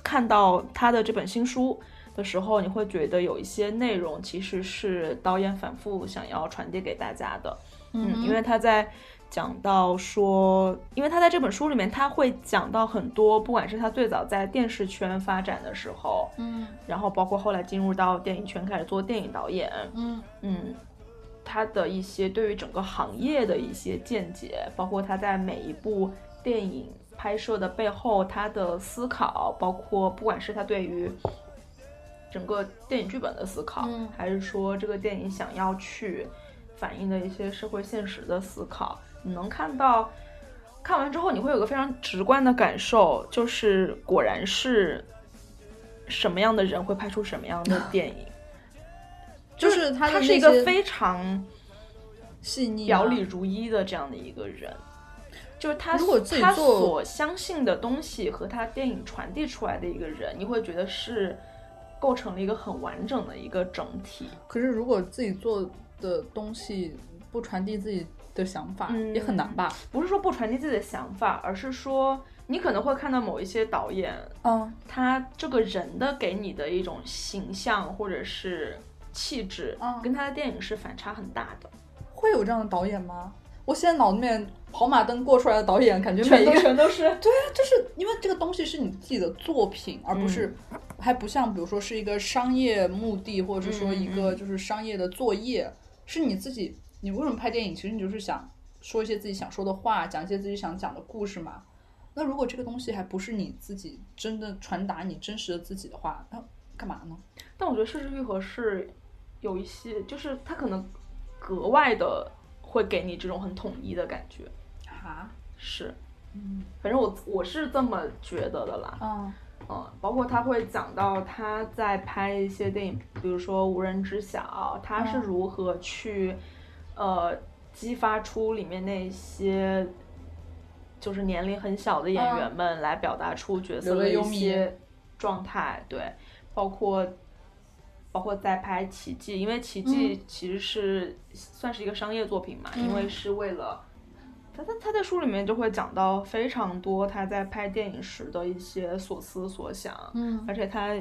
S3: 看到他的这本新书的时候，你会觉得有一些内容其实是导演反复想要传递给大家的。嗯，因为他在讲到说，因为他在这本书里面，他会讲到很多，不管是他最早在电视圈发展的时候，
S2: 嗯
S3: 然后包括后来进入到电影圈开始做电影导演，
S2: 嗯
S3: 嗯，他的一些对于整个行业的一些见解，包括他在每一部电影拍摄的背后他的思考，包括不管是他对于整个电影剧本的思考，
S2: 嗯
S3: 还是说这个电影想要去反映的一些社会现实的思考，你能看到。看完之后，你会有个非常直观的感受，就是果然是什么样的人会拍出什么样的电影。就是
S2: 嗯他的
S3: 他
S2: 那
S3: 是一个
S2: 些
S3: 非常
S2: 细腻吗啊
S3: 表里如一的这样的一个人。就是他
S2: 嗯如果自己
S3: 他
S2: 做
S3: 所相信的东西和他电影传递出来的一个人，你会觉得是构成了一个很完整的一个整体。
S2: 可是如果自己做的东西不传递自己的想法，
S3: 嗯
S2: 也很难吧？
S3: 不是说不传递自己的想法，而是说你可能会看到某一些导演，
S2: 嗯，
S3: 他这个人的给你的一种形象或者是气质，
S2: 嗯
S3: 跟他的电影是反差很大的。
S2: 会有这样的导演吗？我现在脑子里面跑马灯过出来的导演，感觉每
S3: 全
S2: 一
S3: 都
S2: 个
S3: 全都是，
S2: 对啊，就是因为这个东西是你自己的作品，而不是、还不像比如说是一个商业目的，或者是说一个就是商业的作业，是你自己。你为什么拍电影？其实你就是想说一些自己想说的话，讲一些自己想讲的故事嘛。那如果这个东西还不是你自己真的传达你真实的自己的话，那干嘛呢？
S3: 但我觉得《失之愈合》是有一些，就是他可能格外的会给你这种很统一的感觉。
S2: 啊，
S3: 是，
S2: 嗯
S3: 反正我我是这么觉得的啦。
S2: 啊，
S3: 嗯，包括他会讲到他在拍一些电影，比如说《无人知晓》，他是
S2: 嗯
S3: 如何去，呃，激发出里面那些就是年龄很小的演
S2: 嗯
S3: 员们来表达出角色
S2: 流
S3: 的
S2: 泪
S3: 一
S2: 幽冥
S3: 些状态，对，包括包括在拍《奇迹》，因为《奇迹》其实是算是一个商业作品嘛，因为
S2: 嗯
S3: 是为了。他在他在书里面就会讲到非常多他在拍电影时的一些所思所想，
S2: 嗯
S3: 而且他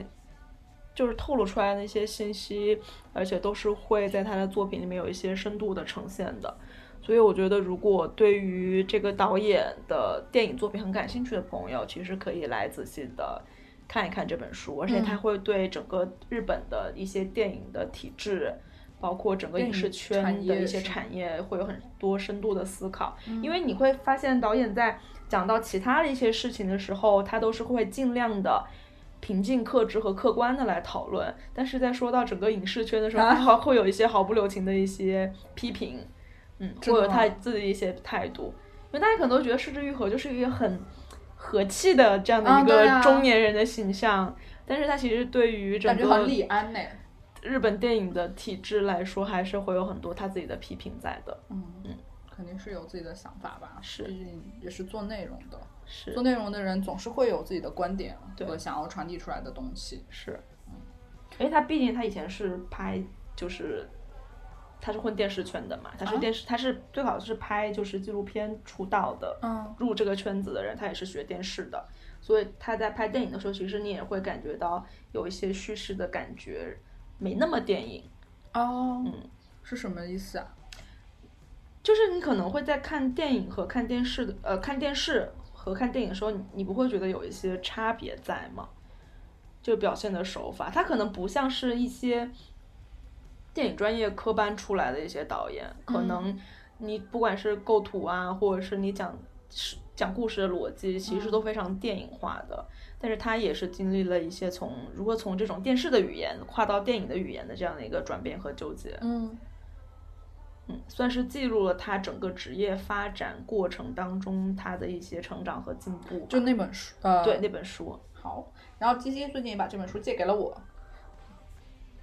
S3: 就是透露出来的一些信息，而且都是会在他的作品里面有一些深度的呈现的。所以我觉得，如果对于这个导演的电影作品很感兴趣的朋友，其实可以来仔细的看一看这本书，而且
S2: 嗯
S3: 他会对整个日本的一些电影的体制，包括整个
S2: 电
S3: 影
S2: 影
S3: 视圈
S2: 产
S3: 的
S2: 业
S3: 一些
S2: 是吗嗯
S3: 产业，会有很多深度的思考。因为你会发现，导演在讲到其他的一些事情的时候，他都是会尽量的。平静、克制和客观的来讨论，但是在说到整个影视圈的时候，
S2: 啊
S3: 他还会有一些毫不留情的一些批评，嗯，
S2: 真
S3: 或
S2: 的
S3: 者
S2: 吗
S3: 他自己的一些态度，因为大家可能都觉得失之愈合就是一个很和气的这样的
S2: 啊
S3: 一
S2: 对
S3: 个
S2: 啊
S3: 中年人的形象，但是他其实对于整
S2: 感觉
S3: 个
S2: 很李安呢。
S3: 日本电影的体制来说，还是会有很多他自己的批评在的，
S2: 嗯，肯定是有自己的想法吧，
S3: 是
S2: 毕竟也是做内容的。
S3: 是
S2: 做内容的人总是会有自己的观点
S3: 对
S2: 和想要传递出来的东西。
S3: 是，因为嗯他毕竟他以前是拍就是。他是混电视圈的嘛，他是
S2: 啊
S3: 电视，他是最早是拍就是纪录片出道的，
S2: 嗯
S3: 入这个圈子的人，他也是学电视的，所以他在拍电影的时候，其实你也会感觉到有一些叙事的感觉，没那么电影。
S2: 哦
S3: 嗯
S2: 是什么意思啊？
S3: 就是你可能会在看电影和看电视的，呃，看电视和看电影的时候，你你不会觉得有一些差别在吗？就表现的手法，他可能不像是一些电影专业科班出来的一些导演，可能你不管是构图啊，或者是你讲是讲故事的逻辑，其实都非常电影化的。但是他也是经历了一些从如何从这种电视的语言跨到电影的语言的这样的一个转变和纠结。
S2: 嗯
S3: 嗯，算是记录了他整个职业发展过程当中他的一些成长和进步吧。
S2: 就那本书，呃，
S3: 对那本书，
S2: 好。然后鸡鸡最近也把这本书借给了我，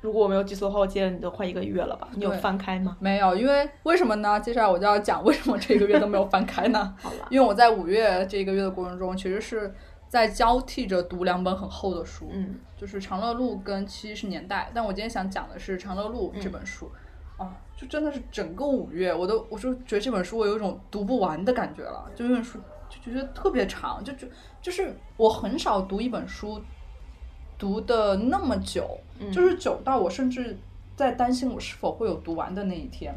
S3: 如果我没有记错的话，我记得你都快一个月了吧？你有
S2: 对
S3: 翻开吗？
S2: 没有，因为为什么呢？接下来我就要讲为什么这个月都没有翻开呢？ <laughs>
S3: 好了，
S2: 因为我在五月这个月的过程中，其实是在交替着读两本很厚的书，
S3: 嗯，
S2: 就是《长乐路》跟《七十年代》，但我今天想讲的是《长乐路》这本书。啊，就真的是整个五月，我都我就觉得这本书我有一种读不完的感觉了，就这本书就觉得特别长，就就就是我很少读一本书读的那么久，
S3: 嗯
S2: 就是久到我甚至在担心我是否会有读完的那一天。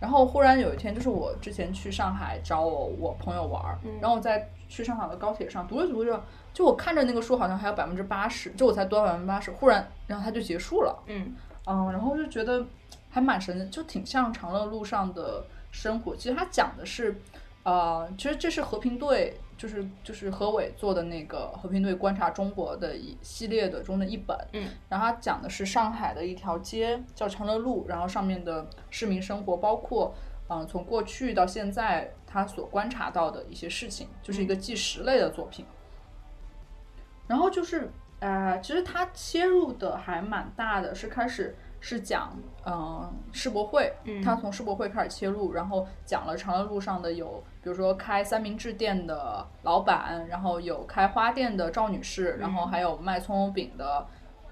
S2: 然后忽然有一天，就是我之前去上海找我我朋友玩儿，然后我在去上海的高铁上读着读着，就我看着那个书好像还有百分之八十，就我才读到百分之八十，忽然然后它就结束了，
S3: 嗯
S2: 嗯，然后就觉得还蛮神，就挺像长乐路上的生活。其实它讲的是，呃，其实这是和平队，就是就是何伟做的那个和平队观察中国的一系列的中的一本，
S3: 嗯，
S2: 然后它讲的是上海的一条街叫长乐路，然后上面的市民生活，包括嗯、呃从过去到现在他所观察到的一些事情，就是一个纪实类的作品。然后就是呃，其实它切入的还蛮大的，是开始是讲嗯世博会，
S3: 嗯
S2: 他从世博会开始切入，然后讲了长乐路上的有，比如说开三明治店的老板，然后有开花店的赵女士，然
S3: 嗯
S2: 后还有卖葱油饼的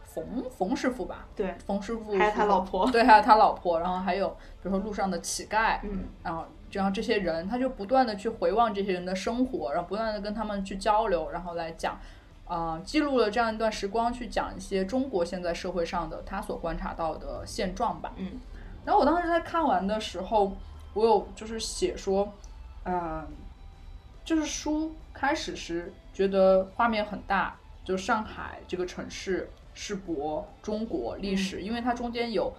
S2: 冯冯师傅吧，
S3: 对，
S2: 冯师傅，
S3: 还有他老婆
S2: 对，还有他老婆，然后还有比如说路上的乞丐，
S3: 嗯，
S2: 然后就让这些人，他就不断的去回望这些人的生活，然后不断的跟他们去交流，然后来讲，啊、记录了这样一段时光，去讲一些中国现在社会上的他所观察到的现状吧。
S3: 嗯，
S2: 然后我当时在看完的时候，我有就是写说，嗯、就是书开始时觉得画面很大，就上海这个城市、世博、中国历
S3: 嗯
S2: 史，因为它中间有，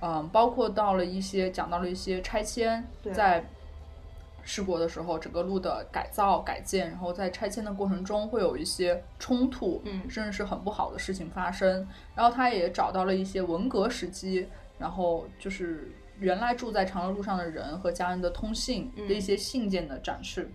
S2: 嗯、包括到了一些讲到了一些拆迁，
S3: 对
S2: 在世博的时候，整个路的改造、改建，然后在拆迁的过程中会有一些冲突，
S3: 嗯
S2: 甚至是很不好的事情发生。然后他也找到了一些文革时期，然后就是原来住在长乐路上的人和家人的通信的一些信件的展示。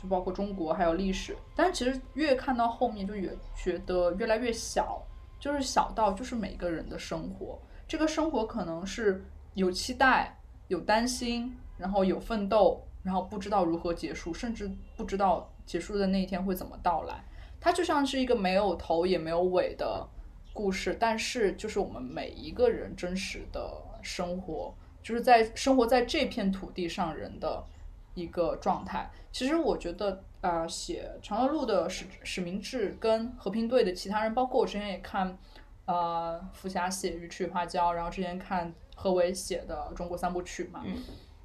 S2: 就包括中国还有历史，但是其实越看到后面就越觉得越来越小，就是小到就是每个人的生活，这个生活可能是有期待、有担心，然后有奋斗，然后不知道如何结束，甚至不知道结束的那一天会怎么到来。它就像是一个没有头也没有尾的故事，但是就是我们每一个人真实的生活，就是在生活在这片土地上人的一个状态。其实我觉得，呃，写长乐路的史史明志跟和平队的其他人，包括我之前也看，呃，福霞写《鱼翅与花椒》，然后之前看何伟写的《中国三部曲》嘛，
S3: 嗯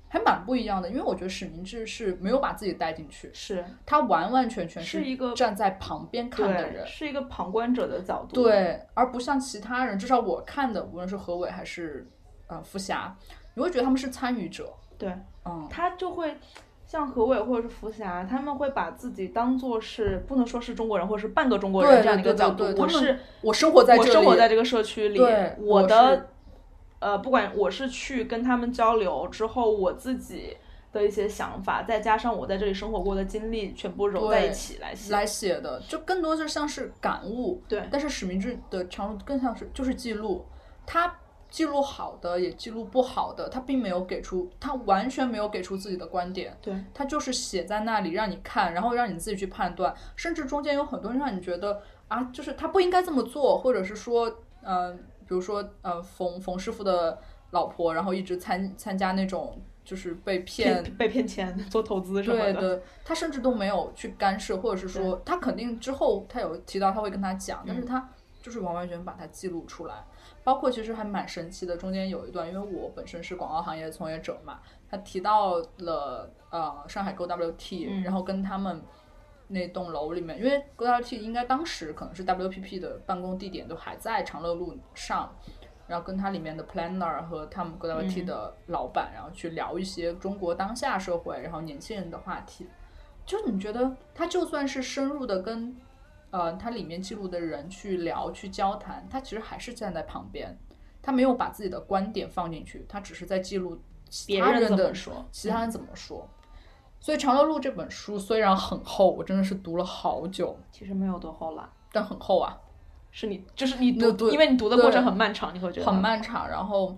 S2: 还蛮不一样的。因为我觉得史明志是没有把自己带进去，
S3: 是
S2: 他完完全全
S3: 是一个
S2: 站在旁边看的
S3: 对
S2: 人，
S3: 是一个旁观者的角度，，
S2: 对，而不像其他人，至少我看的，无论是何伟还是呃福霞，你会觉得他们是参与者，
S3: 对，
S2: 嗯，
S3: 他就会像何伟或者是福霞，他们会把自己当做是不能说是中国人，或者是半个中国人
S2: 对
S3: 这样的一
S2: 对
S3: 个
S2: 对
S3: 角度
S2: 对。
S3: 我
S2: 他们
S3: 是
S2: 我生活在
S3: 我
S2: 这
S3: 生活
S2: 里
S3: 在这个社区里
S2: 对，
S3: 我
S2: 我
S3: 的
S2: 是
S3: 呃，不管我是去跟他们交流之后，我自己的一些想法，再加上我在这里生活过的经历，全部揉在一
S2: 对
S3: 起来写。
S2: 来写的，就更多就像是感悟，
S3: 对
S2: 但是史明志的长度更像是就是记录，他记录好的也记录不好的，他并没有给出，他完全没有给出自己的观点，
S3: 对，
S2: 他就是写在那里让你看，然后让你自己去判断，甚至中间有很多让你觉得啊，就是他不应该这么做，或者是说，嗯、比如说呃，冯冯师傅的老婆，然后一直参参加那种就是被骗
S3: 骗被骗钱做投资什么
S2: 对
S3: 的，
S2: 的，他甚至都没有去干涉，或者是说他肯定之后他有提到他会跟他讲，
S3: 嗯
S2: 但是他就是完完全全把它记录出来。包括其实还蛮神奇的，中间有一段，因为我本身是广告行业的从业者嘛，他提到了呃上海 GoWT，、
S3: 嗯
S2: 然后跟他们那栋楼里面，因为 GoWT 应该当时可能是 WPP 的办公地点都还在长乐路上，然后跟它里面的 planner 和他们
S3: 嗯
S2: GoWT 的老板，然后去聊一些中国当下社会，然后年轻人的话题。就你觉得他就算是深入的跟，呃，他里面记录的人去聊去交谈，他其实还是站在旁边，他没有把自己的观点放进去，他只是在记录其
S3: 别
S2: 他
S3: 人
S2: 人
S3: 怎
S2: 的
S3: 么说？
S2: 其他人怎么说。所以《长乐路》这本书虽然很厚，我真的是读了好久，
S3: 其实没有多厚啦，
S2: 但很厚啊，
S3: 是你就是你
S2: 那
S3: 读，
S2: 对
S3: 因为你读的过程
S2: 对
S3: 很漫长，你会觉得
S2: 很。漫长。然后，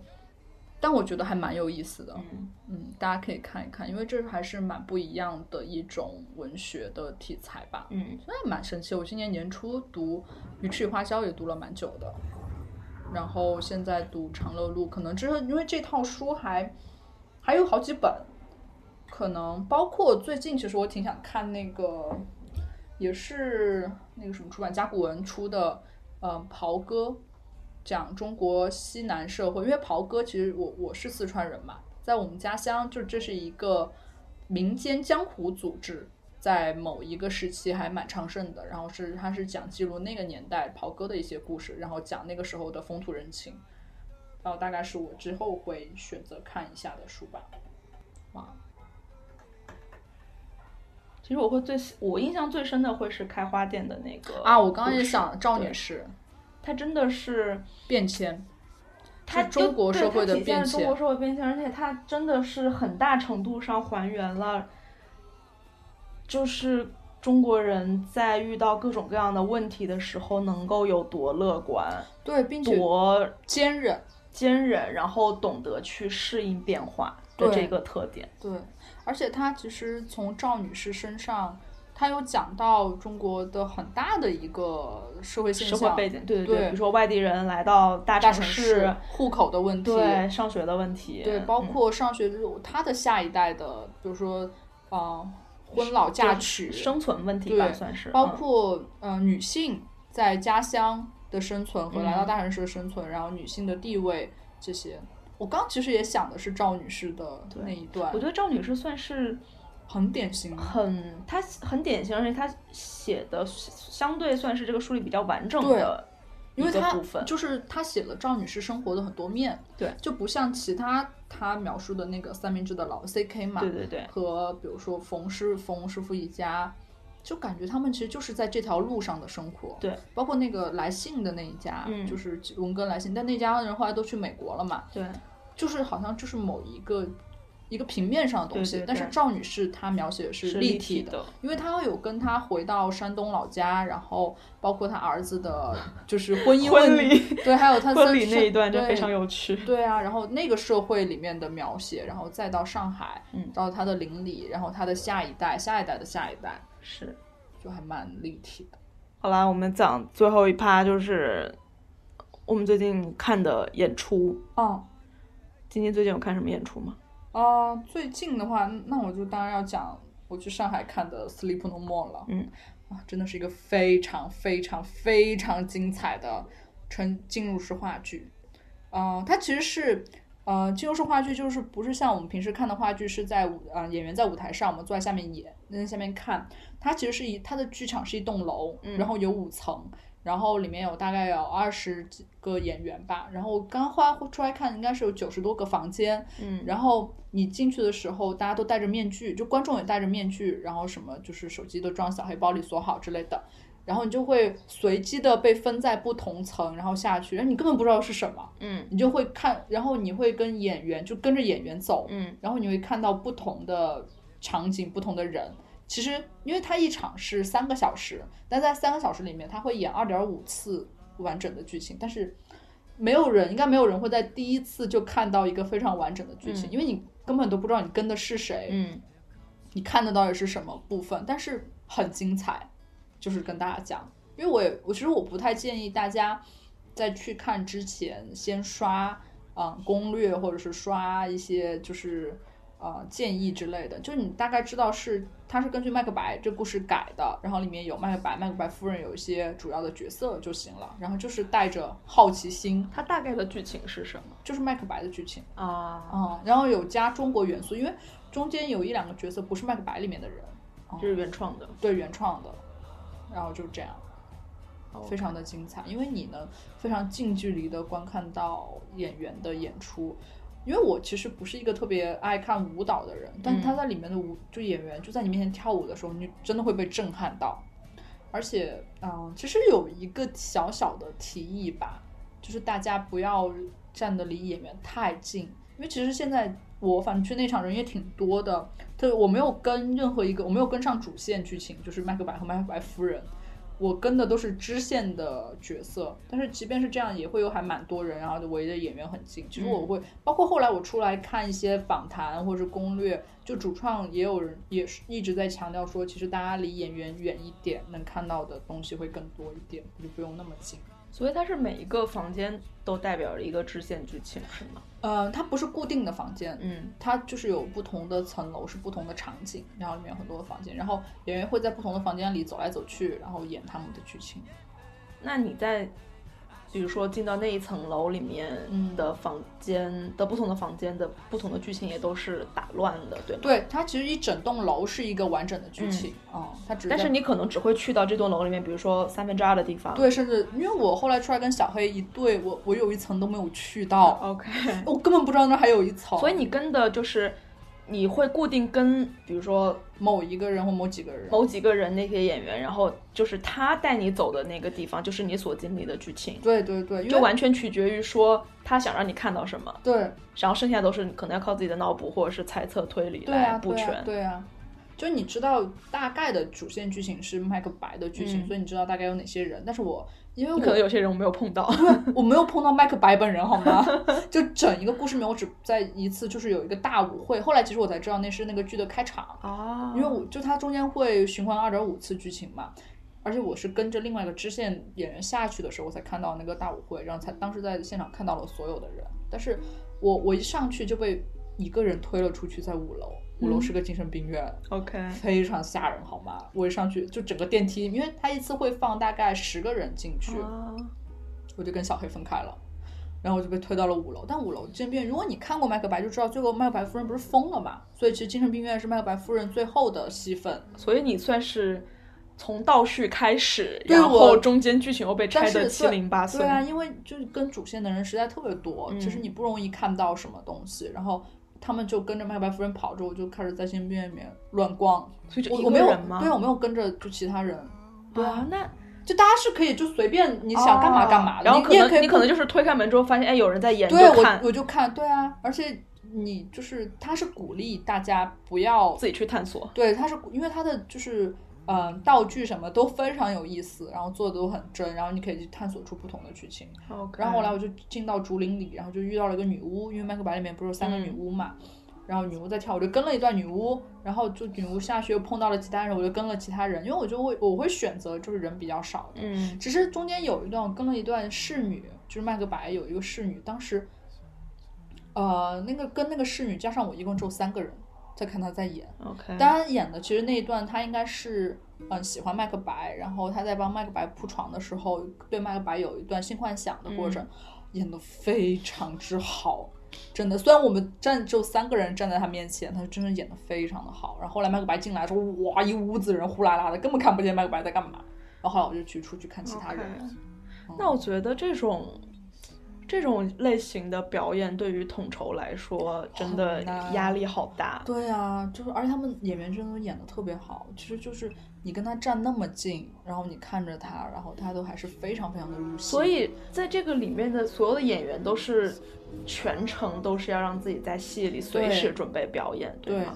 S2: 但我觉得还蛮有意思的。
S3: 嗯，
S2: 嗯，大家可以看一看，因为这还是蛮不一样的一种文学的题材吧。
S3: 嗯，
S2: 真的蛮神奇。我今年年初读《鱼翅与花椒》也读了蛮久的，然后现在读《长乐路》，可能之后因为这套书还还有好几本，可能包括最近其实我挺想看那个，也是那个什么出版甲骨文出的，嗯，袍哥讲中国西南社会，因为袍哥其实我我是四川人嘛，在我们家乡就这是一个民间江湖组织，在某一个时期还蛮昌盛的。然后是他是讲记录那个年代袍哥的一些故事，然后讲那个时候的风土人情。然后大概是我之后会选择看一下的书吧。哇，
S3: 其实我会最喜我印象最深的会是开花店的那个
S2: 啊，我刚刚也
S3: 故事
S2: 想赵女
S3: 对
S2: 士
S3: 她真的是
S2: 变迁，
S3: 它
S2: 是中国社会的变
S3: 中
S2: 迁
S3: 国。社会变迁，而且它真的是很大程度上还原了，就是中国人在遇到各种各样的问题的时候，能够有多乐观、
S2: 对，并且
S3: 多
S2: 坚韧，
S3: 坚韧，然后懂得去适应变化的
S2: 对
S3: 这个特点。
S2: 对，而且她其实从赵女士身上，她有讲到中国的很大的一个社会现
S3: 社
S2: 象，
S3: 会背景，对对
S2: 对
S3: 比如说外地人来到大
S2: 大
S3: 城
S2: 城市户口的问题，
S3: 对上学的问题，嗯
S2: 对，包括上学之后，他的下一代的，比如说，呃，婚老
S3: 嗯
S2: 嫁
S3: 就是
S2: 娶，
S3: 生存问题吧，
S2: 对
S3: 算是
S2: 包
S3: 嗯
S2: 括呃女性在家乡的生存和
S3: 嗯
S2: 来到大城市的生存，然后女性的地位这些。我刚其实也想的是赵女士的
S3: 对
S2: 那一段
S3: 我，觉得赵女士算是
S2: 很典型。
S3: 很，她很典型，而且她写的相对算是这个书里比较完整的一
S2: 因为
S3: 个
S2: 她
S3: 部分，
S2: 就是她写了赵女士生活的很多面，
S3: 对
S2: 就不像其他她描述的那个三明治的老 CK 嘛，
S3: 对对对，
S2: 和比如说冯师冯师傅一家，就感觉他们其实就是在这条路上的生活。
S3: 对，
S2: 包括那个来信的那一家，
S3: 嗯
S2: 就是文根来信，但那家人后来都去美国了嘛，
S3: 对
S2: 就是好像就是某一个一个平面上的东西。
S3: 对对对
S2: 但是赵女士她描写的是
S3: 是
S2: 立
S3: 体
S2: 的，，因为她有跟她回到山东老家，然后包括她儿子的，就是婚姻
S3: 婚
S2: 问
S3: 礼
S2: 题，对，还有她
S3: 婚
S2: 三
S3: 礼那一段就
S2: 对
S3: 非常有趣，
S2: 对啊，然后那个社会里面的描写，然后再到上海，
S3: 嗯
S2: 到他的邻里，然后他的下一代、下一代的下一代，
S3: 是。
S2: 就还蛮立体的。
S3: 好啦，我们讲最后一趴就是我们最近看的演出。
S2: 哦，
S3: 今天最近有看什么演出吗？
S2: 啊，最近的话，那我就当然要讲我去上海看的《Sleep No More》了。
S3: 嗯，
S2: 啊，真的是一个非常非常非常精彩的沉浸入式话剧。嗯、它其实是。呃，进入式话剧就是不是像我们平时看的话剧是在舞啊、演员在舞台上，我们坐在下面演，那下面看。它其实是一它的剧场是一栋楼，
S3: 嗯
S2: 然后有五层，然后里面有大概有二十几个演员吧。然后我刚花出来看，应该是有九十多个房间，
S3: 嗯，
S2: 然后你进去的时候，大家都戴着面具，就观众也戴着面具，然后什么就是手机都装小黑包里锁好之类的，然后你就会随机的被分在不同层，然后下去，然后你根本不知道是什么，
S3: 嗯
S2: 你就会看，然后你会跟演员就跟着演员走，
S3: 嗯
S2: 然后你会看到不同的场景、不同的人。其实，因为它一场是三个小时，但在三个小时里面，他会演二点五次完整的剧情，但是没有人，应该没有人会在第一次就看到一个非常完整的剧情，
S3: 嗯
S2: 因为你根本都不知道你跟的是谁，
S3: 嗯，
S2: 你看的到底是什么部分，但是很精彩，就是跟大家讲，因为我也我其实我不太建议大家在去看之前先刷嗯攻略或者是刷一些就是呃建议之类的，就是你大概知道是它是根据《麦克白》这故事改的，然后里面有麦克白、麦克白夫人有一些主要的角色就行了，然后就是带着好奇心，
S3: 它大概的剧情是什么
S2: 就是麦克白的剧情。
S3: 啊？
S2: 嗯，然后有加中国元素，因为中间有一两个角色不是麦克白里面的人，
S3: 这哦是原创的，
S2: 对原创的，然后就这样，非常的精彩。因为你能非常近距离的观看到演员的演出，因为我其实不是一个特别爱看舞蹈的人，但是他在里面的舞，就演员就在你面前跳舞的时候，你真的会被震撼到。而且，嗯，其实有一个小小的提议吧，就是大家不要站得离演员太近，因为其实现在我反正去那场人也挺多的，对，我没有跟任何一个，我没有跟上主线剧情，就是麦克白和麦克白夫人，我跟的都是支线的角色。但是即便是这样，也会有还蛮多人，然后就围着演员很近。其实我会，包括后来我出来看一些访谈或者是攻略，就主创也有人也是一直在强调说，其实大家离演员远一点，能看到的东西会更多一点，就不用那么近。
S3: 所以它是每一个房间都代表了一个支线剧情，是吗？
S2: 呃，它不是固定的房间，
S3: 嗯
S2: 它就是有不同的层楼，是不同的场景，然后里面有很多的房间，然后演员会在不同的房间里走来走去，然后演他们的剧情。
S3: 那你在，比如说进到那一层楼里面
S2: 嗯
S3: 的房间、的不同的房间的不同的剧情也都是打乱的，对吗？。
S2: 对，它其实一整栋楼是一个完整的剧情，哦、它只
S3: 嗯但是
S2: 在
S3: 你可能只会去到这栋楼里面，比如说三分之二的地方。
S2: 对，甚至因为我后来出来跟小黑一对，我我有一层都没有去到，
S3: ，OK。
S2: 我根本不知道那儿还有一层，
S3: <laughs> 所以你跟的就是，你会固定跟，比如说
S2: 某一个人或某几个人，
S3: 某几个人那些演员，然后就是他带你走的那个地方，就是你所经历的剧情，
S2: 对对对，因为
S3: 就完全取决于说他想让你看到什么，
S2: 对
S3: 然后剩下都是可能要靠自己的脑补或者是猜测推理
S2: 对啊
S3: 来补
S2: 对
S3: 全。
S2: 啊对啊，就你知道大概的主线剧情是麦克白的剧情，
S3: 嗯
S2: 所以你知道大概有哪些人。但是我因为
S3: 可能
S2: 我
S3: 有些人我没有碰到， <laughs>
S2: 我没有碰到麦克白本人，好吗？ <laughs> 就整一个故事没有，我只在一次就是有一个大舞会。后来其实我才知道那是那个剧的开场，
S3: 哦
S2: 因为我就它中间会循环二点五次剧情嘛。而且我是跟着另外一个支线演员下去的时候，我才看到那个大舞会，然后才当时在现场看到了所有的人。但是我我一上去就被一个人推了出去，在五楼，五楼
S3: 嗯
S2: 是个精神病院，
S3: OK，
S2: 非常吓人，好吗？我一上去就整个电梯，因为他一次会放大概十个人进去，
S3: 哦
S2: 我就跟小黑分开了，然后我就被推到了五楼。但五楼精神病院，如果你看过《麦克白》，就知道最后麦克白夫人不是疯了嘛，所以其实精神病院是麦克白夫人最后的戏份。
S3: 所以你算是从倒叙开始，
S2: 对
S3: 然后
S2: 我
S3: 中间剧情又被
S2: 但
S3: 拆
S2: 是
S3: 的
S2: 对
S3: 七零八碎
S2: 对。啊，因为就是跟主线的人实在特别多，
S3: 嗯
S2: 其实你不容易看到什么东西，然后。他们就跟着麦克白夫人跑着，我就开始在精神病院里面乱逛。
S3: 所以就
S2: 我
S3: 一
S2: 我
S3: 个
S2: 没有
S3: 人吗？
S2: 对，我没有跟着就其他人。对啊
S3: 啊，那
S2: 就大家是可以就随便你想干嘛干嘛的，
S3: 啊然后
S2: 哦你
S3: 可
S2: 你也
S3: 能
S2: 可以
S3: 你
S2: 不
S3: 可能就是推开门之后发现，哎，有人在演，你
S2: 对
S3: 就
S2: 我
S3: 看
S2: 我就看对啊，而且你就是他是鼓励大家不要
S3: 自己去探索。
S2: 对他是因为他的就是嗯、呃道具什么都非常有意思，然后做的都很真，然后你可以去探索出不同的剧情。然
S3: 嗯
S2: 后后来我就进到竹林里，然后就遇到了一个女巫，因为麦克白里面不是有三个
S3: 嗯
S2: 女巫嘛，然后女巫在跳，我就跟了一段女巫，然后就女巫下去又碰到了其他人，我就跟了其他人，因为我就会我会选择就是人比较少的，
S3: 嗯，
S2: 只是中间有一段我跟了一段侍女，就是麦克白有一个侍女，当时，呃，那个跟那个侍女加上我一共只有三个人在看他在演，
S3: OK，
S2: 当然演的其实那一段他应该是嗯喜欢麦克白，然后他在帮麦克白铺床的时候，对麦克白有一段性幻想的过程，
S3: 嗯
S2: 演的非常之好。真的，虽然我们站只有三个人站在他面前，他真的演的非常的好。然后后来麦克白进来的时候，哇，一屋子人呼啦啦的，根本看不见麦克白在干嘛。然后后来我就去出去看其他人
S3: 哦
S2: 了。嗯
S3: 那我觉得这种这种类型的表演对于统筹来说，真的
S2: 很难
S3: 压力好大。
S2: 对啊，就是而且他们演员真的演的特别好，其实就是你跟他站那么近，然后你看着他，然后他都还是非常非常的入戏。
S3: 所以在这个里面的所有的演员都是全程都是要让自己在戏里随
S2: 对
S3: 时准备表演，
S2: 对
S3: 吗，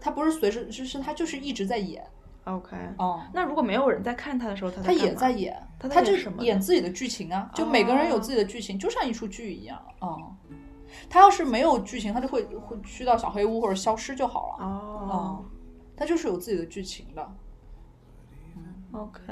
S2: 他不是随时，就是他就是一直在演，
S3: ？OK。
S2: 哦、
S3: 那如果没有人在看他的时候，他
S2: 他
S3: 干
S2: 也
S3: 嘛
S2: 在演，
S3: 他
S2: 他
S3: 在演
S2: 就
S3: 什么呢
S2: 演自己的剧情啊，就
S3: 哦
S2: 每个人有自己的剧情，就像一出剧一样，哦、他要是没有剧情，他就会会去到小黑屋或者消失就好了，
S3: 哦
S2: 嗯他就是有自己的剧情的。
S3: ，OK，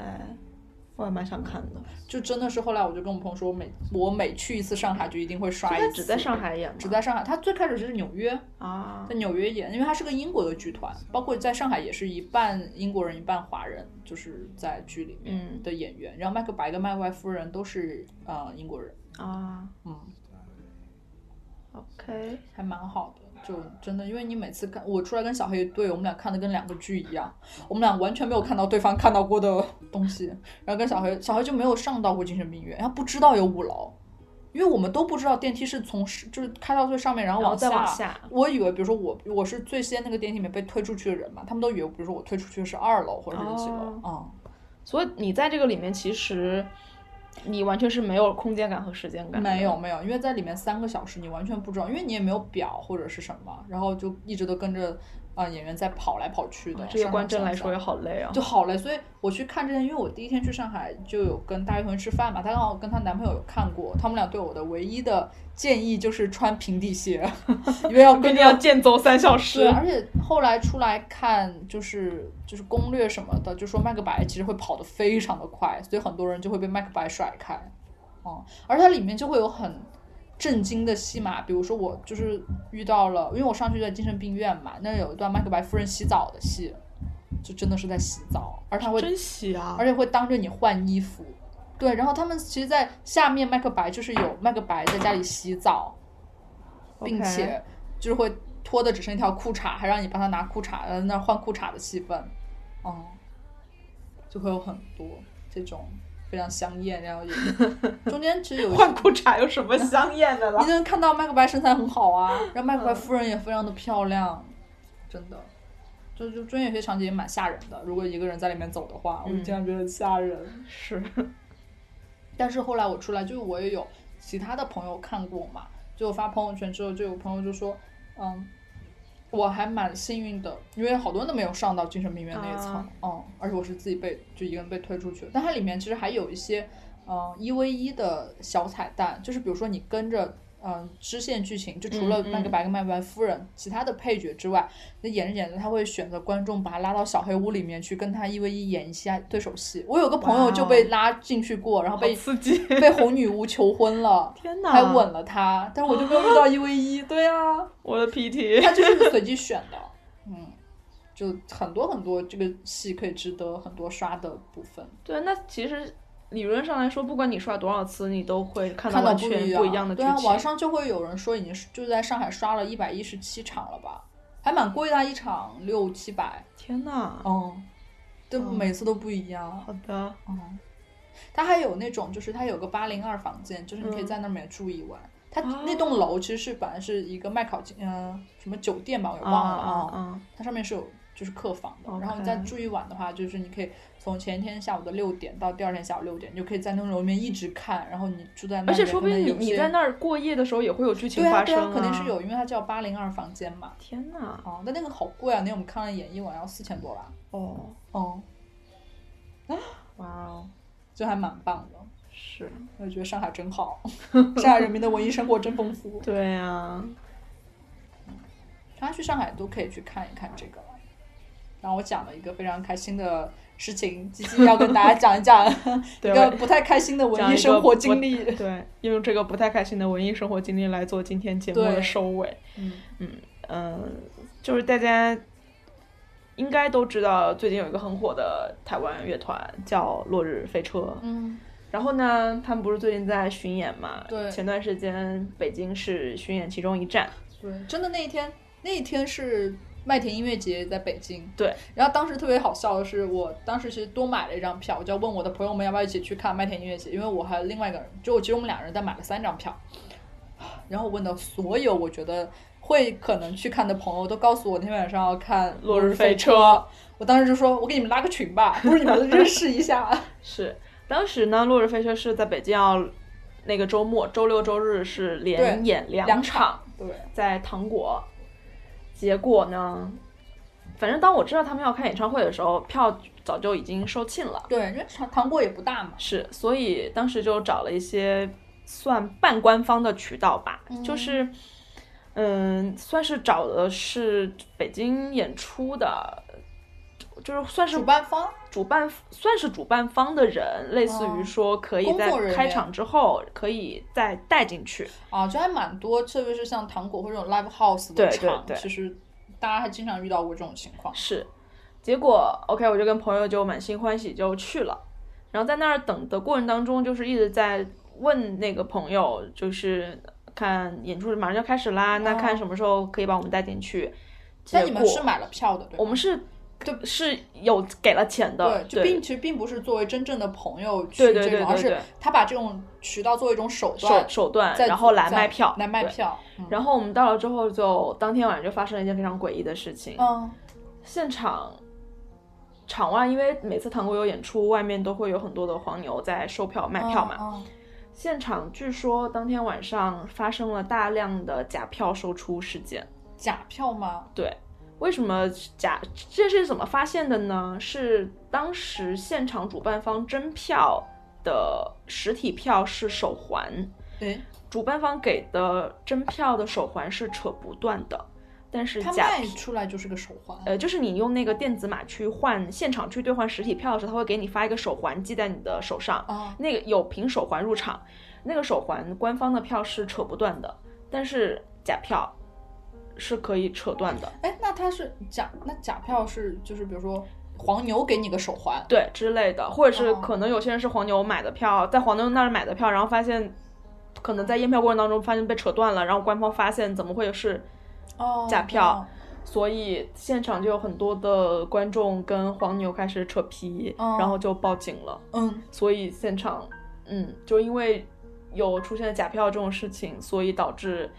S3: 我还蛮想看的。
S2: 就真的是后来我就跟我朋友说，我每我每去一次上海就一定会刷一
S3: 他
S2: 次，
S3: 只在上海演吗？
S2: 只在上海。他最开始是纽约，
S3: 啊
S2: 在纽约演，因为他是个英国的剧团，包括在上海也是一半英国人一半华人，就是在剧里
S3: 嗯
S2: 面的演员。然后麦克白跟麦克白夫人都是呃英国人，
S3: 啊
S2: 嗯，
S3: ，OK，
S2: 还蛮好的。就真的，因为你每次看我出来跟小黑对，我们俩看的跟两个剧一样，我们俩完全没有看到对方看到过的东西。然后跟小黑，小黑就没有上到过精神病院，他不知道有五楼，因为我们都不知道电梯是从是就是开到最上面，然后
S3: 然后
S2: 往
S3: 再
S2: 下，
S3: 往下，
S2: 我以为，比如说我我是最先那个电梯里面被推出去的人嘛，他们都以为，比如说我推出去是二楼或者是几楼
S3: 哦，
S2: 嗯，
S3: 所以你在这个里面其实你完全是没有空间感和时间感，
S2: 没有。没有，因为在里面三个小时你完全不知道，因为你也没有表或者是什么，然后就一直都跟着啊、呃演员在跑来跑去的，
S3: 哦这对
S2: 上
S3: 观
S2: 上
S3: 众
S2: 下
S3: 来说
S2: 下
S3: 也好累啊。
S2: 就好嘞。所以我去看之前，因为我第一天去上海就有跟大鱼同学吃饭嘛，她刚好跟她男朋友有看过，他们俩对我的唯一的建议就是穿平底鞋， <laughs> 因为要
S3: 跟
S2: 跟
S3: 你
S2: 着
S3: 要健走三小时
S2: 对，，而且后来出来看，就是就是攻略什么的，就说麦克白其实会跑得非常的快，所以很多人就会被麦克白甩开。嗯，而它里面就会有很震惊的戏码，比如说我就是遇到了，因为我上去在精神病院嘛，那有一段麦克白夫人洗澡的戏，就真的是在洗澡，而他会
S3: 真喜啊
S2: 而！且会当着你换衣服。对，然后他们其实，在下面麦克白就是有麦克白在家里洗澡，并
S3: OK
S2: 且就是会脱的只剩一条裤衩，还让你帮他拿裤衩，在那儿换裤衩的戏份，嗯，就会有很多这种非常香艳，然
S3: <laughs>
S2: 后也中间其实有一些
S3: 换裤衩有 <laughs> 什么香艳的
S2: 你
S3: 了？嗯
S2: 能看到麦克白身材很好啊，然后麦克白夫人也非常的漂亮，真的，就就中间有些场景也蛮吓人的，如果一个人在里面走的话，我就
S3: 嗯
S2: 经常觉得很吓人。
S3: 是，
S2: 但是后来我出来，就是我也有其他的朋友看过嘛，就我发朋友圈之后，就有朋友就说，嗯，我还蛮幸运的，因为好多人都没有上到精神病院那一层，
S3: 啊
S2: 嗯，而且我是自己被就一个人被推出去，但它里面其实还有一些，嗯，一 v 一的小彩蛋，就是比如说你跟着。嗯，支线剧情就除了
S3: 嗯
S2: 那个
S3: 嗯
S2: 白跟麦白夫人，其他的配角之外，那演着演着，他会选择观众把他拉到小黑屋里面去，跟他一 v 一演一下对手戏。我有个朋友
S3: 哦
S2: 就被拉进去过，然后被
S3: 刺激！
S2: <laughs> 被红女巫求婚了，
S3: <laughs> 天哪，
S2: 还吻了她，但是我就没有遇到一 v 一。对啊，
S3: 我的 PT！
S2: 他就是随机选的，嗯，就很多很多这个戏可以值得很多刷的部分。
S3: 对，那其实理论上来说，不管你刷多少次，你都会看到
S2: 看到
S3: 完
S2: 不
S3: 全
S2: 样，
S3: 不一样的剧
S2: 对
S3: 情。
S2: 啊，网上就会有人说已经是就在上海刷了一百一十七场了吧，还蛮贵的啊，一场六七百，
S3: 天哪！
S2: 嗯，对，
S3: 哦嗯
S2: 每次都不一样，
S3: 好的，
S2: 嗯，它还有那种，就是它有个八零二房间，就是你可以
S3: 嗯
S2: 在那里面住一晚。它
S3: 哦
S2: 那栋楼其实是本来是一个麦考金，嗯、什么酒店吧，我也
S3: 啊
S2: 忘了
S3: 啊
S2: 啊。
S3: 啊！
S2: 它上面是有就是客房的，然后你
S3: OK
S2: 再住一晚的话，就是你可以从前一天下午的六点到第二天下午六点，你就可以在那栋楼里面一直看，然后你住在那里，
S3: 而且说不定
S2: 可能
S3: 你
S2: 有些
S3: 你在那儿过夜的时候也会有剧情
S2: 对啊
S3: 发
S2: 对
S3: 生、
S2: 啊，肯定是。有，因为它叫八零二房间嘛。
S3: 天哪！
S2: 哦，但那个好贵啊，那我们看了演一晚要四千多吧。
S3: 哦，
S2: 哦、
S3: 哇哦，
S2: 就还蛮棒的。
S3: 是，
S2: 我觉得上海真
S3: <laughs>
S2: 好，上海人民的文艺生活真丰富。
S3: 对啊，
S2: 大家去上海都可以去看一看这个。然后我讲了一个非常开心的事情，吉吉要跟大家讲一讲
S3: 对
S2: 一个不太开心的文艺生活经历。
S3: 对，用这个不太开心的文艺生活经历来做今天节目
S2: 对
S3: 的收尾。
S2: 嗯
S3: 嗯、就是大家应该都知道，最近有一个很火的台湾乐团叫落日飞车，
S2: 嗯
S3: 然后呢，他们不是最近在巡演嘛？
S2: 对
S3: 前段时间北京市巡演其中一站，
S2: 对，真的那一天，那一天是麦田音乐节在北京。
S3: 对，
S2: 然后当时特别好笑的是，我当时是多买了一张票，我就问我的朋友们要不要一起去看麦田音乐节，因为我还有另外一个人，就我其实我们俩人但买了三张票。然后我问到所有我觉得会可能去看的朋友，都告诉我那天晚上要看《
S3: 落
S2: 日
S3: 日飞
S2: 车》
S3: 车
S2: 我当时就说，我给你们拉个群吧，不如你们认识一下。 <laughs>
S3: 是当时呢，落日飞车是在北京要那个周末，周六周日是连
S2: 对
S3: 演
S2: 两场
S3: 两场，
S2: 对，
S3: 在糖果。结果呢，反正当我知道他们要开演唱会的时候，票早就已经售罄了。
S2: 对，因为糖糖果也不大嘛。
S3: 是，所以当时就找了一些算半官方的渠道吧，就是，嗯，算是找的是北京演出的，就是算是
S2: 主办方
S3: 主办算是主办方的人，类似
S2: 哦
S3: 于说可以
S2: 工
S3: 在
S2: 作人
S3: 开
S2: 员
S3: 场之后可以再带进去，
S2: 啊，就还蛮多，特别是像糖果或者这种 live house 的
S3: 对对
S2: 场，
S3: 对
S2: 其实大家还经常遇到过这种情况。
S3: 是，结果 OK，我就跟朋友就满心欢喜就去了，然后在那儿等的过程当中，就是一直在问那个朋友，就是看演出马上就开始啦，那看什么时候可以把我们带进去。
S2: 那哦
S3: 结
S2: 你们
S3: 果
S2: 是买了票的，对吧？
S3: 我们是
S2: 对
S3: 是有给了钱的
S2: 对，，就并其实并不是作为真正的朋友去
S3: 对
S2: 这
S3: 对
S2: 种，
S3: 对
S2: 而
S3: 对
S2: 是
S3: 对
S2: 他把这种渠道作为一种手段
S3: 手，手段，
S2: 在
S3: 然后来
S2: 在
S3: 卖票，
S2: 来卖
S3: 对。
S2: 票。嗯
S3: 然后我们到了之后就，当天晚上就发生了一件非常诡异的事情。
S2: 嗯，
S3: 现场场外，因为每次糖果有演出，外面都会有很多的黄牛在售票卖票嘛。
S2: 嘛，
S3: 现场据说当天晚上发生了大量的假票售出事件。
S2: 假票吗？
S3: 对，为什么假这是怎么发现的呢？是当时现场主办方真票的实体票是手环，
S2: 诶，
S3: 主办方给的真票的手环是扯不断的，但是
S2: 他
S3: 假
S2: 卖出来就是个手环。
S3: 呃，就是你用那个电子码去换现场去兑换实体票的时候，他会给你发一个手环系在你的手上，
S2: 啊，
S3: 那个有凭手环入场，那个手环官方的票是扯不断的，但是假票是可以扯断的，
S2: 哎，那他是假，那假票是就是比如说黄牛给你个手环，
S3: 对之类的，或者是
S2: 哦
S3: 可能有些人是黄牛买的票，在黄牛那儿买的票，然后发现可能在验票过程当中发现被扯断了，然后官方发现怎么会是
S2: 哦
S3: 假票，所以现场就有很多的观众跟黄牛开始扯皮，
S2: 哦
S3: 然后就报警了。
S2: 嗯，
S3: 所以现场，嗯，就因为有出现假票这种事情，所以导致，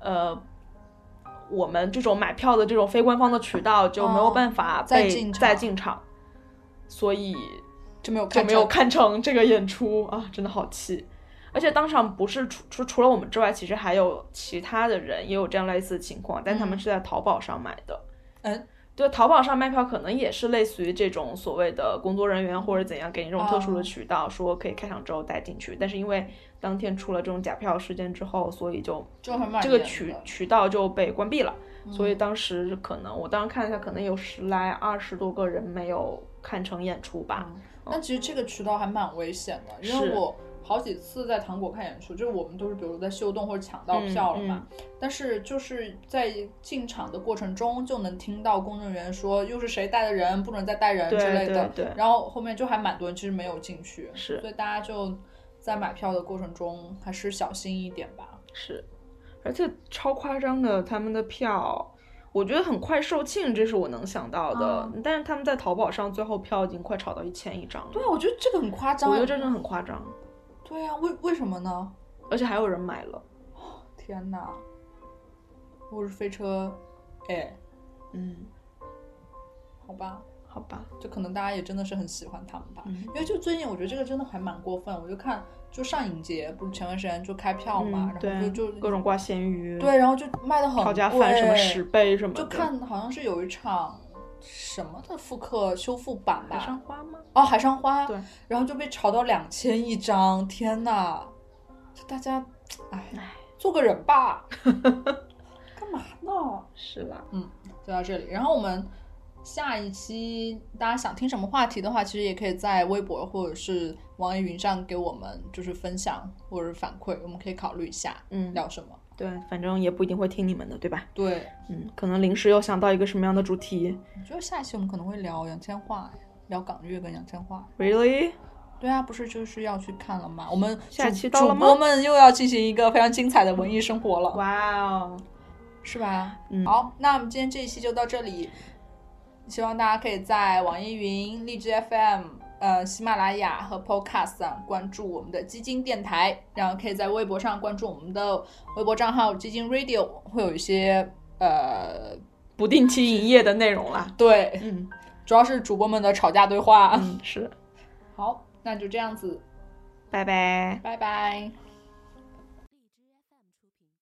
S3: 呃，我们这种买票的这种非官方的渠道就没有
S2: 哦
S3: 办法
S2: 再
S3: 被
S2: 进场
S3: 再进场，所以
S2: 就没有
S3: 就
S2: 看
S3: 没有
S2: 成
S3: 看成这个演出啊，真的好气。而且当场不是除除除了我们之外，其实还有其他的人也有这样类似的情况，但他们是在淘宝上买的。
S2: 嗯，
S3: 对，淘宝上卖票可能也是类似于这种所谓的工作人员或者怎样给你这种特殊的
S2: 哦
S3: 渠道，说可以开场之后带进去，但是因为当天出了这种假票事件之后，所以就
S2: 就很满
S3: 这个
S2: 眼
S3: 渠
S2: 的
S3: 渠道就被关闭了，
S2: 嗯
S3: 所以当时可能我当时看了一下，可能有十来二十多个人没有看成演出吧。
S2: 嗯但其实这个渠道还蛮危险的，因
S3: 嗯是
S2: 为我好几次在糖果看演出，就是我们都是比如在秀动或者抢
S3: 嗯
S2: 到票了嘛，但是就是在进场的过程中就能听到工作人员说又是谁带的人，不准再带人
S3: 对
S2: 之类的，
S3: 对对
S2: 然后后面就还蛮多人其实没有进去，
S3: 是
S2: 所以大家就在买票的过程中还是小心一点吧。
S3: 是，而且超夸张的，他们的票，我觉得很快售罄，这是我能想到的。
S2: 啊
S3: 但是他们在淘宝上最后票已经快炒到一千一张了，
S2: 对啊，我觉得这个很夸张
S3: 我觉，得真的很夸张，
S2: 对啊，为为什么呢？
S3: 而且还有人买了。
S2: 天哪，我是飞车，哎，
S3: 嗯，
S2: 好吧，
S3: 好吧，
S2: 就可能大家也真的是很喜欢他们吧，
S3: 嗯
S2: 因为就最近我觉得这个真的还蛮过分，我就看就上影节不是前段时间就开票嘛，
S3: 嗯、
S2: 然后
S3: 对，
S2: 就
S3: 各
S2: 就
S3: 种挂咸鱼，
S2: 对，，然后就卖的很
S3: 票
S2: 贵，
S3: 价翻什么十倍什么的，
S2: 就看好像是有一场什么的复刻修复版
S3: 海上
S2: 吧，
S3: 花吗？
S2: 哦海上花，
S3: 对，
S2: 然后就被炒到两千一张，天呐，就大家哎做个人
S3: <laughs>
S2: 吧，干嘛呢？
S3: 是啦，
S2: 就到这里。然后我们下一期大家想听什么话题的话，其实也可以在微博或者是网易云上给我们就是分享或者反馈，我们可以考虑一下
S3: 嗯，
S2: 聊什么。
S3: 对，反正也不一定会听你们的，对吧？
S2: 对，
S3: 嗯，可能临时又想到一个什么样的主题
S2: 我觉得下一期我们可能会聊杨千嬅，哎聊港乐跟杨千嬅。
S3: ，really？
S2: 对啊，不是就是要去看了吗？我们
S3: 下
S2: 主
S3: 期到
S2: 主
S3: 了吗
S2: 播们又要进行一个非常精彩的文艺生活了，
S3: 哇哦，
S2: 是吧？
S3: 嗯
S2: 好，那我们今天这一期就到这里，希望大家可以在网易云、荔枝 FM、呃喜马拉雅和 Podcast 上关注我们的基金电台，然后可以在微博上关注我们的微博账号基金 Radio，会有一些呃
S3: 不定期营业的内容啦。
S2: 对，
S3: 嗯
S2: 主要是主播们的吵架对话。
S3: 嗯，是，
S2: 好，那就这样子，
S3: 拜拜。
S2: 拜拜。